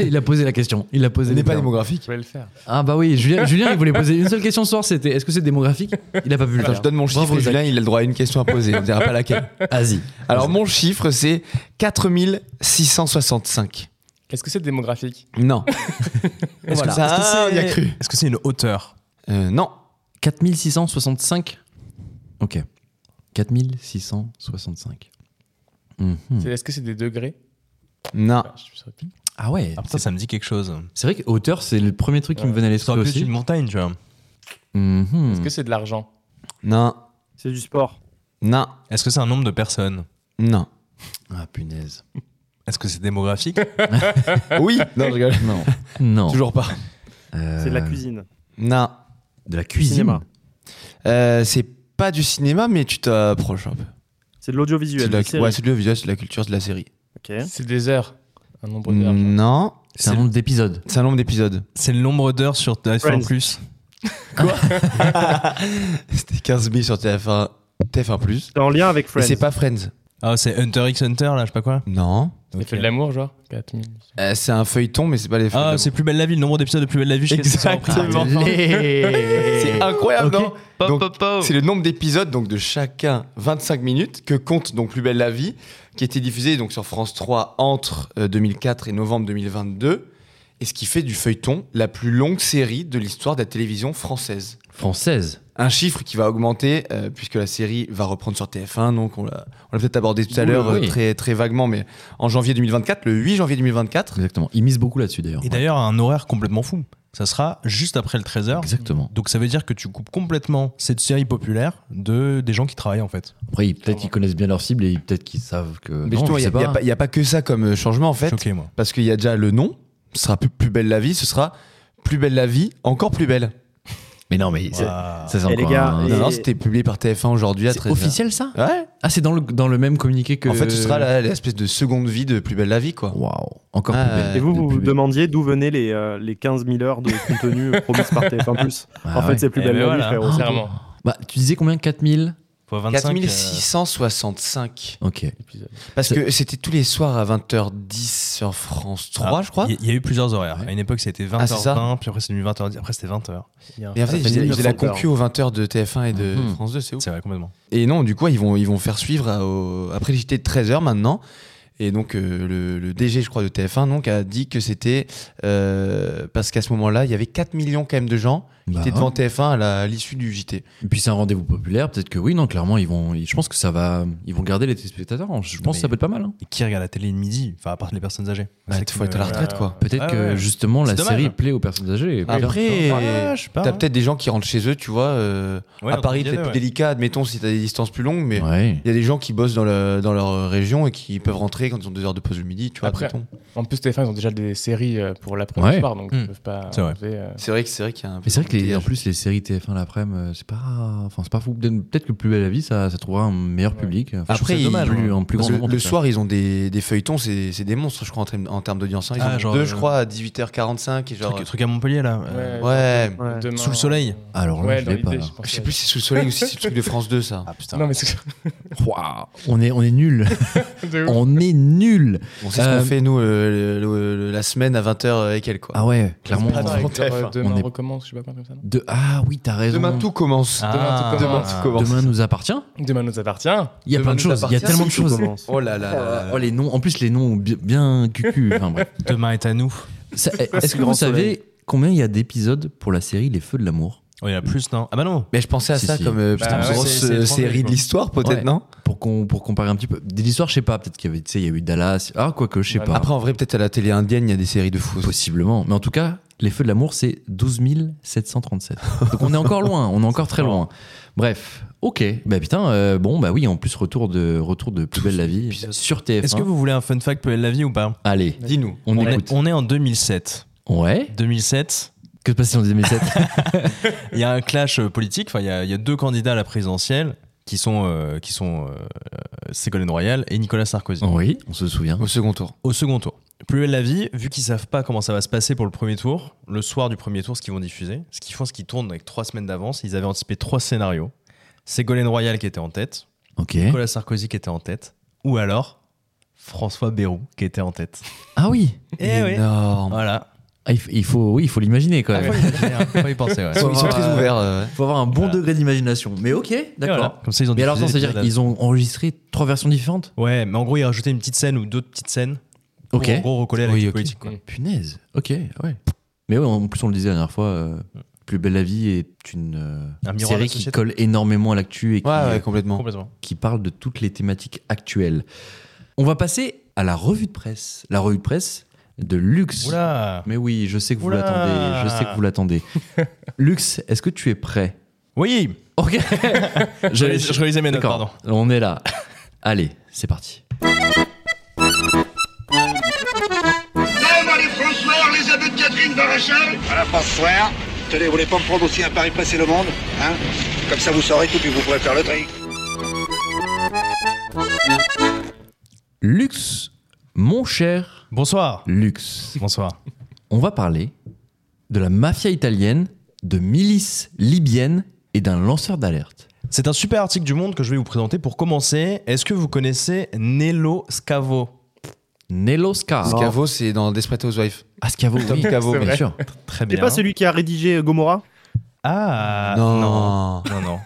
Speaker 1: il a posé la question. Il a posé.
Speaker 2: n'est pas
Speaker 1: démographique.
Speaker 5: Je
Speaker 2: démographique.
Speaker 5: voulais le faire.
Speaker 1: Ah bah oui, Julien, Julien, il voulait poser une seule question ce soir. C'était est-ce que c'est démographique Il a pas vu le
Speaker 2: Attends,
Speaker 1: faire.
Speaker 2: je donne mon chiffre
Speaker 1: Bravo,
Speaker 2: et
Speaker 1: Zach.
Speaker 2: Julien, il a le droit à une question à poser. On dira pas laquelle.
Speaker 1: Vas-y.
Speaker 2: Alors, mon chiffre, c'est 4665.
Speaker 5: Est-ce que c'est démographique
Speaker 2: Non.
Speaker 3: Est-ce
Speaker 2: Voilà.
Speaker 3: que ça- est-ce que
Speaker 2: Ah,
Speaker 3: c'est-
Speaker 2: on y a cru.
Speaker 3: Est-ce que c'est une hauteur
Speaker 2: Euh, non.
Speaker 1: 4665. Ok. 4665. Mhm.
Speaker 5: C'est- Est-ce que c'est des degrés
Speaker 2: Non.
Speaker 5: Ah, je saurais plus.
Speaker 1: Ah ouais.
Speaker 3: Ah putain, ça me dit quelque chose.
Speaker 1: C'est vrai que hauteur, c'est le premier truc qui me venait à
Speaker 3: Ça
Speaker 1: l'esprit
Speaker 3: aurait pu être
Speaker 1: aussi.
Speaker 3: une montagne, tu vois.
Speaker 1: Mhm.
Speaker 5: Est-ce que c'est de l'argent
Speaker 2: Non.
Speaker 4: C'est du sport.
Speaker 2: Non.
Speaker 3: Est-ce que c'est un nombre de personnes
Speaker 2: Non.
Speaker 1: Ah punaise.
Speaker 3: Est-ce que c'est démographique
Speaker 2: Oui. Non, je rigole.
Speaker 1: Non. non.
Speaker 2: Toujours pas.
Speaker 4: C'est de la
Speaker 1: Euh,
Speaker 4: cuisine.
Speaker 2: Non.
Speaker 1: De la cuisine.
Speaker 4: Cinéma.
Speaker 2: Euh, c'est pas du cinéma, mais tu t'approches un peu. C'est
Speaker 4: C'est de l'audiovisuel.
Speaker 2: de la,
Speaker 4: des séries.
Speaker 2: ouais, c'est de l'audiovisuel, c'est de la culture, c'est de la série.
Speaker 4: Ok.
Speaker 5: C'est des heures. Un nombre d'heures.
Speaker 2: Mm. Non.
Speaker 5: genre.
Speaker 1: C'est un
Speaker 2: C'est-
Speaker 1: nombre d'épisodes.
Speaker 2: C'est un nombre d'épisodes.
Speaker 3: C'est le nombre d'heures sur TF1
Speaker 4: Friends.
Speaker 3: Plus.
Speaker 2: C'était 15 000 sur TF1, TF1+. Plus.
Speaker 4: C'est en lien avec
Speaker 2: Et
Speaker 4: Friends.
Speaker 2: c'est pas Friends.
Speaker 3: Ah, c'est Hunter x Hunter là, je sais pas quoi.
Speaker 2: Non.
Speaker 5: Ça fait de l'amour, genre 4000.
Speaker 2: Euh, c'est un feuilleton, mais c'est pas les
Speaker 3: Ah,
Speaker 2: feuilletons.
Speaker 3: c'est Plus Belle la Vie, le nombre d'épisodes de Plus Belle la Vie. jusqu'à ce que ça soit repris.
Speaker 2: Exactement.
Speaker 1: C'est
Speaker 2: C'est incroyable,
Speaker 1: Ok.
Speaker 2: non Donc, C'est le nombre d'épisodes donc de chacun 25 minutes que compte donc Plus belle la vie, qui était diffusé donc sur France 3 entre euh, 2004 et novembre 2022, et ce qui fait du feuilleton la plus longue série de l'histoire de la télévision française.
Speaker 1: Française.
Speaker 2: Un chiffre qui va augmenter, euh, puisque la série va reprendre sur TF1, donc on l'a on l'a peut-être abordé tout à
Speaker 1: Oui,
Speaker 2: l'heure euh,
Speaker 1: oui.
Speaker 2: très, très vaguement, mais en janvier 2024, le 8 janvier 2024,
Speaker 1: Exactement. Ils misent beaucoup là-dessus d'ailleurs.
Speaker 3: Et d'ailleurs, à un horaire complètement fou. Ça sera juste après le 13h.
Speaker 1: Exactement.
Speaker 3: Donc ça veut dire que tu coupes complètement cette série populaire de des gens qui travaillent en fait.
Speaker 1: Après, ils- peut-être qu'ils connaissent bien leur cible et peut-être qu'ils savent que.
Speaker 2: mais
Speaker 1: Euh, non,
Speaker 2: justement,
Speaker 1: je
Speaker 2: il
Speaker 1: sais pas.
Speaker 2: n'y a, pas que ça comme euh, changement en fait,
Speaker 3: Choqué moi.
Speaker 2: parce qu'il y a déjà le nom, ce sera plus, plus belle la vie, ce sera plus belle la vie, encore plus belle.
Speaker 1: Mais non, mais. c'est-
Speaker 3: Waouh.
Speaker 1: Ça, c'est
Speaker 4: Et les
Speaker 1: encore
Speaker 4: gars,
Speaker 1: un-
Speaker 2: Non,
Speaker 4: Et-
Speaker 2: non, c'était publié par TF1 aujourd'hui à
Speaker 1: C'est
Speaker 2: 13h.
Speaker 1: officiel ça
Speaker 2: Ouais.
Speaker 1: Ah, c'est dans le, dans le même communiqué que.
Speaker 2: En fait, ce sera la- l'espèce de seconde vie de plus belle la vie, quoi.
Speaker 1: Waouh. Encore
Speaker 2: Ah,
Speaker 1: plus belle.
Speaker 4: Et vous,
Speaker 1: de
Speaker 4: vous
Speaker 6: euh,
Speaker 1: plus
Speaker 4: vous
Speaker 1: belle.
Speaker 4: demandiez d'où venaient les, euh, les 15 000 heures de contenu promises par TF1+.
Speaker 1: Ah
Speaker 4: en
Speaker 1: ouais.
Speaker 4: fait, c'est plus
Speaker 3: Eh
Speaker 4: belle
Speaker 3: ben
Speaker 4: la vie,
Speaker 3: voilà.
Speaker 4: frérot.
Speaker 5: Clairement.
Speaker 1: Bah, tu disais combien 4000
Speaker 3: Fois 25, euh,
Speaker 2: 4665.
Speaker 1: Ok.
Speaker 5: Épisode.
Speaker 2: Parce
Speaker 1: C'est-
Speaker 2: que c'était tous les soirs à 20h10 sur France 3,
Speaker 3: ah,
Speaker 2: je crois.
Speaker 3: Il y- il y, a eu plusieurs horaires.
Speaker 2: Ouais.
Speaker 3: À une époque, c'était
Speaker 2: Ah, c'est ça
Speaker 3: 20h20, puis après c'était 20h10, après c'était 20h.
Speaker 5: Il y a un-
Speaker 2: Mais en fait,
Speaker 4: Ça
Speaker 2: ils
Speaker 4: fait
Speaker 2: faisaient ils faisaient la
Speaker 4: 1900
Speaker 2: concu aux 20h de TF1 et de
Speaker 1: Mhm.
Speaker 2: France 2, c'est ouf.
Speaker 3: C'est vrai complètement.
Speaker 2: Et non, du coup, ils vont, ils vont faire suivre à- au- après les JT de 13h maintenant. Et donc, euh, le, le DG, je crois, de TF1 donc, a dit que c'était euh, parce qu'à ce moment-là, il y avait 4 millions quand même de gens qui
Speaker 1: Bah,
Speaker 2: étaient devant TF1 à la- à l'issue du JT.
Speaker 1: Et puis c'est un rendez-vous populaire, peut-être que oui, non, clairement, ils vont, ils- je pense que ça va, ils vont garder les téléspectateurs. Je pense
Speaker 3: Mais-
Speaker 1: que ça peut être pas mal. hein.
Speaker 3: Et qui regarde la télé le midi Enfin, à part les personnes âgées.
Speaker 2: Bah,
Speaker 3: C'est
Speaker 2: il faut
Speaker 3: que-
Speaker 2: être à la retraite,
Speaker 5: euh,
Speaker 2: quoi.
Speaker 1: Peut-être
Speaker 3: Ah
Speaker 1: que
Speaker 3: ouais.
Speaker 1: justement la
Speaker 3: C'est dommage.
Speaker 1: série plaît aux personnes âgées. et peut-être-
Speaker 2: Après,
Speaker 3: Ouais, euh, je sais pas,
Speaker 2: Ah, t'as
Speaker 3: hein.
Speaker 2: peut-être des gens qui rentrent chez eux, tu vois. euh,
Speaker 3: Ouais,
Speaker 2: à Paris,
Speaker 3: on
Speaker 2: c'est plus
Speaker 3: peut y aller, ouais.
Speaker 2: délicat, admettons, si t'as des distances plus longues, mais il
Speaker 1: ouais.
Speaker 2: y a des gens qui bossent dans, le- dans leur région et qui peuvent rentrer quand ils ont deux heures de pause le midi, tu vois.
Speaker 5: Après-
Speaker 2: admettons.
Speaker 5: En plus, TF1, ils ont déjà des séries euh, pour
Speaker 1: Ouais.
Speaker 5: l'après-midi soir, donc
Speaker 3: Hmm.
Speaker 5: ils peuvent pas.
Speaker 3: C'est vrai.
Speaker 5: enlever, euh,
Speaker 2: C'est vrai que c'est vrai qu'il y a un. peu
Speaker 1: Mais c'est vrai que les, en
Speaker 2: d'embouteillage.
Speaker 1: plus les séries TF1 l'après-midi, euh, c'est pas, enfin c'est pas fou. Peut-être peut-être que plus belle la vie, ça, ça trouvera un meilleur
Speaker 5: Ouais.
Speaker 1: public. Enfin, je trouve
Speaker 2: Après,
Speaker 1: ça
Speaker 2: ils-
Speaker 1: dommage, hein. plus,
Speaker 2: parce
Speaker 1: en plus grand
Speaker 2: que
Speaker 1: nombre, en
Speaker 2: le
Speaker 1: tout cas.
Speaker 2: soir, ils ont des, des feuilletons, c'est c'est des monstres, je crois, en, termes- en termes d'audience. hein. Ils
Speaker 3: Ah,
Speaker 2: ont
Speaker 3: genre,
Speaker 2: deux,
Speaker 3: euh,
Speaker 2: je crois, à 18h45. Et genre, euh,
Speaker 3: Truc, truc à Montpellier là. euh,
Speaker 5: ouais,
Speaker 2: ouais.
Speaker 4: Ouais.
Speaker 5: demain,
Speaker 3: Sous le soleil.
Speaker 5: euh,
Speaker 1: Alors là,
Speaker 5: ouais,
Speaker 1: je
Speaker 5: dans
Speaker 1: l'ai pas,
Speaker 5: l'idée,
Speaker 1: là.
Speaker 5: je pensais
Speaker 2: Je sais
Speaker 5: à-
Speaker 2: plus si c'est sous le soleil ou si c'est le truc de France 2, ça.
Speaker 3: Ah putain.
Speaker 5: Non, mais c'est
Speaker 1: Ouah, on est, on est nul.
Speaker 5: de ouf.
Speaker 1: on est nul.
Speaker 2: On sait ce
Speaker 1: Euh,
Speaker 2: qu'on fait, nous, euh, le- le- le- la semaine à 20h et quelques, quoi.
Speaker 1: Ah ouais, clairement.
Speaker 2: pas
Speaker 5: Attends,
Speaker 2: dans
Speaker 5: Hector,
Speaker 2: TF1.
Speaker 5: euh, Demain
Speaker 1: On est-
Speaker 5: recommence, je sais pas quoi comme ça. non
Speaker 1: De ah oui, t'as raison.
Speaker 2: Demain, tout commence.
Speaker 5: Ah.
Speaker 2: Demain, tout commence.
Speaker 1: Demain nous appartient.
Speaker 5: Demain nous appartient.
Speaker 1: Il y a plein
Speaker 2: Demain
Speaker 1: de
Speaker 2: nous
Speaker 1: choses. Il y a
Speaker 2: appartient,
Speaker 1: tellement de
Speaker 4: Tout
Speaker 1: choses.
Speaker 4: commence.
Speaker 2: Oh là là là là.
Speaker 1: Oh les noms. En plus les noms bi- bien cucu. Enfin bref.
Speaker 3: Demain est à nous.
Speaker 1: Ça- Est-ce que
Speaker 4: grand
Speaker 1: vous savez
Speaker 4: soleil.
Speaker 1: combien il y a d'épisodes pour la série Les Feux de l'amour
Speaker 3: Oh, il y a plus, non Ah bah non.
Speaker 2: Mais je pensais à
Speaker 1: Si,
Speaker 2: ça
Speaker 1: si.
Speaker 2: comme euh,
Speaker 5: Bah,
Speaker 2: putain,
Speaker 5: ouais,
Speaker 2: grosse
Speaker 3: c'est- c'est
Speaker 2: euh,
Speaker 3: étranger,
Speaker 2: série de
Speaker 3: quoi.
Speaker 2: l'histoire, peut-être,
Speaker 1: Ouais.
Speaker 2: non
Speaker 1: pour, qu'on- pour comparer un petit peu. Des histoires, je sais pas. Peut-être qu'il y avait, tu sais, il y a eu Dallas. Ah, quoi que, je sais
Speaker 5: Ouais,
Speaker 1: pas.
Speaker 2: Après, en vrai, peut-être à la télé indienne, il y a des séries de fous.
Speaker 1: Possiblement. Mais en tout cas, les feux de l'amour, c'est 12 737. Donc on est encore loin, on est encore très loin. Bref, ok. Bah putain, euh, bon, bah oui, en plus, retour de, retour de Plus belle la vie sur TF1.
Speaker 3: Est-ce que vous voulez un fun fact peut-être la vie ou pas
Speaker 1: Allez,
Speaker 2: Dis-nous.
Speaker 1: on,
Speaker 3: on
Speaker 1: écoute.
Speaker 3: est, on est en 2007.
Speaker 1: Ouais.
Speaker 3: 2007,
Speaker 1: Que se passe-t-il en 2007
Speaker 3: il y a un clash euh, politique. Enfin, il y, a- il y a deux candidats à la présidentielle qui sont, euh, qui sont euh, euh, Ségolène Royal et Nicolas Sarkozy.
Speaker 1: Oui, on se souvient.
Speaker 2: Au second tour.
Speaker 3: Au second tour. Plus belle la vie, vu qu'ils savent pas comment ça va se passer pour le premier tour, le soir du premier tour, ce qu'ils vont diffuser, ce qu'ils font, c'est qu'ils tournent avec trois semaines d'avance. Ils avaient anticipé trois scénarios. Ségolène Royal qui était en tête,
Speaker 1: Ok.
Speaker 3: Nicolas Sarkozy qui était en tête, ou alors François Bayrou qui était en tête.
Speaker 1: Ah oui,
Speaker 3: Eh oui.
Speaker 2: Énorme.
Speaker 3: Voilà.
Speaker 1: Ah, il f- il faut, oui, il faut l'imaginer quand
Speaker 3: Ah,
Speaker 1: même.
Speaker 3: faut y penser, hein. Faut y penser, ouais.
Speaker 2: Ils sont, ils sont très ouverts. euh, ouais.
Speaker 1: Il faut avoir un bon
Speaker 3: Voilà.
Speaker 1: degré d'imagination. Mais ok,
Speaker 3: Et
Speaker 1: d'accord.
Speaker 3: voilà. Comme ça, ils ont
Speaker 1: Mais alors,
Speaker 3: diffusé
Speaker 1: attends, c'est-à-dire
Speaker 3: l'épisode.
Speaker 1: qu'ils ont enregistré trois versions différentes
Speaker 3: Ouais, mais en gros, ils rajoutaient une petite scène ou d'autres petites scènes pour
Speaker 1: Ok.
Speaker 3: en gros recoller avec
Speaker 1: Oui,
Speaker 3: la
Speaker 1: ok.
Speaker 3: politique. quoi.
Speaker 1: Punaise, ok, ouais. Mais ouais, en plus, on le disait la dernière fois, euh, Plus belle la vie est une euh,
Speaker 3: Mm. Un miroir de
Speaker 1: série
Speaker 3: la
Speaker 1: qui
Speaker 3: société.
Speaker 1: colle énormément à l'actu et qui,
Speaker 2: Ouais,
Speaker 1: euh,
Speaker 2: ouais, complètement.
Speaker 3: Complètement.
Speaker 1: qui parle de toutes les thématiques actuelles. On va passer à la revue de presse. La revue de presse de Luxe.
Speaker 3: Oula
Speaker 1: Mais oui, je sais que vous
Speaker 3: Oula.
Speaker 1: l'attendez. Je sais que vous l'attendez. Luxe, est-ce que tu es prêt
Speaker 3: Oui
Speaker 1: Ok.
Speaker 3: je, je relisais mes notes,
Speaker 1: D'accord,
Speaker 3: pardon.
Speaker 1: On est là. Allez, c'est parti.
Speaker 8: Même les François, les aveux de Catherine Barachal
Speaker 7: Voilà, François. Tenez, vous voulez pas me prendre aussi un pari passer le monde Hein Comme ça, vous saurez tout, puis vous pourrez faire le tri.
Speaker 1: Luxe, mon cher
Speaker 3: Bonsoir.
Speaker 1: Luxe.
Speaker 3: Bonsoir.
Speaker 1: on va parler de la mafia italienne, de milices libyennes et d'un lanceur d'alerte.
Speaker 3: C'est un super article du Monde que je vais vous présenter pour commencer. Est-ce que vous connaissez Nello Scavo
Speaker 1: Nello Scar.
Speaker 2: Scavo, c'est dans Desperate Housewives.
Speaker 1: Ah, Scavo,
Speaker 2: Tom
Speaker 1: oui,
Speaker 2: Scavo,
Speaker 1: bien
Speaker 2: mais-
Speaker 1: sûr.
Speaker 3: Très
Speaker 4: C'est
Speaker 3: bien.
Speaker 4: pas celui qui a rédigé euh, Gomorrah
Speaker 3: Ah
Speaker 2: Non.
Speaker 3: Non, non.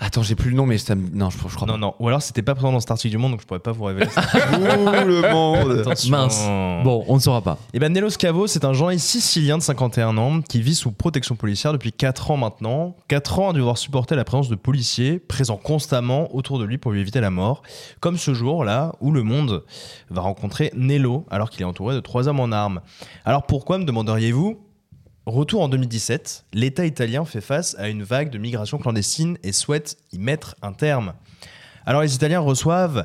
Speaker 2: Attends, j'ai plus le nom, mais ça me... Non, je, je crois
Speaker 3: Non,
Speaker 2: pas.
Speaker 3: non. Ou alors, c'était pas présent dans Star Trek du Monde, donc je pourrais pas vous révéler ça.
Speaker 2: Ouh, le monde
Speaker 3: Attention.
Speaker 1: Mince. Bon, on ne saura pas.
Speaker 3: Eh ben, Nelo Scavo, c'est un journaliste sicilien de 51 ans qui vit sous protection policière depuis 4 ans maintenant. 4 ans à devoir supporter la présence de policiers présents constamment autour de lui pour lui éviter la mort. Comme ce jour-là où le monde va rencontrer Nelo alors qu'il est entouré de trois hommes en armes. Alors pourquoi, me demanderiez-vous Retour en 2017, l'État italien fait face à une vague de migration clandestine et souhaite y mettre un terme. Alors les Italiens reçoivent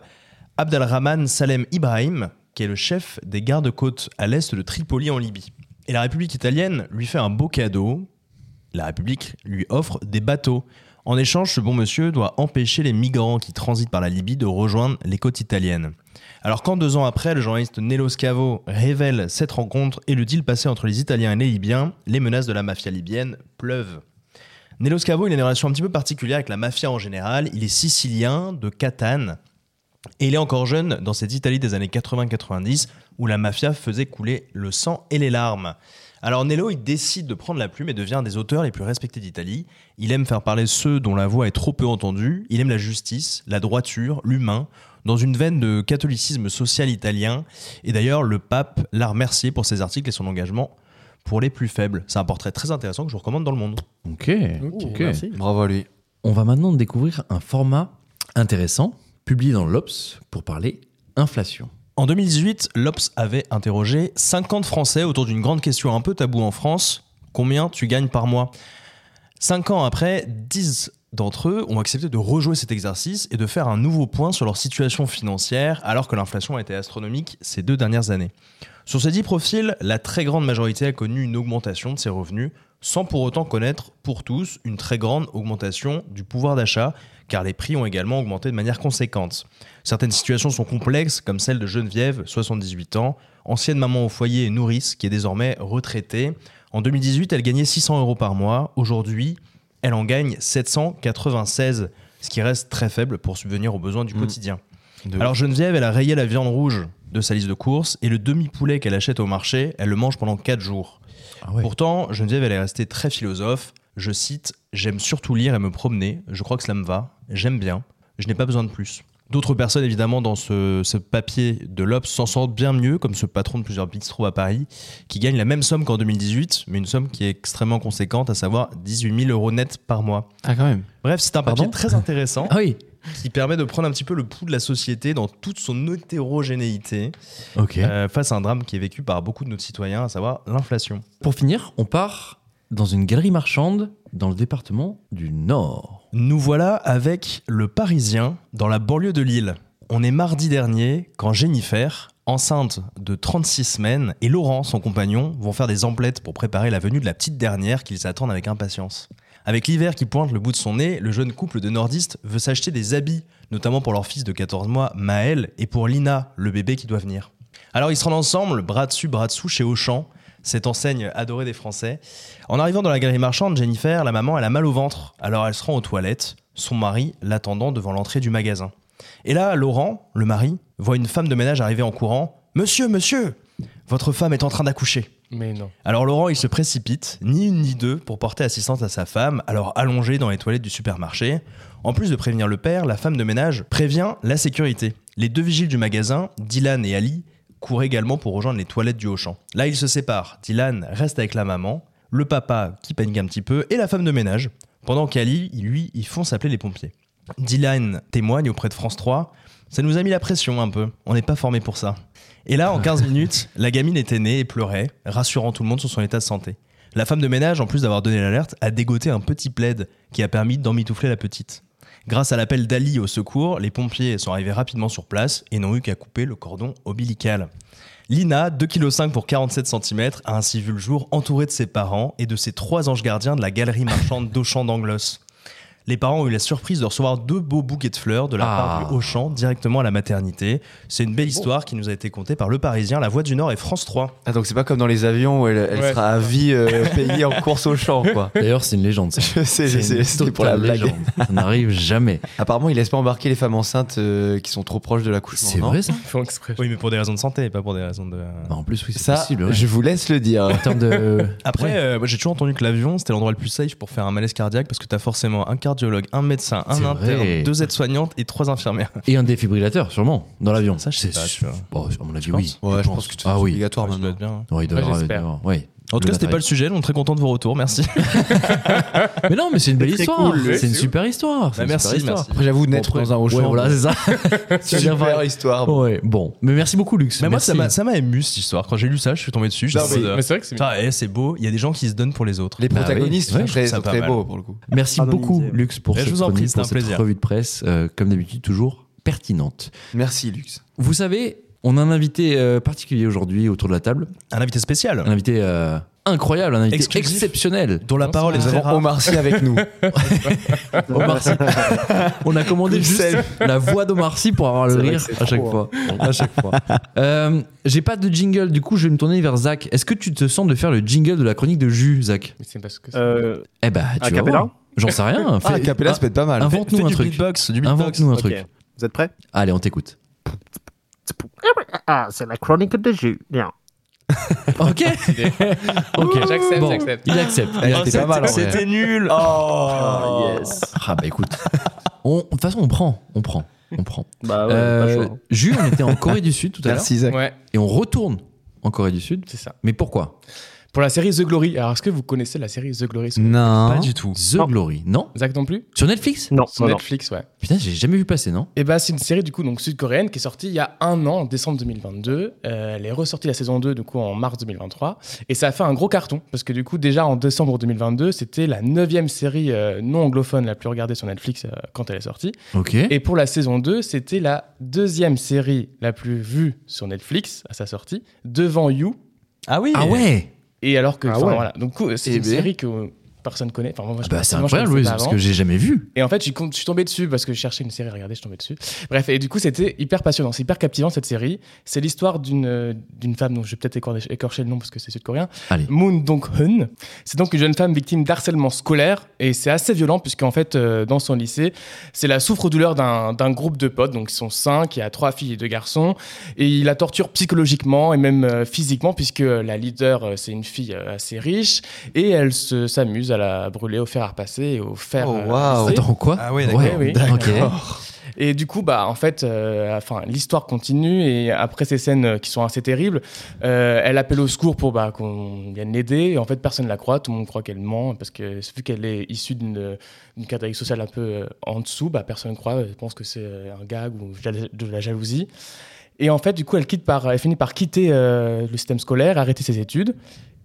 Speaker 3: Abdelrahman Salem Ibrahim, qui est le chef des gardes-côtes à l'est de Tripoli en Libye. Et la République italienne lui fait un beau cadeau. La République lui offre des bateaux. En échange, ce bon monsieur doit empêcher les migrants qui transitent par la Libye de rejoindre les côtes italiennes. Alors quand deux ans après, le journaliste Nello Scavo révèle cette rencontre et le deal passé entre les Italiens et les Libyens, les menaces de la mafia libyenne pleuvent. Nello Scavo, il a une relation un petit peu particulière avec la mafia en général. Il est sicilien, de Catane. Et il est encore jeune dans cette Italie des années 80-90 où la mafia faisait couler le sang et les larmes. Alors Nello, il décide de prendre la plume et devient un des auteurs les plus respectés d'Italie. Il aime faire parler ceux dont la voix est trop peu entendue. Il aime la justice, la droiture, l'humain, dans une veine de catholicisme social italien. Et d'ailleurs, le pape l'a remercié pour ses articles et son engagement pour les plus faibles. C'est un portrait très intéressant que je vous recommande dans le monde.
Speaker 1: Ok. ok.
Speaker 2: Bravo à lui.
Speaker 1: On va maintenant découvrir un format intéressant publié dans l'Obs pour parler inflation.
Speaker 3: En 2018, l'Obs avait interrogé 50 Français autour d'une grande question un peu taboue en France combien tu gagnes par mois Cinq ans après, 10 d'entre eux ont accepté de rejouer cet exercice et de faire un nouveau point sur leur situation financière alors que l'inflation a été astronomique ces deux dernières années. Sur ces 10 profils, la très grande majorité a connu une augmentation de ses revenus sans pour autant connaître pour tous une très grande augmentation du pouvoir d'achat car les prix ont également augmenté de manière conséquente. Certaines situations sont complexes, comme celle de Geneviève, 78 ans, ancienne maman au foyer et nourrice, qui est désormais retraitée. En 2018, elle gagnait 600 euros par mois. Aujourd'hui, elle en gagne 796, ce qui reste très faible pour subvenir aux besoins du quotidien.
Speaker 2: De
Speaker 3: Alors Geneviève, elle a rayé la viande rouge de sa liste de courses et le demi-poulet qu'elle achète au marché, elle le mange pendant 4 jours. Pourtant, Geneviève, elle est restée très philosophe. Je cite J'aime surtout lire et me promener. Je crois que cela me va. J'aime bien. Je n'ai pas besoin de plus. D'autres personnes, évidemment, dans ce, ce papier de l'Obs s'en sortent bien mieux, comme ce patron de plusieurs bistrots à Paris, qui gagne la même somme qu'en 2018, mais une somme qui est extrêmement conséquente, à savoir 18 000 euros net par mois.
Speaker 2: Ah, quand même.
Speaker 3: Bref, c'est un papier
Speaker 1: Pardon
Speaker 3: très intéressant
Speaker 1: Ah oui.
Speaker 3: qui permet de prendre un petit peu le pouls de la société dans toute son hétérogénéité
Speaker 1: Ok.
Speaker 3: euh, face à un drame qui est vécu par beaucoup de nos citoyens, à savoir l'inflation.
Speaker 1: Pour finir, on part dans une galerie marchande dans le département du Nord.
Speaker 3: Nous voilà avec le Parisien dans la banlieue de Lille. On est mardi dernier quand Jennifer, enceinte de 36 semaines, et Laurent, son compagnon, vont faire des emplettes pour préparer la venue de la petite dernière qu'ils attendent avec impatience. Avec l'hiver qui pointe le bout de son nez, le jeune couple de nordistes veut s'acheter des habits, notamment pour leur fils de 14 mois, Maël, et pour Lina, le bébé qui doit venir. Alors ils se rendent ensemble, bras dessus, bras dessous, chez Auchan, cette enseigne adorée des Français. En arrivant dans la galerie marchande, Jennifer, la maman, elle a mal au ventre, alors elle se rend aux toilettes, son mari l'attendant devant l'entrée du magasin. Et là, Laurent, le mari, voit une femme de ménage arriver en courant. Monsieur, monsieur, votre femme est en train d'accoucher.
Speaker 5: Mais non.
Speaker 3: Alors Laurent, il se précipite, ni une ni deux, pour porter assistance à sa femme, alors allongée dans les toilettes du supermarché. En plus de prévenir le père, la femme de ménage prévient la sécurité. Les deux vigiles du magasin, Dylan et Ali, courent également pour rejoindre les toilettes du Auchan. Là, ils se séparent. Dylan reste avec la maman, le papa qui panique un petit peu et la femme de ménage, pendant qu'Ali, lui, ils font s'appeler les pompiers. Dylan témoigne auprès de France 3. Ça nous a mis la pression un peu. On n'est pas formé pour ça. Et là, en 15 minutes, la gamine était née et pleurait, rassurant tout le monde sur son état de santé. La femme de ménage, en plus d'avoir donné l'alerte, a dégoté un petit plaid qui a permis d'emmitoufler la petite. Grâce à l'appel d'Ali au secours, les pompiers sont arrivés rapidement sur place et n'ont eu qu'à couper le cordon ombilical. Lina, 2,5 kg pour 47 cm, a ainsi vu le jour entourée de ses parents et de ses trois anges gardiens de la galerie marchande d'Auchan d'Anglos. Les parents ont eu la surprise de recevoir deux beaux bouquets de fleurs de la part
Speaker 1: Ah.
Speaker 3: du Auchan directement à la maternité. C'est une belle histoire qui nous a été contée par Le Parisien, La Voix du Nord et France 3.
Speaker 2: Ah, donc c'est pas comme dans les avions où elle, elle
Speaker 5: Ouais,
Speaker 2: sera à vie euh, payée en course au champ, quoi.
Speaker 1: D'ailleurs, c'est une légende. ça.
Speaker 2: Je sais, je sais,
Speaker 1: une
Speaker 2: c'était pour la
Speaker 1: totale
Speaker 2: blague.
Speaker 1: légende. Ça n'arrive jamais.
Speaker 2: Apparemment, il laisse pas embarquer les femmes enceintes euh, qui sont trop proches de l'accouchement.
Speaker 1: C'est
Speaker 2: non
Speaker 1: vrai ça
Speaker 5: Ils font exprès.
Speaker 3: Oui, mais pour des raisons de santé, pas pour des raisons de.
Speaker 1: Bah, En plus, oui, c'est
Speaker 2: Ça,
Speaker 1: possible. ouais.
Speaker 2: je vous laisse le dire.
Speaker 1: En termes de.
Speaker 3: Après,
Speaker 1: Ouais.
Speaker 3: euh, moi, j'ai toujours entendu que l'avion, c'était l'endroit le plus safe pour faire un malaise cardiaque parce que t'as forcément un quart cardiologue, un médecin, un
Speaker 1: C'est
Speaker 3: interne,
Speaker 1: vrai.
Speaker 3: deux aides-soignantes et trois infirmières.
Speaker 1: Et un défibrillateur, sûrement, dans l'avion.
Speaker 3: euh, Ça, je sais pas, tu vois.
Speaker 1: Bon, à mon avis,
Speaker 3: penses
Speaker 1: oui.
Speaker 2: Ouais,
Speaker 3: Je
Speaker 2: je pense
Speaker 3: pense.
Speaker 2: que c'est
Speaker 1: Ah oui.
Speaker 2: obligatoire
Speaker 3: Ça doit
Speaker 2: maintenant.
Speaker 3: être bien.
Speaker 1: Ouais, il doit y
Speaker 5: Ouais,
Speaker 1: avoir-
Speaker 5: j'espère.
Speaker 1: il doit y avoir- ouais.
Speaker 3: En tout cas, c'était pas le
Speaker 1: matériel.
Speaker 3: sujet. Donc, très content de vos retours. Merci.
Speaker 1: Mais non, mais c'est une belle
Speaker 4: C'est très
Speaker 1: histoire.
Speaker 4: cool,
Speaker 1: c'est une super histoire. c'est une
Speaker 3: Bah, merci,
Speaker 1: super histoire.
Speaker 3: merci.
Speaker 2: Après, j'avoue, naître
Speaker 1: Bon,
Speaker 2: dans un rochon.
Speaker 1: Ouais, voilà, c'est ça.
Speaker 2: c'est
Speaker 1: bien
Speaker 2: super
Speaker 1: vrai.
Speaker 2: histoire.
Speaker 1: Ouais, bon. Mais merci beaucoup, Lux.
Speaker 3: Ah Mais moi,
Speaker 1: Merci.
Speaker 3: ça m'a- ça m'a ému cette histoire. Quand j'ai lu ça, je suis tombé dessus.
Speaker 2: Non,
Speaker 3: j'étais en
Speaker 2: mais-
Speaker 3: mode,
Speaker 5: Mais c'est vrai que c'est
Speaker 3: Putain, eh, c'est beau. Il y a des gens qui se donnent pour les autres.
Speaker 2: Les
Speaker 1: Bah oui,
Speaker 2: protagonistes
Speaker 1: ouais,
Speaker 2: sont
Speaker 1: je
Speaker 2: très,
Speaker 3: trouve ça
Speaker 2: sont
Speaker 3: pas
Speaker 2: très
Speaker 3: mal.
Speaker 2: beaux pour le coup.
Speaker 1: Merci
Speaker 4: Anonymisé.
Speaker 1: beaucoup, Lux, pour,
Speaker 3: Eh, je
Speaker 1: cette,
Speaker 3: vous en prie,
Speaker 1: chronique,
Speaker 3: c'était
Speaker 1: pour
Speaker 3: un
Speaker 1: cette
Speaker 3: plaisir.
Speaker 1: revue de presse, euh, comme d'habitude, toujours pertinente.
Speaker 2: Merci, Lux.
Speaker 1: Vous savez, on a un invité euh, particulier aujourd'hui autour de la table.
Speaker 3: Bah, Un invité spécial
Speaker 1: Un invité euh, incroyable, un invité
Speaker 3: Exclusif.
Speaker 1: exceptionnel.
Speaker 3: dont la parole est
Speaker 2: Nous
Speaker 3: très
Speaker 2: avons
Speaker 3: rare.
Speaker 2: Omar Sy avec nous.
Speaker 1: Omar Sy. On a commandé
Speaker 2: Cool
Speaker 1: juste
Speaker 2: save.
Speaker 1: la voix d'Omar Sy pour avoir le
Speaker 4: C'est vrai que
Speaker 1: rire
Speaker 4: c'est hein.
Speaker 1: à chaque
Speaker 4: trop,
Speaker 1: fois. À chaque fois. Euh, J'ai pas de jingle, du coup je vais me tourner vers Zach. Est-ce que tu te sens de faire le jingle de la chronique de Jus, Zach
Speaker 5: Mais c'est parce que.
Speaker 4: Euh,
Speaker 1: Eh bah
Speaker 4: A
Speaker 1: tu vas
Speaker 4: cappella
Speaker 1: voir. J'en sais rien.
Speaker 2: Ah,
Speaker 1: Fais-
Speaker 2: Capella, ça peut être pas mal.
Speaker 3: Fais- fais
Speaker 1: Invente-nous un
Speaker 3: du
Speaker 1: truc.
Speaker 3: beatbox, du beatbox.
Speaker 1: Invente-nous un
Speaker 4: ok.
Speaker 1: truc.
Speaker 4: Vous êtes prêts
Speaker 1: Allez, on t'écoute.
Speaker 9: Ah, c'est la chronique de Jus. Bien.
Speaker 1: Ok. ok.
Speaker 5: J'accepte,
Speaker 1: Bon,
Speaker 5: j'accepte.
Speaker 1: Il accepte.
Speaker 2: Eh,
Speaker 1: Il
Speaker 2: c'était
Speaker 1: accepte.
Speaker 2: pas mal, en vrai.
Speaker 3: Ah, C'était nul. Oh,
Speaker 1: Ah bah écoute. On- De toute façon, on prend. On prend. On prend.
Speaker 4: Bah
Speaker 1: Euh, Jus, on était en Corée du Sud tout à l'heure.
Speaker 2: Merci,
Speaker 3: Euh,
Speaker 2: Zach.
Speaker 5: Ouais,
Speaker 1: Et on retourne en Corée du Sud.
Speaker 5: c'est ça.
Speaker 1: Mais pourquoi
Speaker 5: Pour la série The Glory. Alors, est-ce que vous connaissez la série The Glory sur-
Speaker 2: Non.
Speaker 4: Hein
Speaker 3: Pas du tout.
Speaker 1: The Glory. Non
Speaker 5: Zach non plus
Speaker 1: Sur Netflix
Speaker 4: Non,
Speaker 5: Sur
Speaker 4: non, non.
Speaker 5: Netflix, ouais.
Speaker 1: Putain, j'ai jamais vu passer, non
Speaker 5: Et bah, c'est une série du coup donc sud-coréenne qui est sortie il y a un an, en décembre 2022. Euh, elle est ressortie la saison 2 du coup en mars 2023 et ça a fait un gros carton parce que du coup déjà en décembre 2022 c'était la neuvième série euh, non anglophone la plus regardée sur Netflix euh, quand elle est sortie.
Speaker 1: Ok.
Speaker 5: Et pour la saison 2 c'était la deuxième série la plus vue sur Netflix à sa sortie devant You
Speaker 3: Ah oui.
Speaker 1: Ah ouais
Speaker 5: et alors que
Speaker 4: Ah
Speaker 5: enfin,
Speaker 4: ouais.
Speaker 5: voilà donc du coup, c'est
Speaker 2: Eh
Speaker 5: une
Speaker 2: ben.
Speaker 5: série que euh, personne connaît. Enfin
Speaker 3: Ah
Speaker 5: moi, je-
Speaker 1: Bah c'est
Speaker 5: moi, je
Speaker 1: incroyable,
Speaker 5: connaissais
Speaker 1: oui,
Speaker 5: pas
Speaker 1: parce
Speaker 5: avant.
Speaker 1: que j'ai jamais vu.
Speaker 5: Et en fait, je suis con- je suis tombé dessus parce que je cherchais une série à regarder, je suis tombé dessus. Bref, et du coup, c'était hyper passionnant, c'est hyper captivant cette série. C'est l'histoire d'une euh, d'une femme dont je vais peut-être écorcher, écorcher le nom parce que c'est sud-coréen.
Speaker 1: Allez.
Speaker 5: Moon Dong-hun. C'est donc une jeune femme victime d'harcèlement scolaire et c'est assez violent puisqu'en fait, euh, dans son lycée, c'est la souffre-douleur d'un d'un groupe de potes. Donc, ils sont cinq, il y a trois filles et deux garçons. Et il la torture psychologiquement et même euh, physiquement puisque la leader, euh, c'est une fille euh, assez riche et elle se- s'amuse à la brûler au fer à repasser et au fer.
Speaker 2: Oh,
Speaker 5: euh,
Speaker 2: waouh.
Speaker 5: à repasser.
Speaker 1: Attends, quoi
Speaker 3: Ah ouais, d'accord.
Speaker 5: Oui, oui.
Speaker 1: Ok.
Speaker 5: Et du coup, bah, en fait, euh, enfin, l'histoire continue et après ces scènes euh, qui sont assez terribles, euh, elle appelle au secours pour bah, qu'on vienne l'aider. Et en fait, personne ne la croit, tout le monde croit qu'elle ment parce que vu qu'elle est issue d'une d'une catégorie sociale un peu euh, en dessous, bah, personne ne croit, elle pense que c'est euh, un gag ou de la- de la jalousie. Et en fait, du coup, elle, quitte par, elle finit par quitter euh, le système scolaire, arrêter ses études.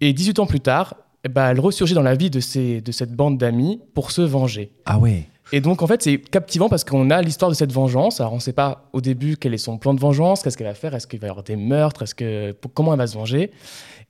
Speaker 5: Et 18 ans plus tard, eh bah, elle ressurgit dans la vie de, ces- de cette bande d'amis pour se venger.
Speaker 1: Ah ouais.
Speaker 5: Et donc, en fait, c'est captivant parce qu'on a l'histoire de cette vengeance. Alors, on ne sait pas au début quel est son plan de vengeance, qu'est-ce qu'elle va faire, est-ce qu'il va y avoir des meurtres, est-ce que, pour- comment elle va se venger.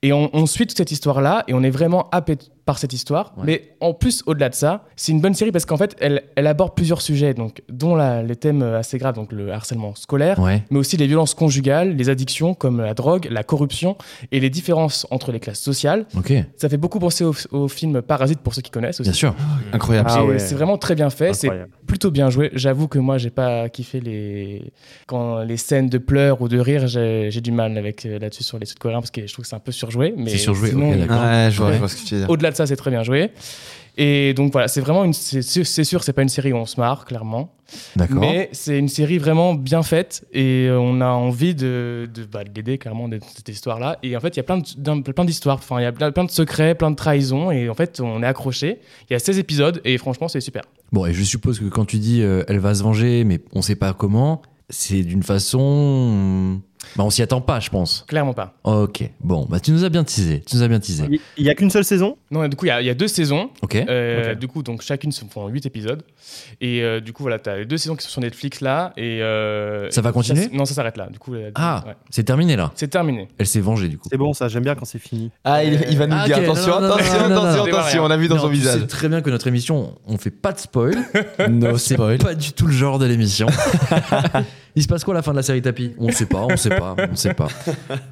Speaker 5: Et on, on suit toute cette histoire-là et on est vraiment happé t- par cette histoire.
Speaker 1: Ouais.
Speaker 5: Mais en plus, au-delà de ça, c'est une bonne série parce qu'en fait, elle, elle aborde plusieurs sujets, donc, dont la- les thèmes euh, assez graves, donc le harcèlement scolaire,
Speaker 1: Ouais.
Speaker 5: mais aussi les violences conjugales, les addictions comme la drogue, la corruption et les différences entre les classes sociales.
Speaker 1: Ok.
Speaker 5: Ça fait beaucoup penser au, au film Parasite pour ceux qui connaissent aussi.
Speaker 1: Bien sûr.
Speaker 2: Incroyable.
Speaker 5: Et
Speaker 4: Ah ouais.
Speaker 5: C'est vraiment très bien fait, c'est
Speaker 4: Incroyable.
Speaker 5: plutôt bien joué. J'avoue que moi, j'ai pas kiffé les quand les scènes de pleurs ou de rire, j'ai j'ai du mal avec euh, là-dessus sur les Sud-Coréens parce que je trouve que c'est un peu surjoué. mais
Speaker 1: C'est surjoué,
Speaker 5: sinon, euh,
Speaker 1: ok, d'accord.
Speaker 2: Ouais, je vois, je vois ce que tu veux dire.
Speaker 5: Au-delà de ça, c'est très bien joué. Et donc voilà, c'est vraiment une, c'est sûr- c'est sûr, c'est pas une série où on se marre clairement,
Speaker 1: D'accord.
Speaker 5: mais c'est une série vraiment bien faite et euh, on a envie de, de, bah, de l'aider clairement de cette histoire-là. Et en fait, il y a plein de- d'un- plein d'histoires, enfin il y a plein plein de secrets, plein de trahisons et en fait, on est accroché. Il y a 16 épisodes et franchement, c'est super.
Speaker 1: Bon, et je suppose que quand tu dis euh, elle va se venger, mais on sait pas comment, c'est d'une façon. hum, Bah, on s'y attend pas, je pense.
Speaker 5: Clairement pas.
Speaker 1: Ok. Bon, bah, tu nous as bien teasé. Tu nous as bien teasé.
Speaker 4: Il il y a qu'une seule saison
Speaker 5: Non, du coup, il y, a- il y a deux saison.
Speaker 1: Ok.
Speaker 5: Euh, Du coup, donc chacune se font 8 épisodes. Et euh, du coup, voilà, t'as les deux saisons qui sont sur Netflix là. Et, euh,
Speaker 1: Ça va
Speaker 5: et
Speaker 1: continuer
Speaker 5: Non, ça s'arrête là. Du coup, la-
Speaker 1: Ah,
Speaker 5: ouais.
Speaker 1: c'est terminé là.
Speaker 5: c'est terminé.
Speaker 1: Elle s'est vengée du coup.
Speaker 4: C'est bon, ça, j'aime bien quand c'est fini.
Speaker 2: Ah, il, il va nous
Speaker 1: Ah,
Speaker 2: dire
Speaker 1: ok,
Speaker 2: attention,
Speaker 1: non, non, non,
Speaker 2: attention,
Speaker 1: non, non, non,
Speaker 2: attention,
Speaker 5: non.
Speaker 2: attention, on a vu dans
Speaker 1: Non,
Speaker 2: son
Speaker 1: tu
Speaker 2: visage.
Speaker 1: sais très bien que notre émission, on fait pas de spoil.
Speaker 2: No
Speaker 1: c'est
Speaker 2: spoil.
Speaker 1: pas du tout le genre de l'émission. Il se passe quoi à la fin de la série tapis On sait pas, on sait pas, on sait pas.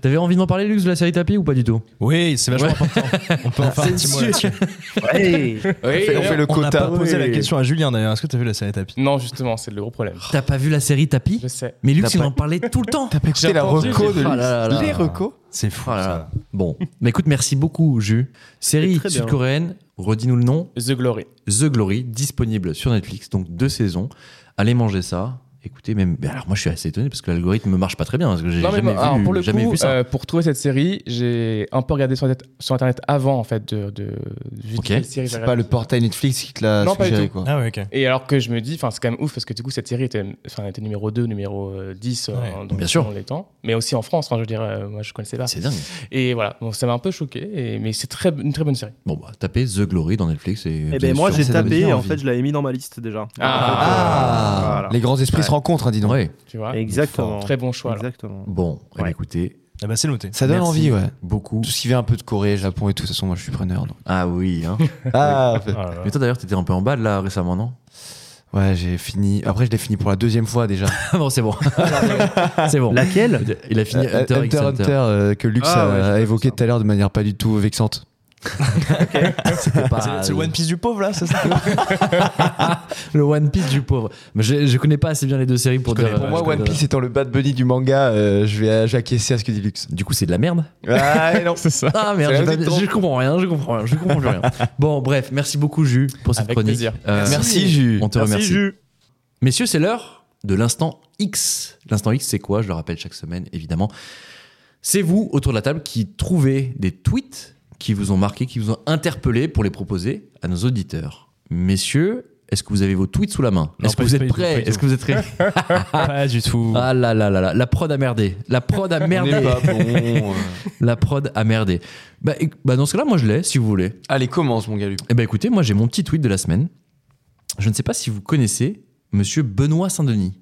Speaker 1: T'avais envie d'en parler, Lux, de la série tapis ou pas du tout
Speaker 3: Oui, c'est vachement
Speaker 1: Ouais.
Speaker 3: important. On peut en faire un petit mot là-dessus.
Speaker 4: Ouais.
Speaker 2: on, fait, on fait le
Speaker 3: On n'a pas
Speaker 2: quota.
Speaker 3: posé la question à Julien d'ailleurs. Est-ce que t'as vu la série tapis
Speaker 5: Non, justement, c'est le gros problème.
Speaker 1: T'as pas vu la série tapis
Speaker 5: Je sais.
Speaker 1: Mais Lux,
Speaker 2: T'as
Speaker 1: il
Speaker 2: pas-
Speaker 1: en parlait tout le temps.
Speaker 2: Écoutez la
Speaker 5: J'ai entendu
Speaker 2: reco
Speaker 5: les-
Speaker 2: de Ah
Speaker 1: Ah là là là.
Speaker 2: Lux. Les recos
Speaker 3: C'est fou.
Speaker 1: Voilà.
Speaker 3: ça.
Speaker 1: Bon, mais écoute, merci beaucoup, Ju. Série
Speaker 4: Très bien.
Speaker 1: sud-coréenne, redis-nous le nom,
Speaker 5: The Glory.
Speaker 1: The Glory, disponible sur Netflix, donc deux saisons. Allez manger ça. Écoutez, même. mais alors, moi, je suis assez étonné parce que l'algorithme ne marche pas très bien. Parce que j'ai
Speaker 5: Non, mais
Speaker 1: jamais,
Speaker 5: bon, alors,
Speaker 1: vu,
Speaker 5: pour le
Speaker 1: jamais
Speaker 5: coup,
Speaker 1: vu ça.
Speaker 5: euh, pour trouver cette série, j'ai un peu regardé sur internet, sur internet avant en fait de. de, de-
Speaker 1: Ok.
Speaker 5: quelle série j'ai
Speaker 2: C'est pas
Speaker 5: regardé.
Speaker 2: le portail Netflix qui te l'a
Speaker 5: Non, pas du
Speaker 2: suggéré,
Speaker 5: tout.
Speaker 2: quoi.
Speaker 3: Ah ouais, ok.
Speaker 5: Et alors que je me dis, enfin c'est quand même ouf parce que du coup cette série était, enfin, elle était numéro 2, numéro euh, 10 euh,
Speaker 3: Ouais,
Speaker 5: dans,
Speaker 1: bien sûr.
Speaker 5: dans les temps, mais aussi en France. Enfin je veux dire, euh, moi je connaissais pas.
Speaker 1: C'est dingue.
Speaker 5: Et voilà, bon, ça m'a un peu choqué, et- mais c'est très, une très bonne série.
Speaker 1: Bon, bah, tapez The Glory dans Netflix. Et vous
Speaker 4: Eh
Speaker 1: allez
Speaker 4: ben moi
Speaker 1: sur-
Speaker 4: j'ai
Speaker 2: ça donne
Speaker 4: tapé
Speaker 2: bien
Speaker 4: et en
Speaker 2: envie.
Speaker 4: fait je l'avais mis dans ma liste déjà.
Speaker 2: Ah,
Speaker 4: Voilà.
Speaker 2: Les grands esprits se rencontrent, hein, dis donc.
Speaker 1: Ouais.
Speaker 5: Tu vois,
Speaker 4: Exactement.
Speaker 5: très bon choix. alors.
Speaker 4: Exactement.
Speaker 1: Bon, eh ben,
Speaker 4: Ouais.
Speaker 1: écoutez,
Speaker 3: Ah bah c'est noté.
Speaker 2: Ça donne
Speaker 1: Merci.
Speaker 2: envie, ouais.
Speaker 1: beaucoup.
Speaker 2: Tout ce qui vient un peu de Corée, Japon et tout, de toute façon, moi je suis preneur. donc.
Speaker 1: Ah oui, hein.
Speaker 2: Ah, fait-
Speaker 3: Ah là là.
Speaker 1: Mais toi, d'ailleurs, t'étais un peu en bas là récemment, non
Speaker 2: ouais, j'ai fini. Après, je l'ai fini pour la deuxième fois déjà.
Speaker 1: Ah bon, c'est bon. c'est bon.
Speaker 4: Laquelle
Speaker 1: Il a fini
Speaker 2: Euh,
Speaker 1: Hunter x Hunter.
Speaker 2: Hunter, euh, que Lux
Speaker 4: Ah
Speaker 2: a-
Speaker 4: ouais, j'ai
Speaker 2: a,
Speaker 4: pas vu
Speaker 2: évoqué
Speaker 4: ça.
Speaker 2: tout à l'heure de manière pas du tout vexante.
Speaker 1: C'était pas-
Speaker 2: Ah,
Speaker 3: C'est- C'est le One Piece du pauvre là, c'est ça
Speaker 1: le One Piece du pauvre. Mais je, je connais pas assez bien les deux séries pour dire.
Speaker 2: pour
Speaker 1: euh,
Speaker 2: moi,
Speaker 1: je connais
Speaker 2: One
Speaker 1: pas.
Speaker 2: Piece étant le bad bunny du manga, euh, je vais je vais acquiescer à ce que dit Lux.
Speaker 1: Du coup, c'est de la merde.
Speaker 2: Ah, non.
Speaker 5: C'est ça.
Speaker 1: Ah merde,
Speaker 2: C'est
Speaker 1: j'ai
Speaker 2: la
Speaker 1: pas-
Speaker 2: vie de
Speaker 1: je comprends rien, je comprends rien, je comprends plus rien. Bon, bref, merci beaucoup, Jus, pour cette
Speaker 5: Avec
Speaker 1: chronique.
Speaker 5: plaisir.
Speaker 1: Euh,
Speaker 2: Merci, Jus.
Speaker 1: On te
Speaker 4: Merci,
Speaker 1: remercie.
Speaker 4: Jus.
Speaker 1: Messieurs, c'est l'heure de l'instant X. L'instant X, c'est quoi Je le rappelle chaque semaine, évidemment. C'est vous, autour de la table, qui trouvez des tweets qui vous ont marqué, qui vous ont interpellé pour les proposer à nos auditeurs. Messieurs, est-ce que vous avez vos tweets sous la main
Speaker 3: Non,
Speaker 1: Est-ce que
Speaker 3: pas
Speaker 1: vous
Speaker 3: du
Speaker 1: êtes
Speaker 3: tout, pas
Speaker 1: prêts
Speaker 3: du
Speaker 1: Est-ce que vous êtes prêts
Speaker 3: Pas du tout.
Speaker 1: Ah là là là là, la prod a merdé. La prod a
Speaker 2: On n'est
Speaker 1: merdé.
Speaker 2: pas bon. euh.
Speaker 1: La prod a merdé. Bah, éc- bah, dans ce cas-là, moi je l'ai, si vous voulez.
Speaker 2: Allez, commence, mon gars, Lux.
Speaker 1: Eh ben écoutez, moi j'ai mon petit tweet de la semaine. Je ne sais pas si vous connaissez Monsieur Benoît Saint-Denis.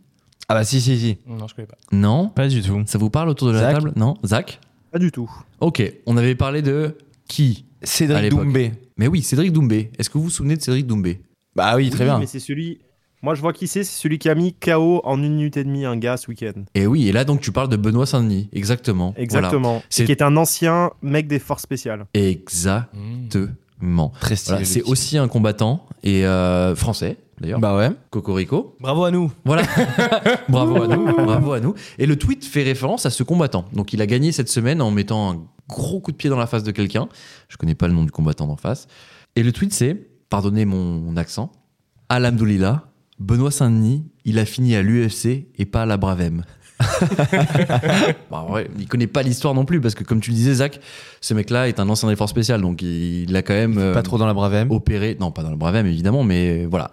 Speaker 2: Ah, bah, si, si, si.
Speaker 5: Non, je connais pas.
Speaker 1: Non
Speaker 3: Pas du tout.
Speaker 1: Ça vous parle autour de la
Speaker 2: Zach
Speaker 1: table Non Zach
Speaker 4: Pas du tout.
Speaker 1: Ok, on avait parlé de qui À
Speaker 2: Cédric
Speaker 1: l'époque.
Speaker 2: Doumbé.
Speaker 1: Mais oui, Cédric Doumbé. Est-ce que vous vous souvenez de Cédric Doumbé
Speaker 2: Bah oui, très
Speaker 4: Oui,
Speaker 2: bien.
Speaker 4: Mais c'est celui. Moi, je vois qui c'est. C'est celui qui a mis KO en une minute et demie un gars ce week-end.
Speaker 1: Eh oui, et là donc tu parles de Benoît Saint-Denis. Exactement. Voilà.
Speaker 4: Exactement.
Speaker 1: C'est-
Speaker 4: C'est qui est un ancien mec des forces spéciales.
Speaker 1: Exactement.
Speaker 2: Très stylé.
Speaker 1: Voilà, c'est
Speaker 2: Lux.
Speaker 1: aussi un combattant et euh, français d'ailleurs.
Speaker 2: Bah ouais.
Speaker 1: Cocorico.
Speaker 3: Bravo à nous.
Speaker 1: Voilà. bravo à nous, bravo à nous. Et le tweet fait référence à ce combattant. Donc il a gagné cette semaine en mettant un gros coup de pied dans la face de quelqu'un. Je connais pas le nom du combattant d'en face. Et le tweet c'est, pardonnez mon accent, Alhamdoulilah, Benoît Saint-Denis, il a fini à l'UFC et pas à la Bravem. bah ouais, il connaît pas l'histoire non plus parce que comme tu le disais Zach, ce mec-là est un ancien des forces spéciales donc il, il a quand même euh,
Speaker 2: Pas trop dans la bravem.
Speaker 1: opéré, non pas dans le Bravem évidemment, mais euh, voilà.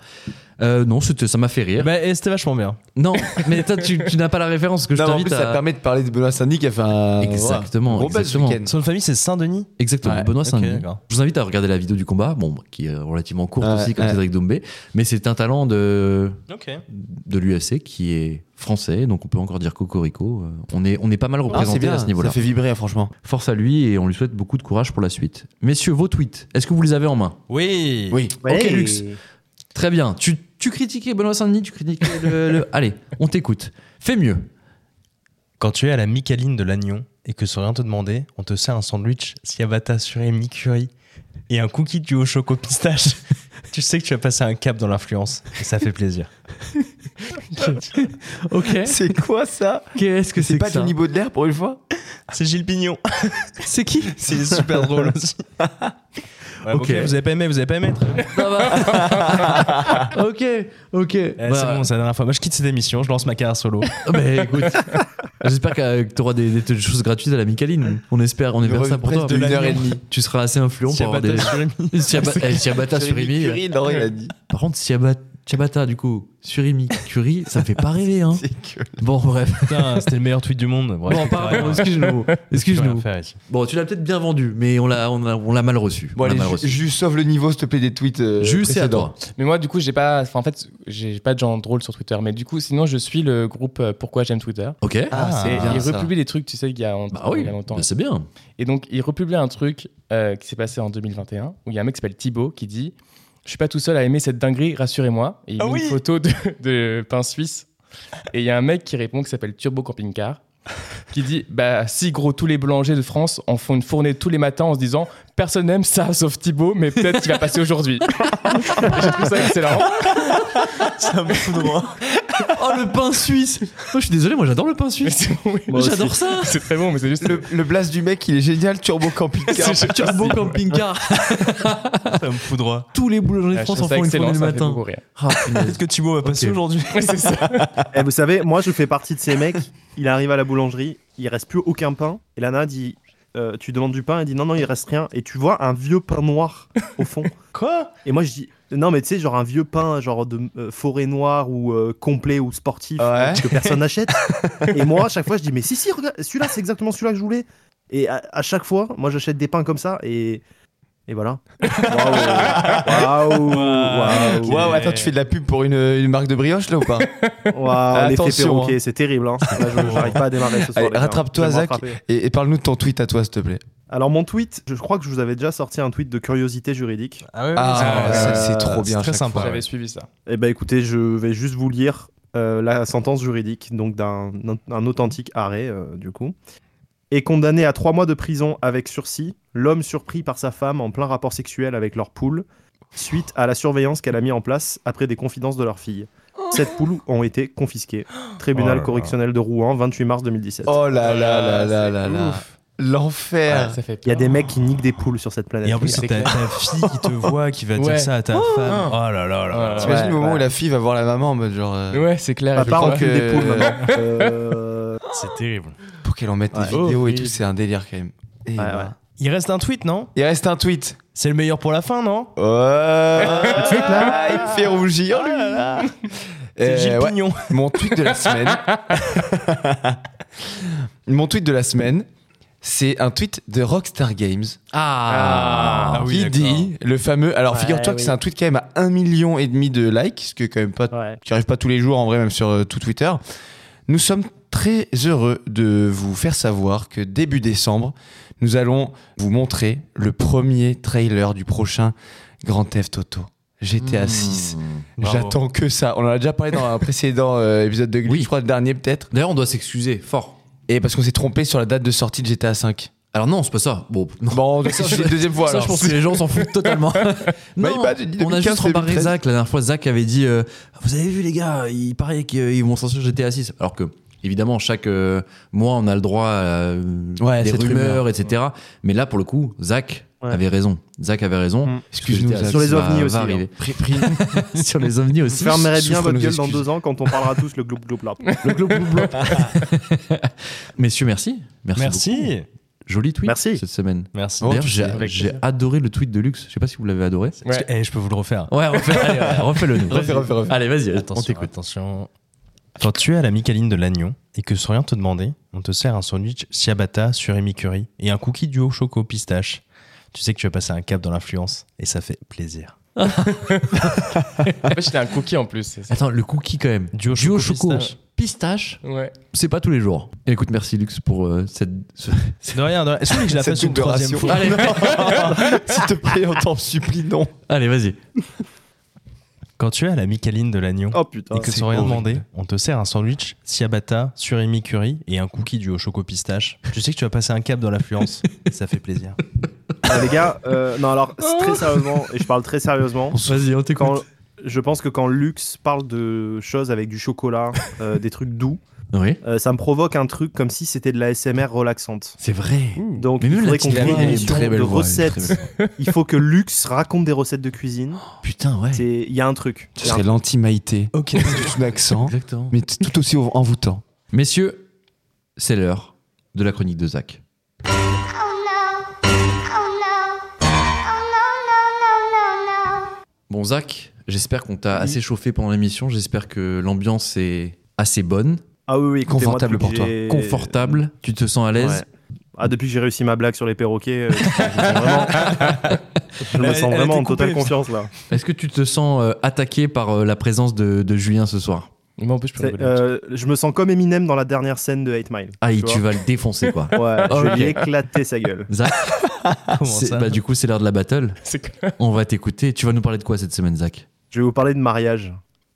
Speaker 1: Euh, non, c'était- ça m'a fait rire.
Speaker 3: Bah, et c'était vachement bien.
Speaker 1: Non, mais toi, tu, tu n'as pas la référence que je
Speaker 2: Non, mais en plus,
Speaker 1: t'invite
Speaker 2: ça
Speaker 1: à.
Speaker 2: permet de parler de Benoît Saint-Denis qui a fait un.
Speaker 1: Exactement,
Speaker 2: Gros buzz ce
Speaker 1: exactement.
Speaker 2: week-end.
Speaker 3: Son famille c'est Saint-Denis
Speaker 1: Exactement,
Speaker 2: Ouais,
Speaker 1: Benoît
Speaker 3: ok,
Speaker 1: Saint-Denis.
Speaker 3: d'accord.
Speaker 1: Je vous invite à regarder la vidéo du combat, bon, qui est relativement courte
Speaker 2: Ouais,
Speaker 1: aussi, comme
Speaker 2: ouais.
Speaker 1: Cédric Doumbé, mais c'est un talent de,
Speaker 3: Ok.
Speaker 1: de l'UFC qui est français, donc on peut encore dire Cocorico. Euh, On est, on est pas mal
Speaker 2: Ah, c'est
Speaker 1: représenté
Speaker 2: bien,
Speaker 1: à ce niveau-là.
Speaker 2: ça fait vibrer, hein, franchement.
Speaker 1: Force à lui et on lui souhaite beaucoup de courage pour la suite. Messieurs, vos tweets, est-ce que vous les avez en main
Speaker 3: Oui.
Speaker 2: Oui.
Speaker 1: Ok, Lux. Très bien. Tu, tu critiquais Benoît Saint-Denis, tu critiquais le. le- Allez, on t'écoute. Fais mieux.
Speaker 3: Quand tu es à la Micaline de Lannion et que sans rien te demander, on te sert un sandwich ciabatta suré mi-curry et un cookie du haut choco pistache. tu sais que tu as passé un cap dans l'influence et ça fait plaisir.
Speaker 1: Ok.
Speaker 2: C'est quoi ça
Speaker 1: Qu'est-ce que c'est
Speaker 2: C'est
Speaker 1: que
Speaker 2: pas
Speaker 1: ça
Speaker 2: du niveau de l'air pour une fois
Speaker 3: C'est Gilles Pignon.
Speaker 1: C'est qui
Speaker 3: C'est super drôle aussi. Ouais,
Speaker 1: Ok.
Speaker 3: ok, vous avez pas aimé, vous avez pas aimé. très bien.
Speaker 1: Ça va. ok, ok.
Speaker 3: Eh,
Speaker 1: Bah,
Speaker 3: c'est bon, c'est la dernière fois. Moi, je quitte cette émission, je lance ma carrière solo.
Speaker 1: Ah, mais écoute, j'espère que tu auras des, des choses gratuites à la Micaline. On espère, on espère
Speaker 2: revue
Speaker 1: ça pour
Speaker 2: presse
Speaker 1: toi.
Speaker 2: de
Speaker 1: Mais
Speaker 2: une heure et demie.
Speaker 1: Tu seras assez influent pour avoir des.
Speaker 3: Ciabatta suré mi-
Speaker 1: Ciaba- eh, Ciabatta sur
Speaker 2: Jérémy
Speaker 1: Amy.
Speaker 2: Curie, non, il a dit.
Speaker 1: Par contre, Ciaba- Ciabatta, du coup, sur Amy Curie, ça me fait pas rêver. Hein.
Speaker 2: C'est que-
Speaker 1: Bon, bref.
Speaker 3: Putain, c'était le meilleur tweet du monde. Bref,
Speaker 1: Bon,
Speaker 3: je peux rien-
Speaker 1: pardon, excuse-nous.
Speaker 3: je peux rien
Speaker 1: Excuse-nous.
Speaker 3: faire ici.
Speaker 1: Bon, tu l'as peut-être bien vendu, mais on l'a on l'a- on l'a mal reçu.
Speaker 2: Bon,
Speaker 1: on l'a
Speaker 2: allez,
Speaker 1: mal
Speaker 2: ju-
Speaker 1: reçu.
Speaker 2: juste sauve le niveau, s'il te plaît, des tweets. euh,
Speaker 1: Jus, c'est à
Speaker 2: précédents.
Speaker 1: toi.
Speaker 5: Mais moi, du coup, j'ai pas. Enfin, en fait, j'ai j'ai pas de gens drôles sur Twitter. Mais du coup, sinon, je suis le groupe euh, Pourquoi j'aime Twitter.
Speaker 1: Ok.
Speaker 2: Ah, c'est
Speaker 5: et
Speaker 2: bien
Speaker 5: ils
Speaker 2: ça.
Speaker 5: republient des trucs, tu sais, il y a, en-
Speaker 1: Bah oui,
Speaker 5: il y a longtemps.
Speaker 1: bah c'est bien.
Speaker 5: Et donc, il republie un truc euh, qui s'est passé en 2021 où il y a un mec qui s'appelle Thibaut qui dit Je suis pas tout seul à aimer cette dinguerie, rassurez-moi. Et il
Speaker 3: Ah
Speaker 5: met
Speaker 3: oui
Speaker 5: une photo de, de pain suisse. Et il y a un mec qui répond qui s'appelle Turbo Camping Car qui dit Bah, si gros, tous les boulangers de France en font une fournée tous les matins en se disant Personne n'aime ça sauf Thibaut, mais peut-être qu'il va passer aujourd'hui. Et J'ai trouvé ça excellent.
Speaker 3: Ça me fout droit.
Speaker 1: Oh, le pain suisse Oh, Je suis désolé, moi j'adore le pain
Speaker 5: Mais
Speaker 1: suisse.
Speaker 5: c'est- oui.
Speaker 1: J'adore ça.
Speaker 5: C'est très bon, mais c'est juste.
Speaker 2: Le, le blast du mec, il est génial, turbo camping-car.
Speaker 5: C'est-
Speaker 1: Turbo camping-car.
Speaker 3: ça me fout droit.
Speaker 1: Tous les boulangers de
Speaker 5: Ah, je trouve
Speaker 1: France en
Speaker 5: ça
Speaker 1: font une
Speaker 5: excellent,
Speaker 1: fournée le
Speaker 5: ça fait
Speaker 1: matin.
Speaker 5: beaucoup rire.
Speaker 1: Ah, punaise.
Speaker 3: Peut-être que Thibaut va passer
Speaker 1: Ok.
Speaker 3: aujourd'hui.
Speaker 5: Ouais, c'est ça.
Speaker 4: Eh, vous savez, moi, je fais partie de ces mecs. Il arrive à la boulangerie, il reste plus aucun pain. Et la nana dit euh, Tu demandes du pain Elle dit Non, non, il reste rien. Et tu vois un vieux pain noir au fond.
Speaker 3: Quoi
Speaker 4: Et moi, je dis Non, mais tu sais, genre un vieux pain, genre de euh, forêt noire ou euh, complet ou sportif
Speaker 2: Ouais.
Speaker 4: que personne n'achète. Et moi, à chaque fois, je dis Mais si, si, regarde, celui-là, c'est exactement celui-là que je voulais. Et à, à chaque fois, moi, j'achète des pains comme ça. Et, et voilà. Waouh Waouh Waouh
Speaker 2: Waouh, Ah, attends, tu fais de la pub pour une, une marque de brioche là ou pas
Speaker 4: Waouh, l'effet
Speaker 2: Attention,
Speaker 4: perroquet, c'est terrible. Hein. Là, je- J'arrive pas à démarrer ce soir.
Speaker 2: Allez,
Speaker 4: les gars.
Speaker 2: rattrape-toi,
Speaker 4: Je vais me
Speaker 2: Zach.
Speaker 4: rattraper.
Speaker 2: Et, et parle-nous de ton tweet à toi, s'il te plaît.
Speaker 4: Alors, mon tweet, je crois que je vous avais déjà sorti un tweet de curiosité juridique.
Speaker 3: Ah ouais,
Speaker 2: Ah,
Speaker 3: ouais,
Speaker 2: ça,
Speaker 3: ouais.
Speaker 2: c'est trop bien à
Speaker 3: Très
Speaker 2: chaque
Speaker 3: sympa.
Speaker 5: J'avais suivi ça.
Speaker 4: Eh ben, écoutez, je vais juste vous lire euh, la sentence juridique, donc d'un d'un authentique arrêt, euh, du coup. Est condamné à trois mois de prison avec sursis, l'homme surpris par sa femme en plein rapport sexuel avec leur poule, suite à la surveillance qu'elle a mis en place après des confidences de leur fille. Sept poules ont été confisquées.
Speaker 3: Oh là
Speaker 4: Tribunal
Speaker 3: là.
Speaker 4: correctionnel de Rouen, 28 mars 2017.
Speaker 2: Oh là là là
Speaker 5: Ah,
Speaker 2: là
Speaker 5: c'est
Speaker 2: là là.
Speaker 5: ouf. Ah,
Speaker 2: L'enfer.
Speaker 5: ça fait
Speaker 4: Il y a
Speaker 5: peur.
Speaker 4: des mecs qui niquent des poules sur cette planète.
Speaker 3: Et en plus,
Speaker 5: C'est
Speaker 3: c'est ta, ta fille qui te voit, qui va dire
Speaker 5: Ouais.
Speaker 3: ça à ta femme. Oh là là là.
Speaker 5: Ouais.
Speaker 2: T'imagines le moment
Speaker 4: ouais.
Speaker 2: où la fille va voir la maman en mode genre. euh,
Speaker 5: Ouais, c'est clair.
Speaker 4: À part en
Speaker 2: crois
Speaker 4: cul
Speaker 2: que-
Speaker 4: des poules, maintenant. Euh,
Speaker 3: C'est terrible.
Speaker 2: Pour qu'elle en mette
Speaker 4: Ouais.
Speaker 2: des vidéos et
Speaker 5: Horrible.
Speaker 2: tout, c'est un délire quand même. Et voilà.
Speaker 4: ouais.
Speaker 3: Il reste un tweet, non
Speaker 2: Il reste un tweet.
Speaker 3: C'est le meilleur pour la fin, non
Speaker 2: Oh, il me fait rougir lui.
Speaker 3: C'est
Speaker 2: Oh Euh,
Speaker 3: Gilles
Speaker 2: ouais.
Speaker 3: Pignon.
Speaker 2: Mon tweet de la semaine. Mon tweet de la semaine, c'est un tweet de Rockstar Games.
Speaker 5: Ah.
Speaker 3: Ah oui,
Speaker 2: qui dit le fameux. Alors
Speaker 5: Ouais,
Speaker 2: figure-toi que
Speaker 5: oui.
Speaker 2: c'est un tweet quand même à un million et demi de likes, ce qui est quand même pas
Speaker 4: Ouais.
Speaker 2: qui arrive pas tous les jours en vrai, même sur euh, tout Twitter. Nous sommes très heureux de vous faire savoir que début décembre, nous allons vous montrer le premier trailer du prochain Grand Theft Auto
Speaker 1: Hmm.
Speaker 2: GTA 6.
Speaker 3: Bravo.
Speaker 2: J'attends que ça. On en a déjà parlé dans un précédent euh, épisode de Glee,
Speaker 1: Oui.
Speaker 2: je crois le dernier peut-être.
Speaker 1: D'ailleurs, on doit s'excuser fort.
Speaker 2: Et parce qu'on s'est trompé sur la date de sortie de GTA 5.
Speaker 1: Alors non, c'est pas ça. Bon, non.
Speaker 2: Bon, donc ça, c'est la deuxième fois
Speaker 1: ça,
Speaker 2: alors.
Speaker 1: je pense que les gens s'en foutent totalement. non,
Speaker 2: Bah, il m'a dit
Speaker 1: on a
Speaker 2: 2015,
Speaker 1: juste reparé
Speaker 2: 2013.
Speaker 1: Zach. La dernière fois, Zach avait dit euh, Vous avez vu, les gars, il paraît qu'ils vont sortir GTA 6. Alors que, évidemment, chaque euh, mois, on a le droit à euh,
Speaker 2: Ouais,
Speaker 1: des
Speaker 2: cette
Speaker 1: rumeurs, etc. Mais là, pour le coup, Zach
Speaker 4: Ouais.
Speaker 1: avait raison. Zach avait raison.
Speaker 4: Mm.
Speaker 1: Parce que GTA
Speaker 2: Zach.
Speaker 4: Sur les
Speaker 1: va-
Speaker 4: ovnis
Speaker 1: va
Speaker 4: aussi,
Speaker 1: arriver. Sur les ovnis aussi.
Speaker 4: Fermerez bien
Speaker 2: souffre
Speaker 4: votre
Speaker 2: nos
Speaker 4: gueule dans
Speaker 2: excuses.
Speaker 4: deux ans quand on parlera tous le gloup gloup glop.
Speaker 1: Le glop, glop, glop. Messieurs, merci. Merci. beaucoup.
Speaker 3: Merci. Oh,
Speaker 1: Joli tweet
Speaker 4: Merci.
Speaker 1: cette semaine.
Speaker 3: Merci.
Speaker 1: D'ailleurs, j'ai-
Speaker 5: avec
Speaker 1: j'ai adoré le tweet de luxe. Je sais pas si vous l'avez adoré.
Speaker 3: Parce
Speaker 5: Ouais.
Speaker 3: que- eh, je peux vous le refaire.
Speaker 1: Ouais, refais, allez, ouais, refais-le nous.
Speaker 2: Refais, refais, refais.
Speaker 1: Allez, vas-y, on
Speaker 3: Attention,
Speaker 1: t'écoute.
Speaker 3: attention. Quand tu es à la Micaline de Lannion et que sans rien te demander, on te sert un sandwich ciabatta sur curry et un cookie duo choco pistache. Tu sais que tu vas passer un cap dans l'influence et ça fait plaisir.
Speaker 5: En fait, j'étais un cookie en plus. c'est ça.
Speaker 1: Attends, le cookie quand même.
Speaker 3: Duo
Speaker 1: Duo
Speaker 3: choco
Speaker 1: choco
Speaker 3: pistache.
Speaker 1: pistache,
Speaker 5: Ouais.
Speaker 1: c'est pas tous les jours. Et écoute, merci Lux pour euh, cette. ce-
Speaker 3: De rien, de rien. Est-ce que vous voulez que je la
Speaker 2: Cette
Speaker 3: fasse une
Speaker 2: double
Speaker 3: troisième
Speaker 2: ration.
Speaker 3: fois
Speaker 1: Allez,
Speaker 2: S'il te plaît, on t'en supplie, non.
Speaker 1: allez, vas-y.
Speaker 3: Quand tu es à la Micaline de Lannion
Speaker 4: Oh putain.
Speaker 3: et que sans rien demander, on te sert un sandwich ciabatta sur curry et un cookie duo choco pistache. Tu sais que tu vas passer un cap dans l'influence et ça fait plaisir.
Speaker 4: Ah, les gars, euh, non alors c'est très sérieusement et je parle très sérieusement.
Speaker 1: Vas-y, on
Speaker 4: Quand je pense que quand Lux parle de choses avec du chocolat, euh, des trucs doux,
Speaker 1: Oui,
Speaker 4: euh, ça me provoque un truc comme si c'était de la SMR relaxante.
Speaker 1: c'est vrai.
Speaker 4: Donc
Speaker 1: Mais
Speaker 4: il
Speaker 1: même la
Speaker 4: faudrait qu'on
Speaker 1: petite
Speaker 4: trouve
Speaker 1: Lily, elle a
Speaker 4: des
Speaker 1: une
Speaker 4: noms
Speaker 1: très
Speaker 4: de
Speaker 1: belle voix, elle a une
Speaker 4: recettes. il faut que Lux raconte des recettes de cuisine.
Speaker 1: Putain, ouais.
Speaker 4: C'est- Il y a un truc.
Speaker 2: Ce serait l'anti-maïté.
Speaker 3: Ok.
Speaker 2: Juste un accent,
Speaker 1: Exactement.
Speaker 2: mais t- tout aussi envoûtant.
Speaker 1: Messieurs, c'est l'heure de la chronique de Zach. Bon, Zach, j'espère qu'on t'a assez chauffé pendant l'émission. J'espère que l'ambiance est assez bonne,
Speaker 4: Ah oui, oui écoutez, moi,
Speaker 2: Confortable
Speaker 4: depuis
Speaker 2: pour toi.
Speaker 4: que j'ai-
Speaker 1: confortable. Tu te sens à l'aise
Speaker 4: Ouais. Ah, depuis que j'ai réussi ma blague sur les perroquets, euh, je me sens vraiment, je me
Speaker 3: Elle-
Speaker 4: sens
Speaker 3: elle
Speaker 4: vraiment
Speaker 3: était
Speaker 4: en totale
Speaker 3: coupée,
Speaker 4: confiance là.
Speaker 1: Est-ce que tu te sens euh, attaqué par euh, la présence de, de Julien ce soir
Speaker 5: Moi, en plus, je peux
Speaker 4: C'est-
Speaker 5: rigoler.
Speaker 4: euh, je me sens comme Eminem dans la dernière scène de 8 Mile.
Speaker 1: Ah, et
Speaker 4: vois.
Speaker 1: tu vas le défoncer, quoi.
Speaker 4: Ouais, je vais
Speaker 1: Ok.
Speaker 4: lui éclater sa gueule.
Speaker 1: Zach,
Speaker 3: Comment
Speaker 1: c'est-
Speaker 3: ça
Speaker 1: bah, du coup, c'est l'heure de la battle.
Speaker 5: C'est que-
Speaker 1: On va t'écouter. Tu vas nous parler de quoi cette semaine, Zach
Speaker 4: Je vais vous parler de mariage.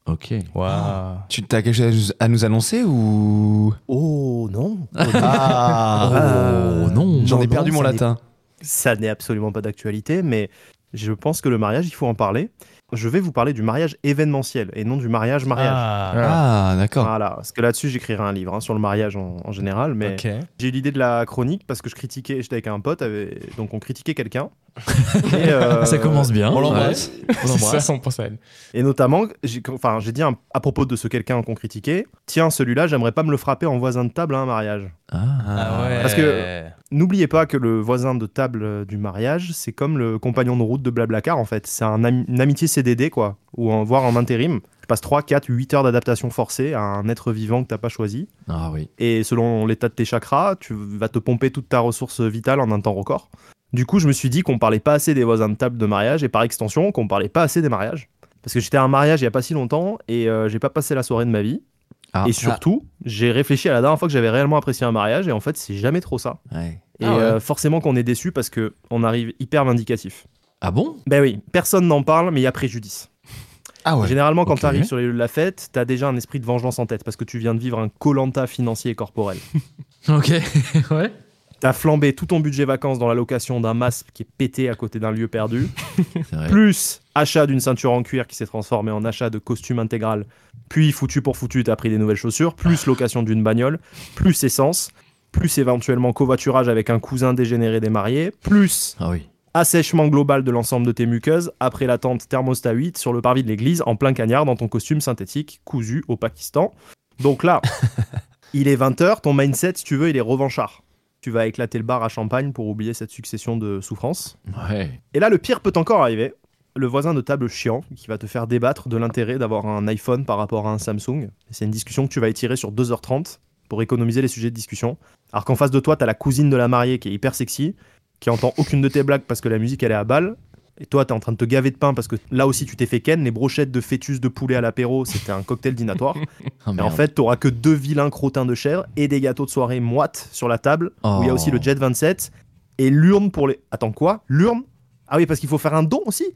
Speaker 1: Ok.
Speaker 3: Waouh.
Speaker 2: Tu as quelque chose à nous annoncer ou.
Speaker 4: Oh non
Speaker 2: Ah
Speaker 1: Oh non
Speaker 2: J'en ai
Speaker 4: non,
Speaker 2: perdu
Speaker 4: Euh, non,
Speaker 2: mon
Speaker 4: ça
Speaker 2: latin.
Speaker 4: Ça n'est absolument pas d'actualité, mais Je pense que le mariage, il faut en parler. Je vais vous parler du mariage événementiel et non du mariage mariage.
Speaker 3: Ah,
Speaker 2: Ah, d'accord.
Speaker 4: Voilà, parce que là-dessus, j'écrirai un livre hein, sur le mariage en, en général, mais
Speaker 3: ok.
Speaker 4: j'ai eu l'idée de la chronique parce que je critiquais, j'étais avec un pote, avec- donc on critiquait quelqu'un. Et, euh,
Speaker 1: Ça commence bien.
Speaker 2: On
Speaker 1: ouais.
Speaker 2: l'embrasse.
Speaker 1: On
Speaker 5: C'est
Speaker 1: l'embrasse.
Speaker 5: ça, on pense à elle.
Speaker 4: Et notamment, j'ai enfin, j'ai dit un- à propos de ce quelqu'un qu'on critiquait, tiens, celui-là, j'aimerais pas me le frapper en voisin de table à un mariage.
Speaker 1: Ah.
Speaker 3: ouais.
Speaker 4: Parce que- N'oubliez pas que le voisin de table euh, du mariage, c'est comme le compagnon de route de Blablacar en fait. C'est un ami- une amitié CDD quoi, ou en, voire en intérim. Tu passes 3, 4, 8 heures d'adaptation forcée à un être vivant que t'as pas choisi.
Speaker 1: Ah oui.
Speaker 4: Et selon l'état de tes chakras, tu vas te pomper toute ta ressource vitale en un temps record. Du coup, je me suis dit qu'on parlait pas assez des voisins de table de mariage et par extension qu'on parlait pas assez des mariages. Parce que j'étais à un mariage il y a pas si longtemps et euh, j'ai pas passé la soirée de ma vie.
Speaker 1: Ah.
Speaker 4: et surtout, j'ai réfléchi à la dernière fois que j'avais réellement apprécié un mariage et en fait, c'est jamais trop ça.
Speaker 1: Ah, ouais.
Speaker 4: Et
Speaker 2: Ah ouais.
Speaker 4: euh, forcément qu'on est déçu parce que on arrive hyper vindicatif.
Speaker 1: Ah bon
Speaker 4: Ben oui, personne n'en parle, mais il y a préjudice.
Speaker 2: Ah ouais.
Speaker 4: Généralement, quand
Speaker 1: ok.
Speaker 4: t'arrives sur les lieux de la fête, t'as déjà un esprit de vengeance en tête parce que tu viens de vivre un colanta financier et corporel.
Speaker 1: Ok. ouais.
Speaker 4: T'as flambé tout ton budget vacances dans la location d'un masque qui est pété à côté d'un lieu perdu,
Speaker 1: C'est vrai.
Speaker 4: plus achat d'une ceinture en cuir qui s'est transformée en achat de costume intégral, puis foutu pour foutu, t'as pris des nouvelles chaussures, plus location d'une bagnole, plus essence, plus éventuellement covoiturage avec un cousin dégénéré des mariés, plus
Speaker 1: Ah oui.
Speaker 4: assèchement global de l'ensemble de tes muqueuses après l'attente thermostat 8 sur le parvis de l'église en plein cagnard dans ton costume synthétique cousu au Pakistan. Donc là, il est 20h, ton mindset, si tu veux, il est revanchard. Tu vas éclater le bar à champagne pour oublier cette succession de souffrances.
Speaker 1: Ouais.
Speaker 4: Et là, le pire peut encore arriver. Le voisin de table chiant qui va te faire débattre de l'intérêt d'avoir un iPhone par rapport à un Samsung. C'est une discussion que tu vas étirer sur 2h30 pour économiser les sujets de discussion. Alors qu'en face de toi, t'as la cousine de la mariée qui est hyper sexy, qui entend aucune de tes blagues parce que la musique elle est à balle. Et toi, t'es en train de te gaver de pain parce que là aussi tu t'es fait ken. Les brochettes de fœtus de poulet à l'apéro, c'était un cocktail dînatoire.
Speaker 1: Ah,
Speaker 4: Et en
Speaker 1: merde.
Speaker 4: fait, t'auras que deux vilains crottins de chèvre et des gâteaux de soirée moites sur la table. Où il y a aussi
Speaker 1: Oh.
Speaker 4: le Jet 27 et l'urne pour les. Attends quoi L'urne Ah oui, parce qu'il faut faire un don aussi.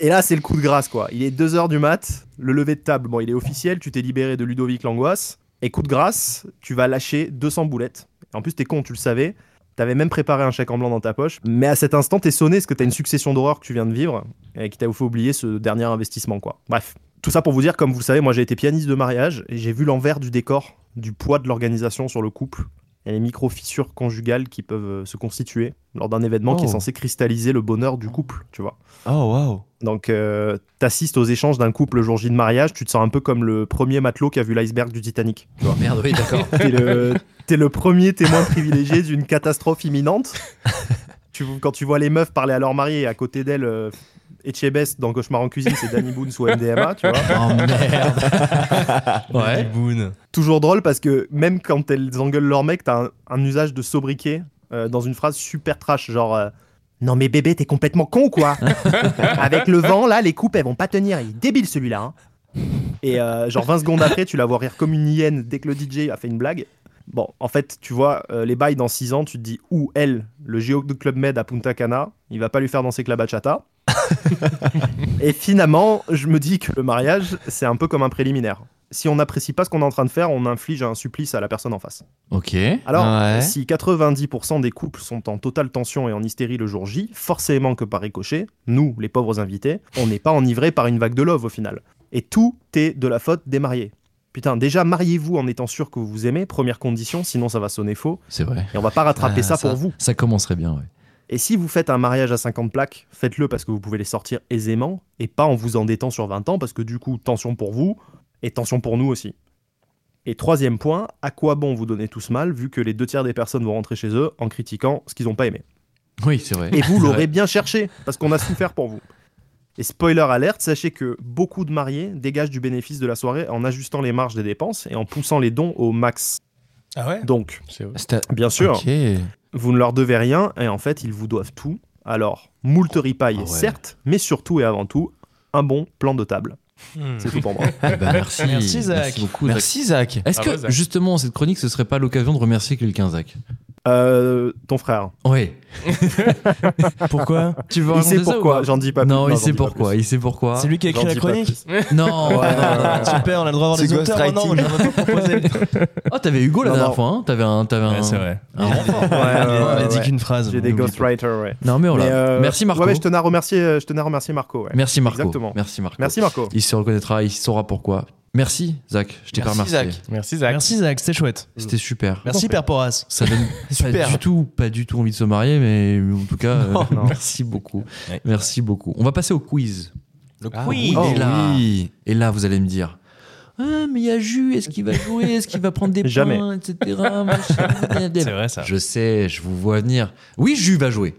Speaker 4: et là, c'est le coup de grâce quoi. Il est 2h du mat, le lever de table, bon, il est officiel, tu t'es libéré de Ludovic l'angoisse. Et coup de grâce, tu vas lâcher 200 boulettes. En plus, t'es con, tu le savais. T'avais même préparé un chèque en blanc dans ta poche. Mais à cet instant, t'es sonné parce que t'as une succession d'horreurs que tu viens de vivre et qui t'a fait oublier ce dernier investissement, quoi. Bref. Tout ça pour vous dire, comme vous le savez, moi j'ai été pianiste de mariage et j'ai vu l'envers du décor, du poids de l'organisation sur le couple et les micro-fissures conjugales qui peuvent euh, se constituer lors d'un événement qui est
Speaker 2: Oh.
Speaker 4: censé cristalliser le bonheur du couple, tu vois.
Speaker 2: Oh waouh.
Speaker 4: Donc, euh, t'assistes aux échanges d'un couple le jour J de mariage, tu te sens un peu comme le premier matelot qui a vu l'iceberg du Titanic.
Speaker 1: Oh, merde, oui, d'accord.
Speaker 4: T'es le, t'es le premier témoin privilégié d'une catastrophe imminente. tu, quand tu vois les meufs parler à leur mari et à côté d'elles, euh, Etchebest dans Cauchemar en cuisine, c'est Danny Boone sous MDMA, tu vois.
Speaker 1: oh merde. ouais.
Speaker 3: Boone.
Speaker 4: Toujours drôle parce que même quand elles engueulent leur mec, t'as un, un usage de sobriquet euh, dans une phrase super trash, genre. euh, non mais bébé, t'es complètement con quoi Avec le vent là, les coupes elles vont pas tenir, il est débile celui-là. hein. Et euh, genre 20 secondes après, tu la vois rire comme une hyène dès que le DJ a fait une blague. Bon, en fait, tu vois, euh, les bails dans 6 ans, tu te dis, ou elle, le géo de Club Med à Punta Cana, il va pas lui faire danser que la bachata. Et finalement, je me dis que le mariage, c'est un peu comme un préliminaire. Si on n'apprécie pas ce qu'on est en train de faire, on inflige un supplice à la personne en face.
Speaker 1: Ok.
Speaker 4: Alors,
Speaker 2: Ah Ouais.
Speaker 4: si 90% des couples sont en totale tension et en hystérie le jour J, forcément que par ricochet, nous, les pauvres invités, on n'est pas enivrés par une vague de love au final. Et tout est de la faute des mariés. Putain, déjà, mariez-vous en étant sûr que vous vous aimez, première condition, sinon ça va sonner faux,
Speaker 1: C'est vrai.
Speaker 4: et on va pas rattraper
Speaker 2: Ah,
Speaker 4: ça,
Speaker 2: ça.
Speaker 4: pour vous.
Speaker 1: Ça commencerait bien, ouais.
Speaker 4: Et si vous faites un mariage à 50 plaques, faites-le parce que vous pouvez les sortir aisément, et pas en vous endettant sur 20 ans, parce que du coup, tension pour vous, et tension pour nous aussi. Et troisième point, à quoi bon vous donner tout ce mal, vu que les deux tiers des personnes vont rentrer chez eux en critiquant ce qu'ils n'ont pas aimé
Speaker 1: Oui, c'est vrai.
Speaker 4: et vous
Speaker 1: C'est
Speaker 4: l'aurez
Speaker 1: vrai.
Speaker 4: bien cherché, parce qu'on a souffert pour vous. Et spoiler alerte, sachez que beaucoup de mariés dégagent du bénéfice de la soirée en ajustant les marges des dépenses et en poussant les dons au max.
Speaker 3: Ah ouais
Speaker 4: Donc,
Speaker 5: C'est
Speaker 2: C'était-
Speaker 4: bien sûr,
Speaker 2: Ok.
Speaker 4: vous ne leur devez rien et en fait, ils vous doivent tout. Alors, moult ripaille,
Speaker 1: Ah ouais.
Speaker 4: certes, mais surtout et avant tout, un bon plan de table. C'est tout pour moi.
Speaker 1: Eh ben, merci.
Speaker 3: Merci, Zach.
Speaker 1: Merci beaucoup, Zach.
Speaker 2: Merci Zach.
Speaker 1: Est-ce
Speaker 5: Bravo,
Speaker 1: que
Speaker 5: Zach.
Speaker 1: justement cette chronique ce serait pas l'occasion de remercier quelqu'un Zach
Speaker 4: Euh, ton frère.
Speaker 1: Ouais.
Speaker 3: Pourquoi
Speaker 1: Tu veux
Speaker 4: il sait
Speaker 1: raconter ça ou
Speaker 4: pourquoi,
Speaker 1: pas
Speaker 4: j'en dis pas
Speaker 1: Non,
Speaker 4: plus.
Speaker 1: il sait
Speaker 4: j'en dis pas
Speaker 1: pourquoi.
Speaker 4: plus.
Speaker 1: Il sait pourquoi.
Speaker 3: C'est lui qui a
Speaker 4: J'en
Speaker 3: écrit la
Speaker 4: dis pas
Speaker 3: chronique
Speaker 4: plus.
Speaker 1: Non.
Speaker 3: Ouais, Super, on a le droit d'avoir
Speaker 2: C'est
Speaker 3: des auteurs
Speaker 2: ghostwriting.
Speaker 3: maintenant. moi, j'aimerais bien proposer.
Speaker 1: Oh, t'avais Hugo la
Speaker 4: Non,
Speaker 1: dernière
Speaker 4: non.
Speaker 1: fois. hein. T'avais un. t'avais un-
Speaker 3: Ouais, c'est vrai.
Speaker 1: un renfort.
Speaker 4: Ouais,
Speaker 3: Il
Speaker 4: ouais,
Speaker 3: a
Speaker 4: ouais,
Speaker 3: dit
Speaker 4: ouais.
Speaker 3: qu'une phrase.
Speaker 4: J'ai des
Speaker 3: n'oublie pas.
Speaker 4: ghostwriters, ouais.
Speaker 1: Non, mais voilà.
Speaker 4: Mais, euh,
Speaker 1: Oh Merci Marco.
Speaker 4: Ouais, mais je tenais à remercier, euh, je tenais à remercier Marco. ouais.
Speaker 1: Merci Marco.
Speaker 4: Exactement.
Speaker 1: Merci Marco.
Speaker 4: Merci Marco.
Speaker 1: Il se reconnaîtra, il saura pourquoi. Merci Zach, je t'ai pas
Speaker 2: Merci,
Speaker 1: remercié.
Speaker 2: Zach.
Speaker 5: Merci Zach.
Speaker 3: Merci Zach, c'était chouette.
Speaker 1: C'était super.
Speaker 3: Merci Perporas.
Speaker 1: Mm. Ça donne
Speaker 2: Super.
Speaker 1: pas du tout, pas du tout envie de se marier, mais en tout cas, euh,
Speaker 4: non.
Speaker 1: merci beaucoup,
Speaker 3: Ouais.
Speaker 1: merci beaucoup. On va passer au quiz.
Speaker 3: Le
Speaker 2: Ah,
Speaker 1: Et
Speaker 2: quiz.
Speaker 4: Oh,
Speaker 1: là, et là, vous allez me dire. Ah, mais il y a Jus, est-ce qu'il va jouer Est-ce qu'il va prendre des
Speaker 4: Jamais.
Speaker 1: points, etc. machin,
Speaker 3: C'est vrai ça.
Speaker 1: Je sais, je vous vois venir. Oui, Jus va jouer.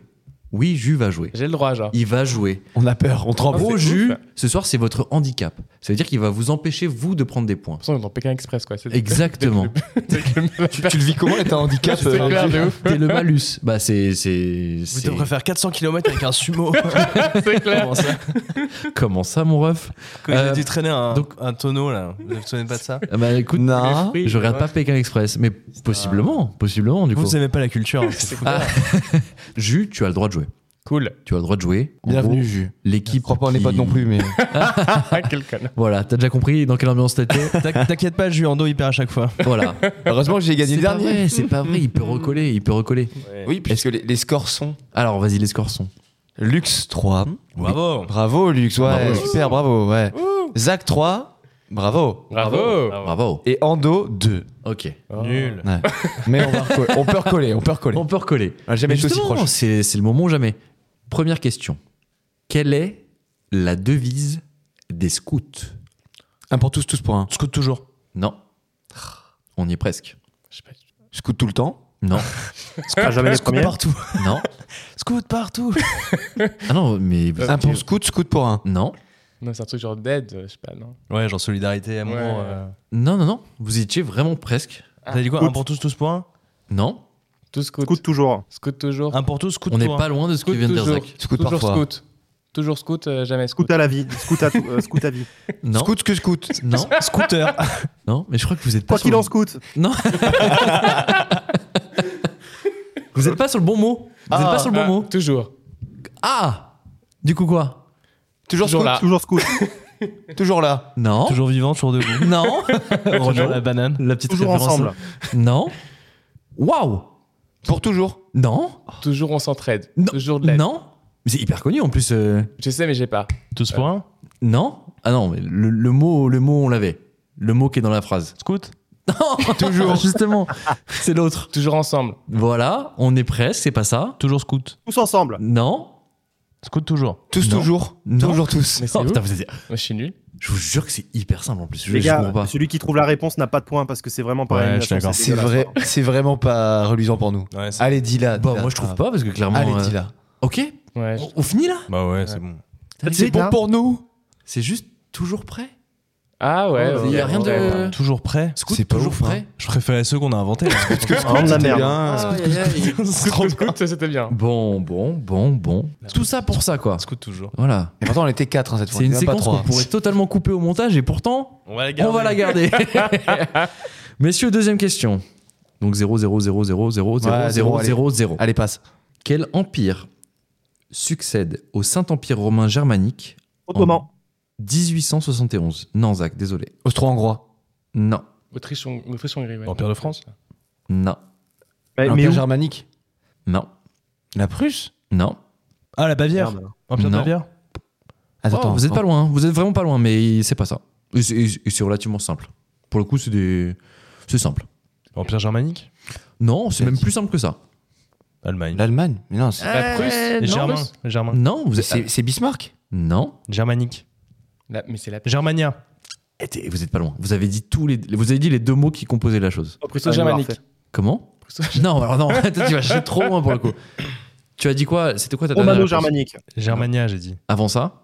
Speaker 1: Oui, Jus va jouer.
Speaker 5: J'ai le droit, genre. Ah,
Speaker 1: Il va jouer.
Speaker 2: On a peur, on tremble.
Speaker 1: Gros
Speaker 5: ouf. hein.
Speaker 1: jus, ce soir, c'est votre handicap. Ça veut dire qu'il va vous empêcher, vous, de prendre des points.
Speaker 5: De toute façon, on est dans Pékin Express, quoi. C'est-
Speaker 1: Exactement.
Speaker 2: Tu, tu le vis comment être un handicap
Speaker 5: C'est
Speaker 2: euh,
Speaker 5: clair,
Speaker 2: Dieu
Speaker 5: de ouf.
Speaker 1: T'es le malus. Bah, c'est. c'est-
Speaker 3: Vous
Speaker 1: c'est-
Speaker 3: devrez faire 400 km avec un sumo.
Speaker 5: C'est clair.
Speaker 3: Comment ça
Speaker 1: Comment ça, mon ref
Speaker 3: Quand il a
Speaker 1: Euh,
Speaker 3: dû traîner un,
Speaker 1: donc-
Speaker 3: un tonneau là. Vous ne vous souvenez pas de ça
Speaker 1: Ah Bah, écoute,
Speaker 2: Non.
Speaker 1: je regarde pas Pékin Express, mais possiblement, possiblement, du coup.
Speaker 3: Vous aimez pas la culture. hein, c'est fou.
Speaker 1: Ah. Jus, tu as le droit de jouer.
Speaker 5: Cool.
Speaker 1: Tu as le droit de jouer. En
Speaker 2: Bienvenue,
Speaker 1: gros,
Speaker 2: Jus. Je
Speaker 1: L'équipe.
Speaker 2: crois pas en
Speaker 1: qui-
Speaker 2: EHPAD non plus, mais.
Speaker 5: Ah, quel connard.
Speaker 1: Voilà, t'as déjà compris dans quelle ambiance t'étais.
Speaker 3: T'in- T'inquiète pas, je lui en dos hyper à chaque fois.
Speaker 1: voilà.
Speaker 2: Heureusement que j'ai gagné
Speaker 1: C'est
Speaker 2: le
Speaker 1: pas
Speaker 2: dernier.
Speaker 1: vrai, c'est pas vrai. Il peut recoller, il peut recoller.
Speaker 2: Oui, puisque les, les scores sont.
Speaker 1: Alors, vas-y, les scores sont.
Speaker 2: Lux 3.
Speaker 3: Bravo.
Speaker 2: Bravo, Lux. Ouais,
Speaker 1: Bravo, Lux.
Speaker 2: super, bravo. Ouais. Zach 3. Bravo.
Speaker 5: Bravo.
Speaker 1: Bravo.
Speaker 2: Et Ando 2.
Speaker 1: Ok.
Speaker 3: Nul.
Speaker 2: Ouais. mais on, va recoller. on peut recoller, on peut recoller.
Speaker 1: On peut recoller.
Speaker 2: On a jamais
Speaker 1: Mais
Speaker 2: été aussi
Speaker 1: justement,
Speaker 2: proche.
Speaker 1: C'est, c'est le moment ou jamais. Première question. Quelle est la devise des scouts
Speaker 2: Un pour tous, tous pour un.
Speaker 3: Scoot toujours.
Speaker 1: Non. On y est presque.
Speaker 2: Scoot tout le temps.
Speaker 1: Non.
Speaker 4: Ah, jamais les
Speaker 3: Scoot
Speaker 4: premiers.
Speaker 3: partout.
Speaker 1: non.
Speaker 3: Scoot partout.
Speaker 1: Ah non, mais.
Speaker 2: Un Euh, pour scoot, scoot pour un.
Speaker 1: Non.
Speaker 5: Non, c'est un truc genre dead, euh, je sais pas, non.
Speaker 3: Ouais, genre solidarité, amour.
Speaker 5: Ouais.
Speaker 3: euh.
Speaker 1: Non, non, non. Vous étiez vraiment presque.
Speaker 3: T'as dit quoi Un pour tous, tous pour un
Speaker 1: Non.
Speaker 5: Tout scout.
Speaker 4: Écoute toujours. hein.
Speaker 5: Scout toujours.
Speaker 3: Un pour tous, scoot
Speaker 1: On n'est
Speaker 3: pour un.
Speaker 1: pas loin de ce que vient de dire
Speaker 5: toujours.
Speaker 1: Zach.
Speaker 2: Scoot
Speaker 5: toujours
Speaker 2: parfois.
Speaker 5: scout. Toujours scout, euh, jamais scout.
Speaker 4: Scout à la vie. Scout à, tout- euh, scout à vie.
Speaker 1: Non.
Speaker 2: Scoot que scoot.
Speaker 1: Non.
Speaker 3: Scooter.
Speaker 1: Non. Mais je crois que vous êtes pas.
Speaker 4: Quoi
Speaker 1: sur
Speaker 4: qu'il
Speaker 1: le-
Speaker 4: en scout.
Speaker 1: Non. vous êtes pas sur le bon mot. Vous êtes pas sur le bon
Speaker 5: Ah,
Speaker 1: mot.
Speaker 5: Toujours.
Speaker 1: Ah. Du coup quoi
Speaker 2: Toujours
Speaker 5: Toujours
Speaker 2: scoot.
Speaker 5: là.
Speaker 4: Toujours scout.
Speaker 2: Toujours là.
Speaker 1: Non.
Speaker 3: Toujours vivant, toujours debout.
Speaker 1: Non.
Speaker 3: Toujours la banane.
Speaker 1: La petite
Speaker 4: Toujours
Speaker 1: référence.
Speaker 4: ensemble.
Speaker 1: Non. Waouh.
Speaker 2: Pour toujours.
Speaker 1: Non.
Speaker 5: Toujours on s'entraide.
Speaker 1: Non.
Speaker 5: Toujours de l'aide.
Speaker 1: Non. Mais c'est hyper connu en plus. euh,
Speaker 5: Je sais, mais j'ai pas.
Speaker 3: Tous pour un
Speaker 1: Non. Ah non, mais le, le mot, le mot, on l'avait. Le mot qui est dans la phrase.
Speaker 3: Scoot
Speaker 1: Toujours. Justement. C'est l'autre.
Speaker 5: Toujours ensemble.
Speaker 1: Voilà. On est presque. C'est pas ça.
Speaker 3: Toujours scoot.
Speaker 4: Tous ensemble.
Speaker 1: Non.
Speaker 3: Scoot toujours.
Speaker 2: Tous
Speaker 1: Non.
Speaker 2: toujours.
Speaker 1: Non.
Speaker 2: Toujours tous.
Speaker 5: Mais c'est
Speaker 1: Oh,
Speaker 5: ouf.
Speaker 1: putain, vous êtes-
Speaker 5: Moi, je suis nul.
Speaker 1: Je vous jure que c'est hyper simple en plus. Je
Speaker 4: Les
Speaker 1: je
Speaker 4: gars,
Speaker 1: comprends pas.
Speaker 4: celui qui trouve la réponse n'a pas de points parce que c'est vraiment pas
Speaker 3: Ouais,
Speaker 4: une
Speaker 3: je suis
Speaker 4: nation,
Speaker 3: d'accord.
Speaker 4: c'est
Speaker 2: C'est
Speaker 4: dégueulasse.
Speaker 2: vrai, c'est vraiment pas reluisant pour nous.
Speaker 3: Ouais, c'est-
Speaker 2: Allez, dis-la.
Speaker 1: Bah,
Speaker 2: dis-la. Ah.
Speaker 1: moi je trouve pas parce que clairement.
Speaker 2: Allez,
Speaker 1: euh,
Speaker 2: dis-la.
Speaker 1: Ok.
Speaker 5: Ouais, je-
Speaker 1: On, on finit là.
Speaker 3: Bah ouais, c'est bon.
Speaker 4: C'est bon
Speaker 2: pour nous.
Speaker 1: C'est juste toujours prêt.
Speaker 5: Ah ouais.
Speaker 1: Il y a
Speaker 5: ouais,
Speaker 1: rien de-
Speaker 5: ouais.
Speaker 1: Euh,
Speaker 3: Toujours prêt
Speaker 1: Scoot
Speaker 2: C'est pas
Speaker 1: toujours
Speaker 2: ouf, hein.
Speaker 1: prêt.
Speaker 3: Je préférais ceux qu'on a inventés. hein. là.
Speaker 1: Oh,
Speaker 4: Ah, on de la merde.
Speaker 5: Scout, scout, ça, c'était bien.
Speaker 1: Bon, bon, bon, bon. Tout ça pour ça quoi.
Speaker 3: Scoot toujours.
Speaker 1: Voilà.
Speaker 2: Et pourtant, on était 4 cette fois.
Speaker 1: C'est une
Speaker 2: même pas
Speaker 1: séquence
Speaker 2: trois. hein.
Speaker 1: qu'on pourrait totalement couper au montage et pourtant
Speaker 3: On va la
Speaker 1: On va la garder. Messieurs, deuxième question. Donc 0, 0, 0, 0, 0, 0,
Speaker 2: Ouais,
Speaker 1: 0, 0, 0.
Speaker 2: Allez, passe.
Speaker 1: Quel empire succède au Saint-Empire romain germanique
Speaker 4: Ottoman.
Speaker 1: 1871 Non, Zach, désolé.
Speaker 2: Austro-Hongrois.
Speaker 1: Non,
Speaker 5: Autriche-Hongrie. ouais.
Speaker 3: Empire de France
Speaker 1: non,
Speaker 4: Mais, Bah, mais
Speaker 2: L'Empire
Speaker 4: où
Speaker 2: germanique.
Speaker 1: non,
Speaker 2: La Prusse
Speaker 1: non.
Speaker 3: Ah, la Bavière.
Speaker 4: Merde.
Speaker 3: Empire de
Speaker 1: Non.
Speaker 3: Bavière
Speaker 1: Oh,
Speaker 2: Attends, attends,
Speaker 1: vous êtes pas
Speaker 2: attends.
Speaker 1: loin, hein. vous êtes vraiment pas loin, mais c'est pas ça. Et c'est- et c'est relativement simple. Pour le coup, c'est des... c'est simple.
Speaker 3: Empire germanique
Speaker 1: Non, c'est
Speaker 2: T'as
Speaker 1: même
Speaker 2: dit-
Speaker 1: plus simple que ça. Euh,
Speaker 3: Allemagne.
Speaker 2: L'Allemagne Mais non, c'est.
Speaker 5: La Prusse.
Speaker 3: Les
Speaker 5: non,
Speaker 3: Germains.
Speaker 5: Russe.
Speaker 3: Les Germains.
Speaker 1: Non, vous
Speaker 2: Mais
Speaker 1: êtes...
Speaker 2: c'est- c'est Bismarck
Speaker 1: Non.
Speaker 3: Germanique.
Speaker 5: La- Mais c'est la.
Speaker 3: Germania.
Speaker 1: Eh, t'es- Vous êtes pas loin. Vous avez dit tous les, vous avez dit les deux mots qui composaient la chose.
Speaker 4: Ah,
Speaker 5: Prusso-germanique.
Speaker 1: Comment Non, alors non, toi, tu vas chercher trop loin pour le coup. Tu as dit quoi C'était quoi ta dernière réponse
Speaker 4: Romano-germanique.
Speaker 3: Germania, j'ai dit.
Speaker 1: Avant ça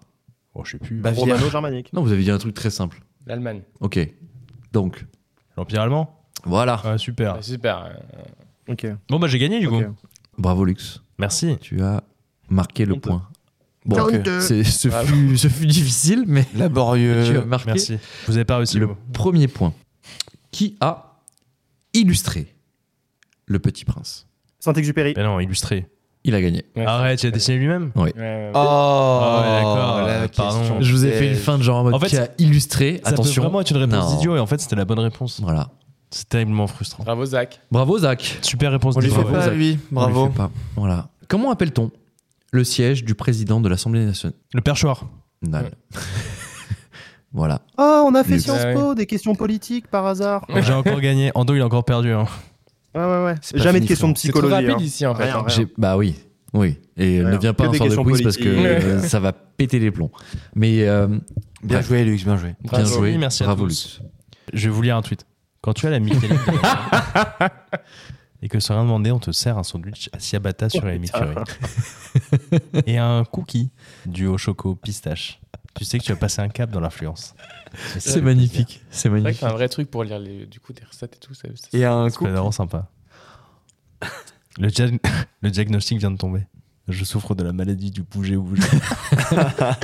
Speaker 3: Oh, je sais plus.
Speaker 4: Romano-germanique.
Speaker 1: Non, vous avez dit un truc très simple.
Speaker 5: L'Allemagne.
Speaker 1: Ok. Donc,
Speaker 3: L'Empire allemand
Speaker 1: voilà.
Speaker 3: Ah, super.
Speaker 5: Ah, super.
Speaker 4: Ok.
Speaker 3: Bon, bah j'ai gagné du
Speaker 4: Ok.
Speaker 3: coup.
Speaker 1: Bravo, Lux.
Speaker 3: Merci.
Speaker 1: Tu as marqué le
Speaker 4: On peut.
Speaker 1: point. Bon,
Speaker 2: Donc,
Speaker 1: ok. C'est- ce, fut, ce fut difficile, mais tu as
Speaker 2: Laborieux.
Speaker 1: marqué
Speaker 3: Merci. Vous avez pas réussi.
Speaker 1: le
Speaker 3: vous.
Speaker 1: premier point. Qui a illustré Le Petit Prince
Speaker 4: Saint-Exupéry.
Speaker 3: Ben non, illustré.
Speaker 1: Il a gagné.
Speaker 5: Ouais,
Speaker 3: Arrête, il a dessiné lui-même
Speaker 5: Ouais, ouais, ouais.
Speaker 2: Oh,
Speaker 3: Ah ouais, d'accord,
Speaker 2: la
Speaker 3: euh, pardon.
Speaker 2: question
Speaker 1: Je vous ai fait une
Speaker 2: piège.
Speaker 1: fin de genre en mode
Speaker 3: En fait,
Speaker 1: qui a illustré.
Speaker 3: Ça peut
Speaker 1: Attention.
Speaker 3: vraiment être une réponse
Speaker 1: Non.
Speaker 3: d'idiot et en fait, c'était la bonne réponse.
Speaker 1: Voilà.
Speaker 3: C'est terriblement frustrant.
Speaker 5: Bravo Zach.
Speaker 1: Bravo Zach.
Speaker 3: Super réponse
Speaker 2: On lui fait
Speaker 3: d'idiot.
Speaker 1: Bravo,
Speaker 2: pas
Speaker 1: Zach.
Speaker 2: lui,
Speaker 1: On lui
Speaker 2: bravo.
Speaker 1: fait pas. Voilà. Comment appelle-t-on le siège du président de l'Assemblée nationale
Speaker 3: Le perchoir.
Speaker 1: Voilà.
Speaker 4: Ah, on a fait
Speaker 1: Luc.
Speaker 4: Sciences
Speaker 5: Ah,
Speaker 4: Po, des questions politiques par hasard.
Speaker 3: J'ai encore gagné. Ando, il a encore perdu. hein.
Speaker 4: Ouais, ouais, ouais.
Speaker 1: pas
Speaker 4: Jamais
Speaker 1: fini,
Speaker 4: de questions de
Speaker 5: C'est trop
Speaker 4: psychologie.
Speaker 5: rapide
Speaker 4: hein.
Speaker 5: ici en fait.
Speaker 4: Rien,
Speaker 5: hein.
Speaker 4: rien.
Speaker 1: J'ai- Bah oui, oui. Et
Speaker 4: Ouais,
Speaker 1: ne viens pas
Speaker 4: que
Speaker 1: en
Speaker 4: des
Speaker 1: sort de
Speaker 4: questions
Speaker 1: quiz parce que
Speaker 4: politiques.
Speaker 1: euh, ça va péter les plombs. Mais euh,
Speaker 2: Bien
Speaker 1: bref,
Speaker 2: joué, Lux, bien joué.
Speaker 1: bien
Speaker 3: Bravo,
Speaker 1: joué.
Speaker 3: oui, merci à
Speaker 1: Bravo,
Speaker 3: tous. Euh,
Speaker 1: Luc.
Speaker 3: Je vais vous lire un tweet. Quand tu as la Michel et que sans rien demander, on te sert un sandwich à ciabatta sur la Curry
Speaker 1: Oh,
Speaker 3: et un cookie du haut choco pistache. Tu sais que tu as passé un cap dans l'influence. Et ça
Speaker 1: C'est
Speaker 3: fait plaisir.
Speaker 1: magnifique. C'est
Speaker 5: C'est vrai que
Speaker 1: magnifique.
Speaker 5: c'est un vrai truc pour lire les, du coup des recettes et tout. ça- ça-
Speaker 2: Et un
Speaker 3: C'est
Speaker 2: coup.
Speaker 3: vraiment sympa. Le, dia- le diagnostic vient de tomber. Je souffre de la maladie du bouger ou bouger.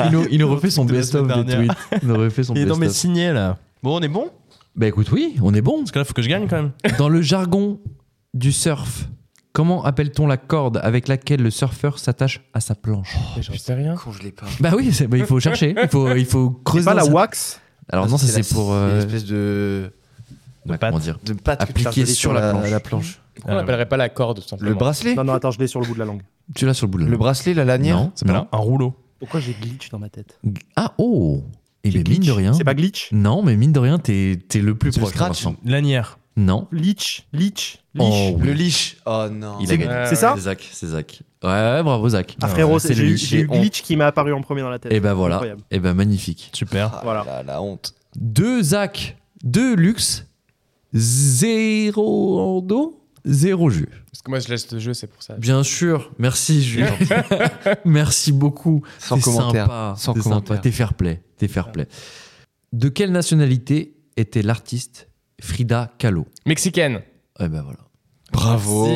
Speaker 1: Il nous, il nous refait son
Speaker 3: De la
Speaker 1: best-of
Speaker 3: semaine
Speaker 1: des tweets.
Speaker 3: dernière.
Speaker 1: Il nous refait son
Speaker 3: Et non, mais
Speaker 1: best-of.
Speaker 3: signé là. Bon, on est bon
Speaker 1: Bah écoute, oui, on est bon.
Speaker 3: Parce que là, faut que je gagne quand même.
Speaker 1: Dans le jargon du surf, comment appelle-t-on la corde avec laquelle le surfeur s'attache à sa planche
Speaker 5: Mais J'en Oh, sais rien.
Speaker 2: je l'ai pas.
Speaker 1: Bah oui, c'est- bah, il faut chercher. Il faut, il faut creuser.
Speaker 4: C'est hein. pas
Speaker 1: dans
Speaker 4: la
Speaker 1: sa-
Speaker 4: wax
Speaker 1: Alors non, ça c'est
Speaker 2: Ah, la-
Speaker 1: pour euh,
Speaker 2: Une espèce de.
Speaker 1: ouais,
Speaker 3: pâte.
Speaker 1: comment dire
Speaker 2: de pâte que tu
Speaker 1: Appliqué
Speaker 2: t'as
Speaker 1: sur la planche.
Speaker 2: planche.
Speaker 5: Pourquoi on l'appellerait pas la corde tout simplement
Speaker 2: Le bracelet
Speaker 4: Non, non, attends, je l'ai sur le bout de la langue.
Speaker 1: Tu l'as sur le bout de la
Speaker 2: Le
Speaker 1: langue.
Speaker 2: bracelet, la lanière
Speaker 1: Non,
Speaker 3: C'est pas
Speaker 1: non.
Speaker 3: là Un rouleau.
Speaker 4: Pourquoi j'ai glitch dans ma tête
Speaker 1: Ah oh Et bien mine de rien.
Speaker 4: C'est pas glitch
Speaker 1: Non, mais mine de rien, t'es t'es le plus
Speaker 2: C'est le
Speaker 1: proche. pour
Speaker 2: scratch
Speaker 1: l'instant.
Speaker 3: Lanière.
Speaker 1: Non.
Speaker 4: Leech, leech, leech.
Speaker 1: Oh, oui.
Speaker 2: Le leash. Oh non.
Speaker 1: Il a gagné.
Speaker 4: C'est ça
Speaker 1: C'est Zach, c'est Zach. Ouais, ouais, bravo Zach.
Speaker 4: Ah frérot,
Speaker 1: c'est
Speaker 4: c'est-
Speaker 1: le
Speaker 4: j'ai eu,
Speaker 1: leech,
Speaker 4: j'ai eu
Speaker 1: j'ai honte.
Speaker 4: glitch qui m'est apparu en premier dans la tête.
Speaker 1: Et ben voilà.
Speaker 4: Incroyable.
Speaker 1: Et ben magnifique.
Speaker 3: Super.
Speaker 4: Voilà.
Speaker 2: voilà. Ah, la honte.
Speaker 1: Deux Zach, deux Lux, zéro Ando, zéro jeu.
Speaker 5: Parce que moi je laisse le jeu, c'est pour ça.
Speaker 1: Bien sûr, merci Jules. merci beaucoup.
Speaker 2: Sans
Speaker 1: T'es
Speaker 2: commentaire.
Speaker 1: Sympa.
Speaker 2: Sans
Speaker 1: T'es sympa.
Speaker 2: commentaire.
Speaker 1: T'es fair play. T'es fair play. De quelle nationalité était l'artiste Frida Kahlo
Speaker 5: Mexicaine.
Speaker 1: Eh ben voilà.
Speaker 2: Bravo.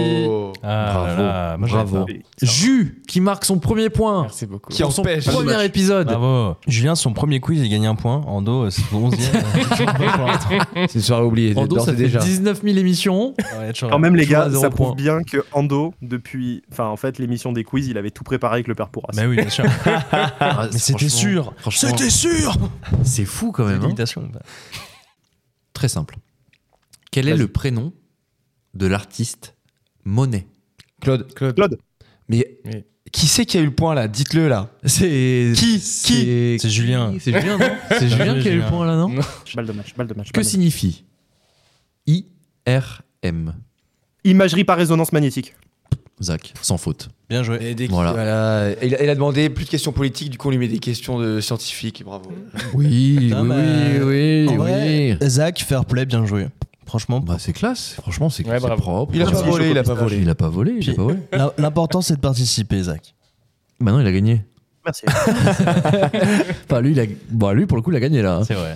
Speaker 3: Ah
Speaker 1: Bravo.
Speaker 3: là là, moi, j'avais
Speaker 1: Bravo.
Speaker 3: pas.
Speaker 1: Jus qui marque son premier point
Speaker 5: Merci beaucoup.
Speaker 2: Qui
Speaker 1: pour son
Speaker 2: empêche.
Speaker 1: premier épisode.
Speaker 3: Bravo. Ah, Julien, son premier quiz, il gagne un point. Ando, euh, c'est son 11
Speaker 2: C'est une soirée oubliée.
Speaker 1: Ando,
Speaker 2: d'ores
Speaker 1: ça
Speaker 2: et
Speaker 1: fait
Speaker 2: déjà.
Speaker 1: 19 000 émissions.
Speaker 4: Quand même, les
Speaker 1: Toujours à
Speaker 4: gars,
Speaker 1: zéro
Speaker 4: ça prouve
Speaker 1: point.
Speaker 4: bien que Ando, depuis. Enfin, en fait, l'émission des quiz, il avait tout préparé avec le père Pourras.
Speaker 3: Bah oui, bien sûr.
Speaker 1: Ah,
Speaker 3: Mais c'était
Speaker 1: franchement,
Speaker 3: sûr.
Speaker 1: franchement,
Speaker 3: C'était sûr.
Speaker 1: C'est fou quand même. hein.
Speaker 3: Imitation.
Speaker 1: Très simple. Quel est
Speaker 2: Vas-y.
Speaker 1: le prénom de l'artiste Monet
Speaker 2: Claude. Claude.
Speaker 4: Claude.
Speaker 2: Mais
Speaker 5: Oui.
Speaker 2: qui c'est qui a eu le point là Dites-le là.
Speaker 1: C'est
Speaker 2: Qui
Speaker 1: c'est-
Speaker 3: C'est Julien.
Speaker 1: C'est Julien, non C'est
Speaker 3: Bien
Speaker 1: Julien
Speaker 3: joué,
Speaker 1: qui a eu le
Speaker 3: Julien.
Speaker 1: point là, non
Speaker 5: Non.
Speaker 4: Balle de match, balle de match.
Speaker 1: Que
Speaker 4: balle de match.
Speaker 1: signifie IRM
Speaker 4: Imagerie par résonance magnétique.
Speaker 1: Zach, sans faute.
Speaker 3: Bien joué.
Speaker 2: Et dès qu'il-
Speaker 1: Voilà.
Speaker 2: voilà. Et Il, a, il a demandé plus de questions politiques, du coup on lui met des questions de scientifiques. Bravo.
Speaker 1: Oui,
Speaker 3: Putain, bah,
Speaker 1: oui,
Speaker 3: En vrai, Zach, fair play, bien joué. Franchement.
Speaker 1: Bah, c'est classe, franchement, c'est
Speaker 5: Ouais,
Speaker 1: c'est
Speaker 5: bravo.
Speaker 1: propre.
Speaker 2: Il a pas
Speaker 1: Bravo.
Speaker 2: volé, il a pas volé.
Speaker 1: Il a pas volé, il a pas volé.
Speaker 3: la- L'important, c'est de participer, Zach.
Speaker 1: Bah non, il a gagné.
Speaker 4: Merci.
Speaker 1: Enfin, lui, il a... bah, lui, pour le coup, il a gagné là.
Speaker 3: C'est vrai.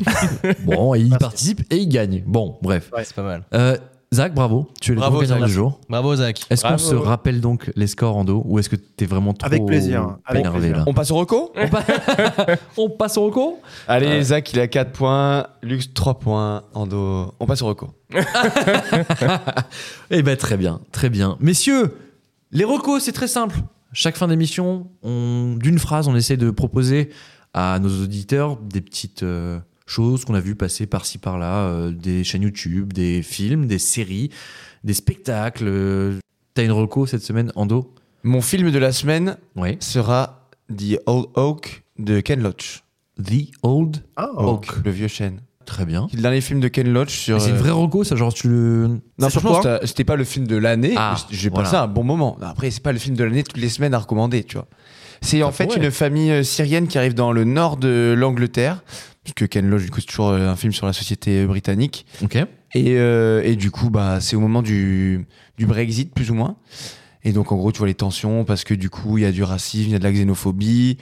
Speaker 1: Bon, il
Speaker 4: Merci.
Speaker 1: participe et il gagne. Bon, bref.
Speaker 3: c'est pas mal.
Speaker 1: Euh, Zach, bravo. Tu es le
Speaker 2: Bravo,
Speaker 1: grand gagnant
Speaker 2: Zach.
Speaker 1: du jour.
Speaker 3: Bravo, Zach.
Speaker 1: Est-ce qu'on
Speaker 5: Bravo.
Speaker 1: se rappelle donc les scores en dos ou est-ce que t'es vraiment trop
Speaker 4: Avec plaisir, avec
Speaker 1: énervé
Speaker 4: plaisir.
Speaker 1: là
Speaker 2: On passe au reco
Speaker 1: on, pa- on passe au recours
Speaker 2: Allez, Zach, il a 4 points. Lux, 3 points. Ando. On passe au reco.
Speaker 1: Eh ben très bien, très bien. Messieurs, les recos, c'est très simple. Chaque fin d'émission, on- d'une phrase, on essaie de proposer à nos auditeurs des petites euh, choses qu'on a vues passer par-ci par-là, euh, des chaînes YouTube, des films, des séries, des spectacles. Euh, T'as une reco cette semaine, Ando
Speaker 2: Mon film de la semaine
Speaker 1: Oui.
Speaker 2: sera The Old Oak de Ken Loach.
Speaker 1: The Old
Speaker 5: Ah,
Speaker 4: Oh.
Speaker 1: Oak.
Speaker 2: Oak, le vieux chêne.
Speaker 1: Très bien.
Speaker 2: C'est le dernier film de Ken Loach
Speaker 1: Mais
Speaker 2: sur.
Speaker 1: C'est une
Speaker 2: euh,
Speaker 1: vraie reco, ça, genre tu le...
Speaker 2: Non,
Speaker 4: C'est sur
Speaker 2: franchement,
Speaker 4: quoi
Speaker 2: c'était- c'était pas le film de l'année.
Speaker 1: Ah,
Speaker 2: mais J'ai
Speaker 1: voilà.
Speaker 2: passé un bon moment. Après, c'est pas le film de l'année toutes les semaines à recommander, tu vois. C'est en fait
Speaker 1: pourrait.
Speaker 2: une famille euh, syrienne qui arrive dans le nord de l'Angleterre, puisque Ken Loach, du coup, c'est toujours euh, un film sur la société euh, britannique.
Speaker 1: Ok.
Speaker 2: Et, euh, et du coup, bah, c'est au moment du, du Brexit, plus ou moins. Et donc, en gros, tu vois les tensions parce que du coup, il y a du racisme, il y a de la xénophobie,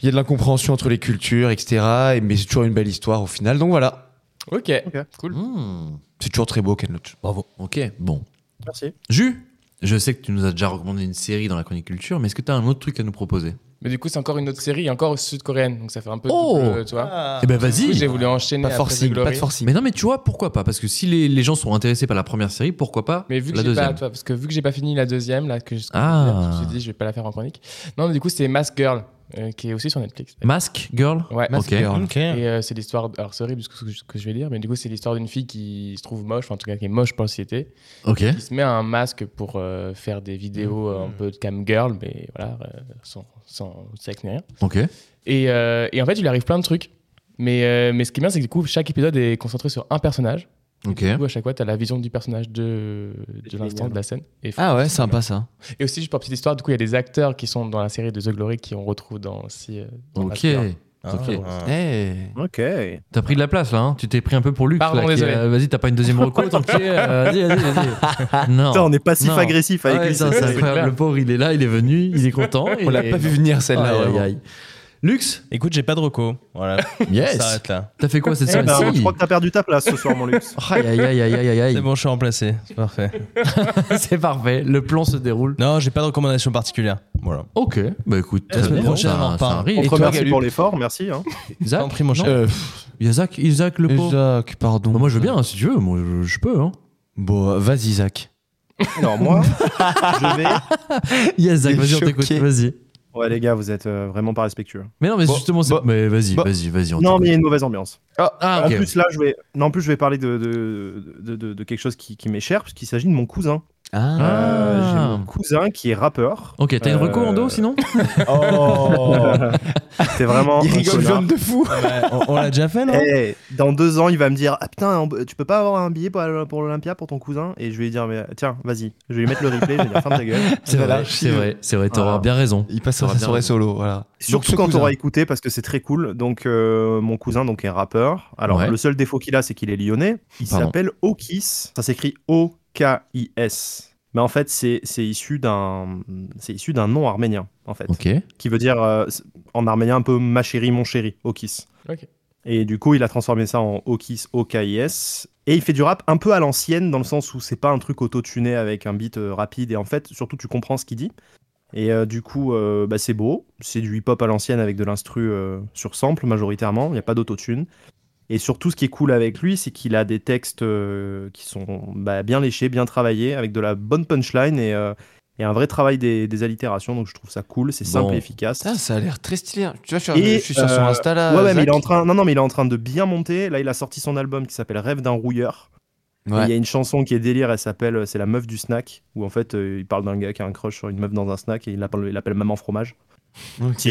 Speaker 2: il y a de l'incompréhension entre les cultures, etc. Et- mais c'est toujours une belle histoire au final. Donc voilà,
Speaker 5: Ok.
Speaker 1: Hmm.
Speaker 2: c'est toujours très beau, Ken Loach.
Speaker 1: Bravo. Ok, bon.
Speaker 4: Merci.
Speaker 1: Jus, je sais que tu nous as déjà recommandé une série dans la chronique culture, mais est-ce que tu as un autre truc à nous proposer
Speaker 5: Mais du coup, c'est encore une autre série, encore sud-coréenne. Donc ça fait un peu.
Speaker 1: Oh
Speaker 5: double, tu vois.
Speaker 1: Eh ben
Speaker 5: Du coup,
Speaker 1: vas-y.
Speaker 5: J'ai voulu enchaîner.
Speaker 2: Pas de
Speaker 5: après The
Speaker 2: forcing,
Speaker 5: Glory.
Speaker 2: pas de forcing.
Speaker 1: Mais non, mais tu vois, pourquoi pas Parce que si les, les gens sont intéressés par la première série, pourquoi pas
Speaker 5: Mais vu que
Speaker 1: la
Speaker 5: j'ai
Speaker 1: deuxième
Speaker 5: pas, parce que vu que j'ai pas fini la deuxième, là que je,
Speaker 1: Ah.
Speaker 5: je me suis dit, je vais pas la faire en chronique. Non, mais du coup, c'est Mask Girl euh, qui est aussi sur Netflix.
Speaker 1: Mask Girl
Speaker 5: Ouais.
Speaker 1: Mask Ok. Girl.
Speaker 5: Et euh, c'est l'histoire. Alors c'est horrible ce que, ce que je vais dire, mais du coup, c'est l'histoire d'une fille qui se trouve moche, enfin, en tout cas qui est moche pour la société,
Speaker 1: Ok.
Speaker 5: qui se met un masque pour euh, faire des vidéos
Speaker 1: Mm.
Speaker 5: euh, un peu de cam girl, mais voilà, euh, sans, sans sexe ni rien.
Speaker 1: Ok.
Speaker 5: Et, euh, et en fait, il lui arrive plein de trucs. Mais, euh, mais ce qui est bien, c'est que du coup, chaque épisode est concentré sur un personnage.
Speaker 1: Ok.
Speaker 5: Du coup, à chaque fois, tu as la vision du personnage de, de l'instant, de la scène. Et,
Speaker 2: Ah ouais, sympa ça.
Speaker 5: et aussi, juste pour petite histoire, du coup, il y a des acteurs qui sont dans la série de The Glory qui on retrouve dans aussi. euh, dans
Speaker 1: Ok.
Speaker 5: Master.
Speaker 1: Ok.
Speaker 3: Ah.
Speaker 2: Eh.
Speaker 1: Hey.
Speaker 4: Ok.
Speaker 1: T'as pris de la place là, hein tu t'es pris un peu pour Luc.
Speaker 5: Pardon,
Speaker 1: là, qui-
Speaker 5: désolé.
Speaker 1: euh, vas-y, t'as pas une deuxième reco, tant pis. euh, vas-y, vas-y, vas-y. non.
Speaker 4: Putain, on n'est pas si
Speaker 1: Non.
Speaker 4: agressif
Speaker 1: Ah
Speaker 4: avec
Speaker 1: ouais,
Speaker 4: lui.
Speaker 1: ça, c'est incroyable. Le pauvre, il est là, il est venu, il est content.
Speaker 2: On l'a pas vu venir celle-là. vraiment.
Speaker 1: Lux
Speaker 3: Écoute, j'ai pas de recours. Voilà. Ça
Speaker 1: Yes.
Speaker 3: s'arrête là.
Speaker 1: T'as fait quoi cette
Speaker 4: Eh ben,
Speaker 1: semaine
Speaker 4: je crois que t'as perdu ta place ce soir, mon luxe.
Speaker 1: Aïe, aïe, aïe, aïe, aïe, aïe.
Speaker 3: C'est bon, je suis remplacé. C'est parfait.
Speaker 1: C'est parfait. Le plan se déroule.
Speaker 3: Non, j'ai pas de recommandation particulière. Voilà.
Speaker 1: Ok. Bah écoute,
Speaker 3: La
Speaker 1: très
Speaker 3: semaine
Speaker 1: bien.
Speaker 3: prochaine,
Speaker 1: C'est
Speaker 3: on en
Speaker 1: un- c'est un
Speaker 3: reparle.
Speaker 1: rire.
Speaker 4: On
Speaker 1: Et
Speaker 4: te
Speaker 1: toi,
Speaker 4: remercie pour l'effort, merci. hein.
Speaker 1: Zach
Speaker 3: T'en prie, mon cher.
Speaker 1: Oh, Non. Il y a Zach, Isaac
Speaker 3: Euh,
Speaker 1: le pauvre.
Speaker 2: Isaac, pardon.
Speaker 1: Bah, moi je veux bien, hein, si tu veux, moi je, je peux. Hein.
Speaker 2: Bon, vas-y, Isaac.
Speaker 4: Alors moi, je vais.
Speaker 1: Il y a Zach,
Speaker 2: Il est
Speaker 1: vas-y, on t'écoute,
Speaker 2: choqué.
Speaker 1: vas-y.
Speaker 4: Ouais, les gars, vous êtes euh, vraiment pas respectueux.
Speaker 1: Mais non, mais
Speaker 2: Bon,
Speaker 1: justement, c'est.
Speaker 2: bon,
Speaker 1: mais vas-y,
Speaker 2: bon.
Speaker 1: vas-y, vas-y. on
Speaker 4: Non,
Speaker 1: t'écoute.
Speaker 4: mais il y a une mauvaise ambiance.
Speaker 1: Ah,
Speaker 4: En
Speaker 1: ok.
Speaker 4: plus, là, je vais. Non, en plus, je vais parler de, de, de, de- de quelque chose qui, qui m'est cher, puisqu'il s'agit de mon cousin.
Speaker 2: Ah.
Speaker 4: Euh, J'ai
Speaker 1: Ah.
Speaker 4: mon cousin qui est rappeur.
Speaker 1: Ok, t'as une reco en dos
Speaker 4: Euh,
Speaker 1: sinon
Speaker 2: Oh.
Speaker 4: C'est vraiment.
Speaker 2: Il
Speaker 4: un
Speaker 2: rigole
Speaker 4: connard.
Speaker 2: jaune de fou.
Speaker 3: Bah, on on l'a déjà fait, non
Speaker 4: Eh, dans deux ans, il va me dire Ah putain, on- tu peux pas avoir un billet pour, pour l'Olympia pour ton cousin Et je vais lui dire Mais tiens, vas-y, je vais lui mettre le replay, je vais lui dire Ferme ta gueule.
Speaker 1: C'est vrai,
Speaker 2: voilà,
Speaker 1: c'est vrai, c'est vrai, t'auras
Speaker 4: Voilà.
Speaker 1: bien raison.
Speaker 2: Il passe sa
Speaker 1: T'auras bien
Speaker 2: soirée
Speaker 1: raison.
Speaker 2: solo, voilà.
Speaker 4: Surtout
Speaker 2: ce hein.
Speaker 4: quand
Speaker 2: cousin.
Speaker 4: t'auras écouté, parce que c'est très cool. Donc, euh, mon cousin donc, est rappeur. Alors,
Speaker 1: Ouais.
Speaker 4: le seul défaut qu'il a, c'est qu'il est lyonnais. Il
Speaker 1: Pardon.
Speaker 4: s'appelle Okis. Ça s'écrit O-K-I-S. Mais en fait, c'est c'est issu d'un c'est issu d'un nom arménien, en fait,
Speaker 1: Ok.
Speaker 4: qui veut dire euh, c'est- en arménien un peu ma chérie, mon chéri, Okis.
Speaker 5: Ok.
Speaker 4: Et du coup, il a transformé ça en Okis, O-K-I-S. Et il fait du rap un peu à l'ancienne, dans le sens où c'est pas un truc auto-tuné avec un beat euh, rapide. Et en fait, surtout, tu comprends ce qu'il dit. Et euh, du coup, euh, bah, c'est beau. C'est du hip-hop à l'ancienne avec de l'instru euh, sur sample majoritairement. Il n'y a pas d'autotune. Et surtout, ce qui est cool avec lui, c'est qu'il a des textes euh, qui sont bah, bien léchés, bien travaillés, avec de la bonne punchline et, euh, et un vrai travail des, des allitérations. Donc, je trouve ça cool. C'est simple
Speaker 1: Bon.
Speaker 4: et efficace.
Speaker 2: Putain, ça a l'air très stylé. hein. Tu vois, je suis,
Speaker 4: Et,
Speaker 2: je suis sur son
Speaker 4: euh,
Speaker 2: Insta là.
Speaker 4: ouais, ouais, mais
Speaker 2: Zach.
Speaker 4: il est en train. Non, non, mais il est en train de bien monter. Là, il a sorti son album qui s'appelle Rêve d'un rouilleur. Et Il
Speaker 2: Ouais.
Speaker 4: y a une chanson qui est délire. Elle s'appelle euh, C'est la meuf du snack. Où en fait, euh, il parle d'un gars qui a un crush sur une meuf dans un snack et il l'appelle il l'appelle maman fromage. Si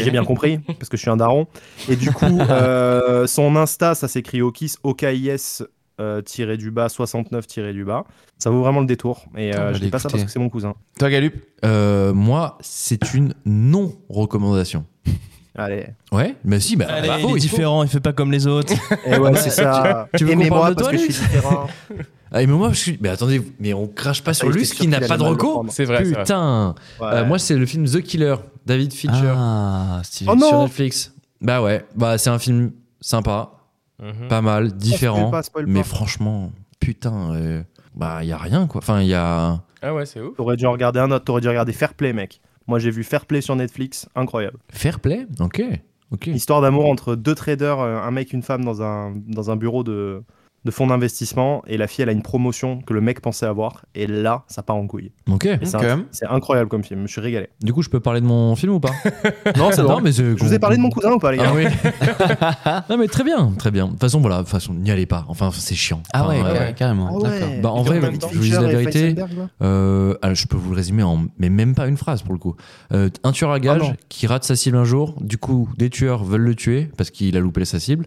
Speaker 4: j'ai bien compris, parce que je suis un daron. Et du coup, euh, son Insta, ça s'écrit Okis, OKIS, euh, tiré du bas, 69, tiré du bas. Ça vaut vraiment le détour. Et
Speaker 1: Ah,
Speaker 2: Putain,
Speaker 4: euh,
Speaker 2: on va
Speaker 1: bah,
Speaker 4: je dis pas ça
Speaker 2: l'écouter.
Speaker 4: parce que c'est mon cousin.
Speaker 2: Toi, Galup
Speaker 1: Euh, moi, c'est une non-recommandation.
Speaker 4: Allez.
Speaker 1: Ouais Mais si, bah,
Speaker 3: Allez,
Speaker 1: bravo,
Speaker 3: il est
Speaker 1: il faut.
Speaker 3: différent, il fait pas comme les autres.
Speaker 4: Et ouais, c'est ça.
Speaker 1: tu veux qu'on
Speaker 4: Aimez-moi
Speaker 1: parle de
Speaker 4: parce
Speaker 1: toi,
Speaker 4: que je suis
Speaker 1: Luc
Speaker 4: différent.
Speaker 1: Ah, mais moi, je suis. Mais attendez, mais on crache pas sur
Speaker 4: j'étais
Speaker 1: lui
Speaker 4: sûr
Speaker 1: qui n'a
Speaker 4: qu'il
Speaker 1: pas de
Speaker 4: allait mal le
Speaker 1: reco.
Speaker 4: prendre.
Speaker 5: C'est vrai. c'est vrai.
Speaker 1: Putain Euh,
Speaker 4: Ouais.
Speaker 1: Moi, c'est le film The Killer, David Fincher,
Speaker 2: Ah, stylé.
Speaker 4: Oh
Speaker 1: sur
Speaker 4: non
Speaker 1: Netflix. Bah ouais, bah c'est un film sympa,
Speaker 5: Mhm.
Speaker 1: pas mal, différent.
Speaker 4: Spoil Mm. Oh, pas, spoil
Speaker 1: mais
Speaker 4: pas.
Speaker 1: franchement, putain, euh, bah y a rien quoi. Enfin, y a.
Speaker 5: Ah ouais, c'est ouf.
Speaker 4: T'aurais dû en regarder un autre, t'aurais dû regarder Fair Play, mec. Moi, j'ai vu Fair Play sur Netflix, incroyable.
Speaker 1: Fair play Ok. Ok.
Speaker 4: Histoire d'amour entre deux traders, euh, un mec et une femme, dans un, dans un bureau de, de fonds d'investissement. Et la fille, elle a une promotion que le mec pensait avoir. Et là, ça part en couille.
Speaker 1: Ok.
Speaker 4: Et c'est un-
Speaker 2: Quand même.
Speaker 4: C'est incroyable comme film, je me suis régalé.
Speaker 1: Du coup, je peux parler de mon film ou pas
Speaker 4: Non, c'est
Speaker 1: Non, mais je
Speaker 4: Je vous ai parlé de mon cousin ou pas, les gars
Speaker 1: Ah oui. non mais très bien, très bien. De toute façon voilà, de toute façon n'y allez pas. Enfin c'est chiant.
Speaker 2: Ah
Speaker 1: Enfin,
Speaker 2: ouais,
Speaker 1: euh,
Speaker 2: ouais, carrément. D'accord.
Speaker 1: Bah en vrai,
Speaker 5: en même temps,
Speaker 1: je vous dis la vérité. euh, alors, je peux vous le résumer en mais même pas une phrase pour le coup. Euh, un tueur à gage
Speaker 2: Ah
Speaker 4: non.
Speaker 1: qui rate sa cible un jour. Du coup, des tueurs veulent le tuer parce qu'il a loupé sa cible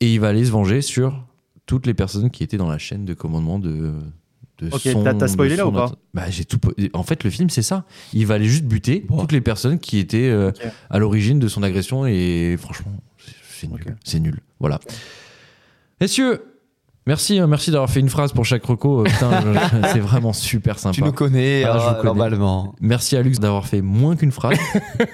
Speaker 1: et il va aller se venger sur toutes les personnes qui étaient dans la chaîne de commandement de. de
Speaker 4: Ok,
Speaker 1: son-
Speaker 4: t'as- t'as spoilé
Speaker 1: de son
Speaker 4: là ou pas
Speaker 1: autre- Bah j'ai tout. po- En fait, le film c'est ça. Il va aller juste buter toutes les personnes qui étaient euh,
Speaker 4: Ok.
Speaker 1: à l'origine de son agression et franchement, c'est- c'est nul.
Speaker 4: Ok.
Speaker 1: C'est nul. Voilà. Messieurs, merci, hein, merci d'avoir fait une phrase pour chaque reco. Euh, putain, je- c'est vraiment super sympa.
Speaker 2: Tu nous connais,
Speaker 1: Ah, je vous
Speaker 2: ah,
Speaker 1: connais.
Speaker 2: normalement.
Speaker 1: Merci à Lux d'avoir fait moins qu'une phrase.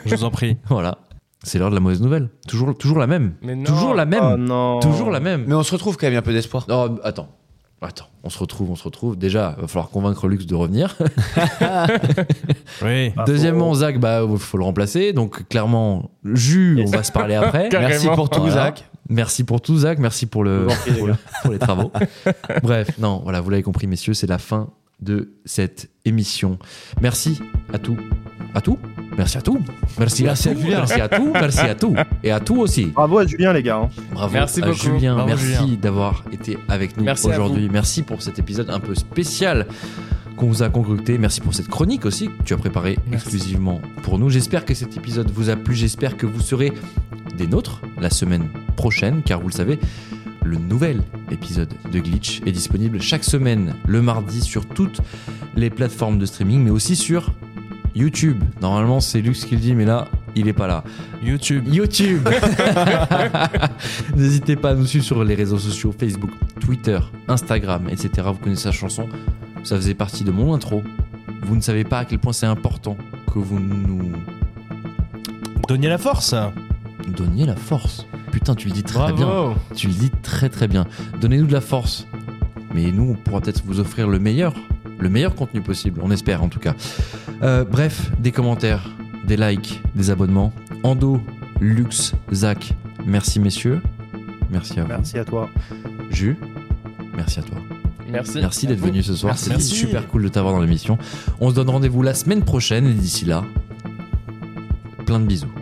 Speaker 3: Je vous en prie.
Speaker 1: voilà. C'est l'heure de la mauvaise nouvelle. Toujours, toujours la même.
Speaker 5: Mais non.
Speaker 1: Toujours la même.
Speaker 4: Oh non.
Speaker 1: Toujours la même.
Speaker 2: Mais on se retrouve quand même un peu d'espoir.
Speaker 1: Non, attends. Attends, on se retrouve, on se retrouve. Déjà, va falloir convaincre Lux de revenir.
Speaker 3: Oui.
Speaker 1: Deuxièmement, Zach, bah, faut le remplacer. Donc, clairement, jus, on va se parler après.
Speaker 5: Carrément.
Speaker 2: Merci pour tout,
Speaker 1: Voilà.
Speaker 2: Zach.
Speaker 1: Merci pour tout, Zach. Merci pour, le, pour, le- pour les travaux. Bref, non, voilà, vous l'avez compris, messieurs, c'est la fin de cette émission. Merci à tout. À tout Merci à tout. Merci,
Speaker 2: Merci
Speaker 1: à,
Speaker 2: à
Speaker 1: tout.
Speaker 2: Julien.
Speaker 1: Merci à tout. Merci à tout. Et à tout aussi.
Speaker 4: Bravo à Julien, les gars. hein.
Speaker 1: Bravo
Speaker 5: Merci
Speaker 1: à
Speaker 5: beaucoup.
Speaker 1: Julien,
Speaker 3: Bravo,
Speaker 1: merci
Speaker 3: Julien.
Speaker 1: d'avoir été avec nous
Speaker 5: Merci à
Speaker 1: aujourd'hui. Merci pour cet épisode un peu spécial qu'on vous a concocté. Merci pour cette chronique aussi que tu as préparée
Speaker 5: Merci.
Speaker 1: exclusivement pour nous. J'espère que cet épisode vous a plu. J'espère que vous serez des nôtres la semaine prochaine, car vous le savez, le nouvel épisode de Glitch est disponible chaque semaine le mardi sur toutes les plateformes de streaming, mais aussi sur YouTube. Normalement, c'est Lux qui le dit, mais là, il est pas là.
Speaker 3: YouTube.
Speaker 1: YouTube. N'hésitez pas à nous suivre sur les réseaux sociaux Facebook, Twitter, Instagram, etc. Vous connaissez la chanson. Ça faisait partie de mon intro. Vous ne savez pas à quel point c'est important que vous nous
Speaker 3: Donnez la force.
Speaker 1: donniez la force. Putain, tu le dis très bien. Tu le dis très très bien. Donnez-nous de la force. Mais nous, on pourra peut-être vous offrir le meilleur, le meilleur contenu possible. On espère en tout cas. Euh, bref, des commentaires, des likes, des abonnements. Ando, Lux, Zach, merci messieurs. Merci à vous.
Speaker 4: Merci à toi.
Speaker 1: Jus, merci à toi.
Speaker 5: Merci.
Speaker 1: Merci d'être
Speaker 5: À vous.
Speaker 1: venu ce soir.
Speaker 3: Merci.
Speaker 1: C'était super cool de t'avoir dans l'émission. On se donne rendez-vous la semaine prochaine et d'ici là, plein de bisous.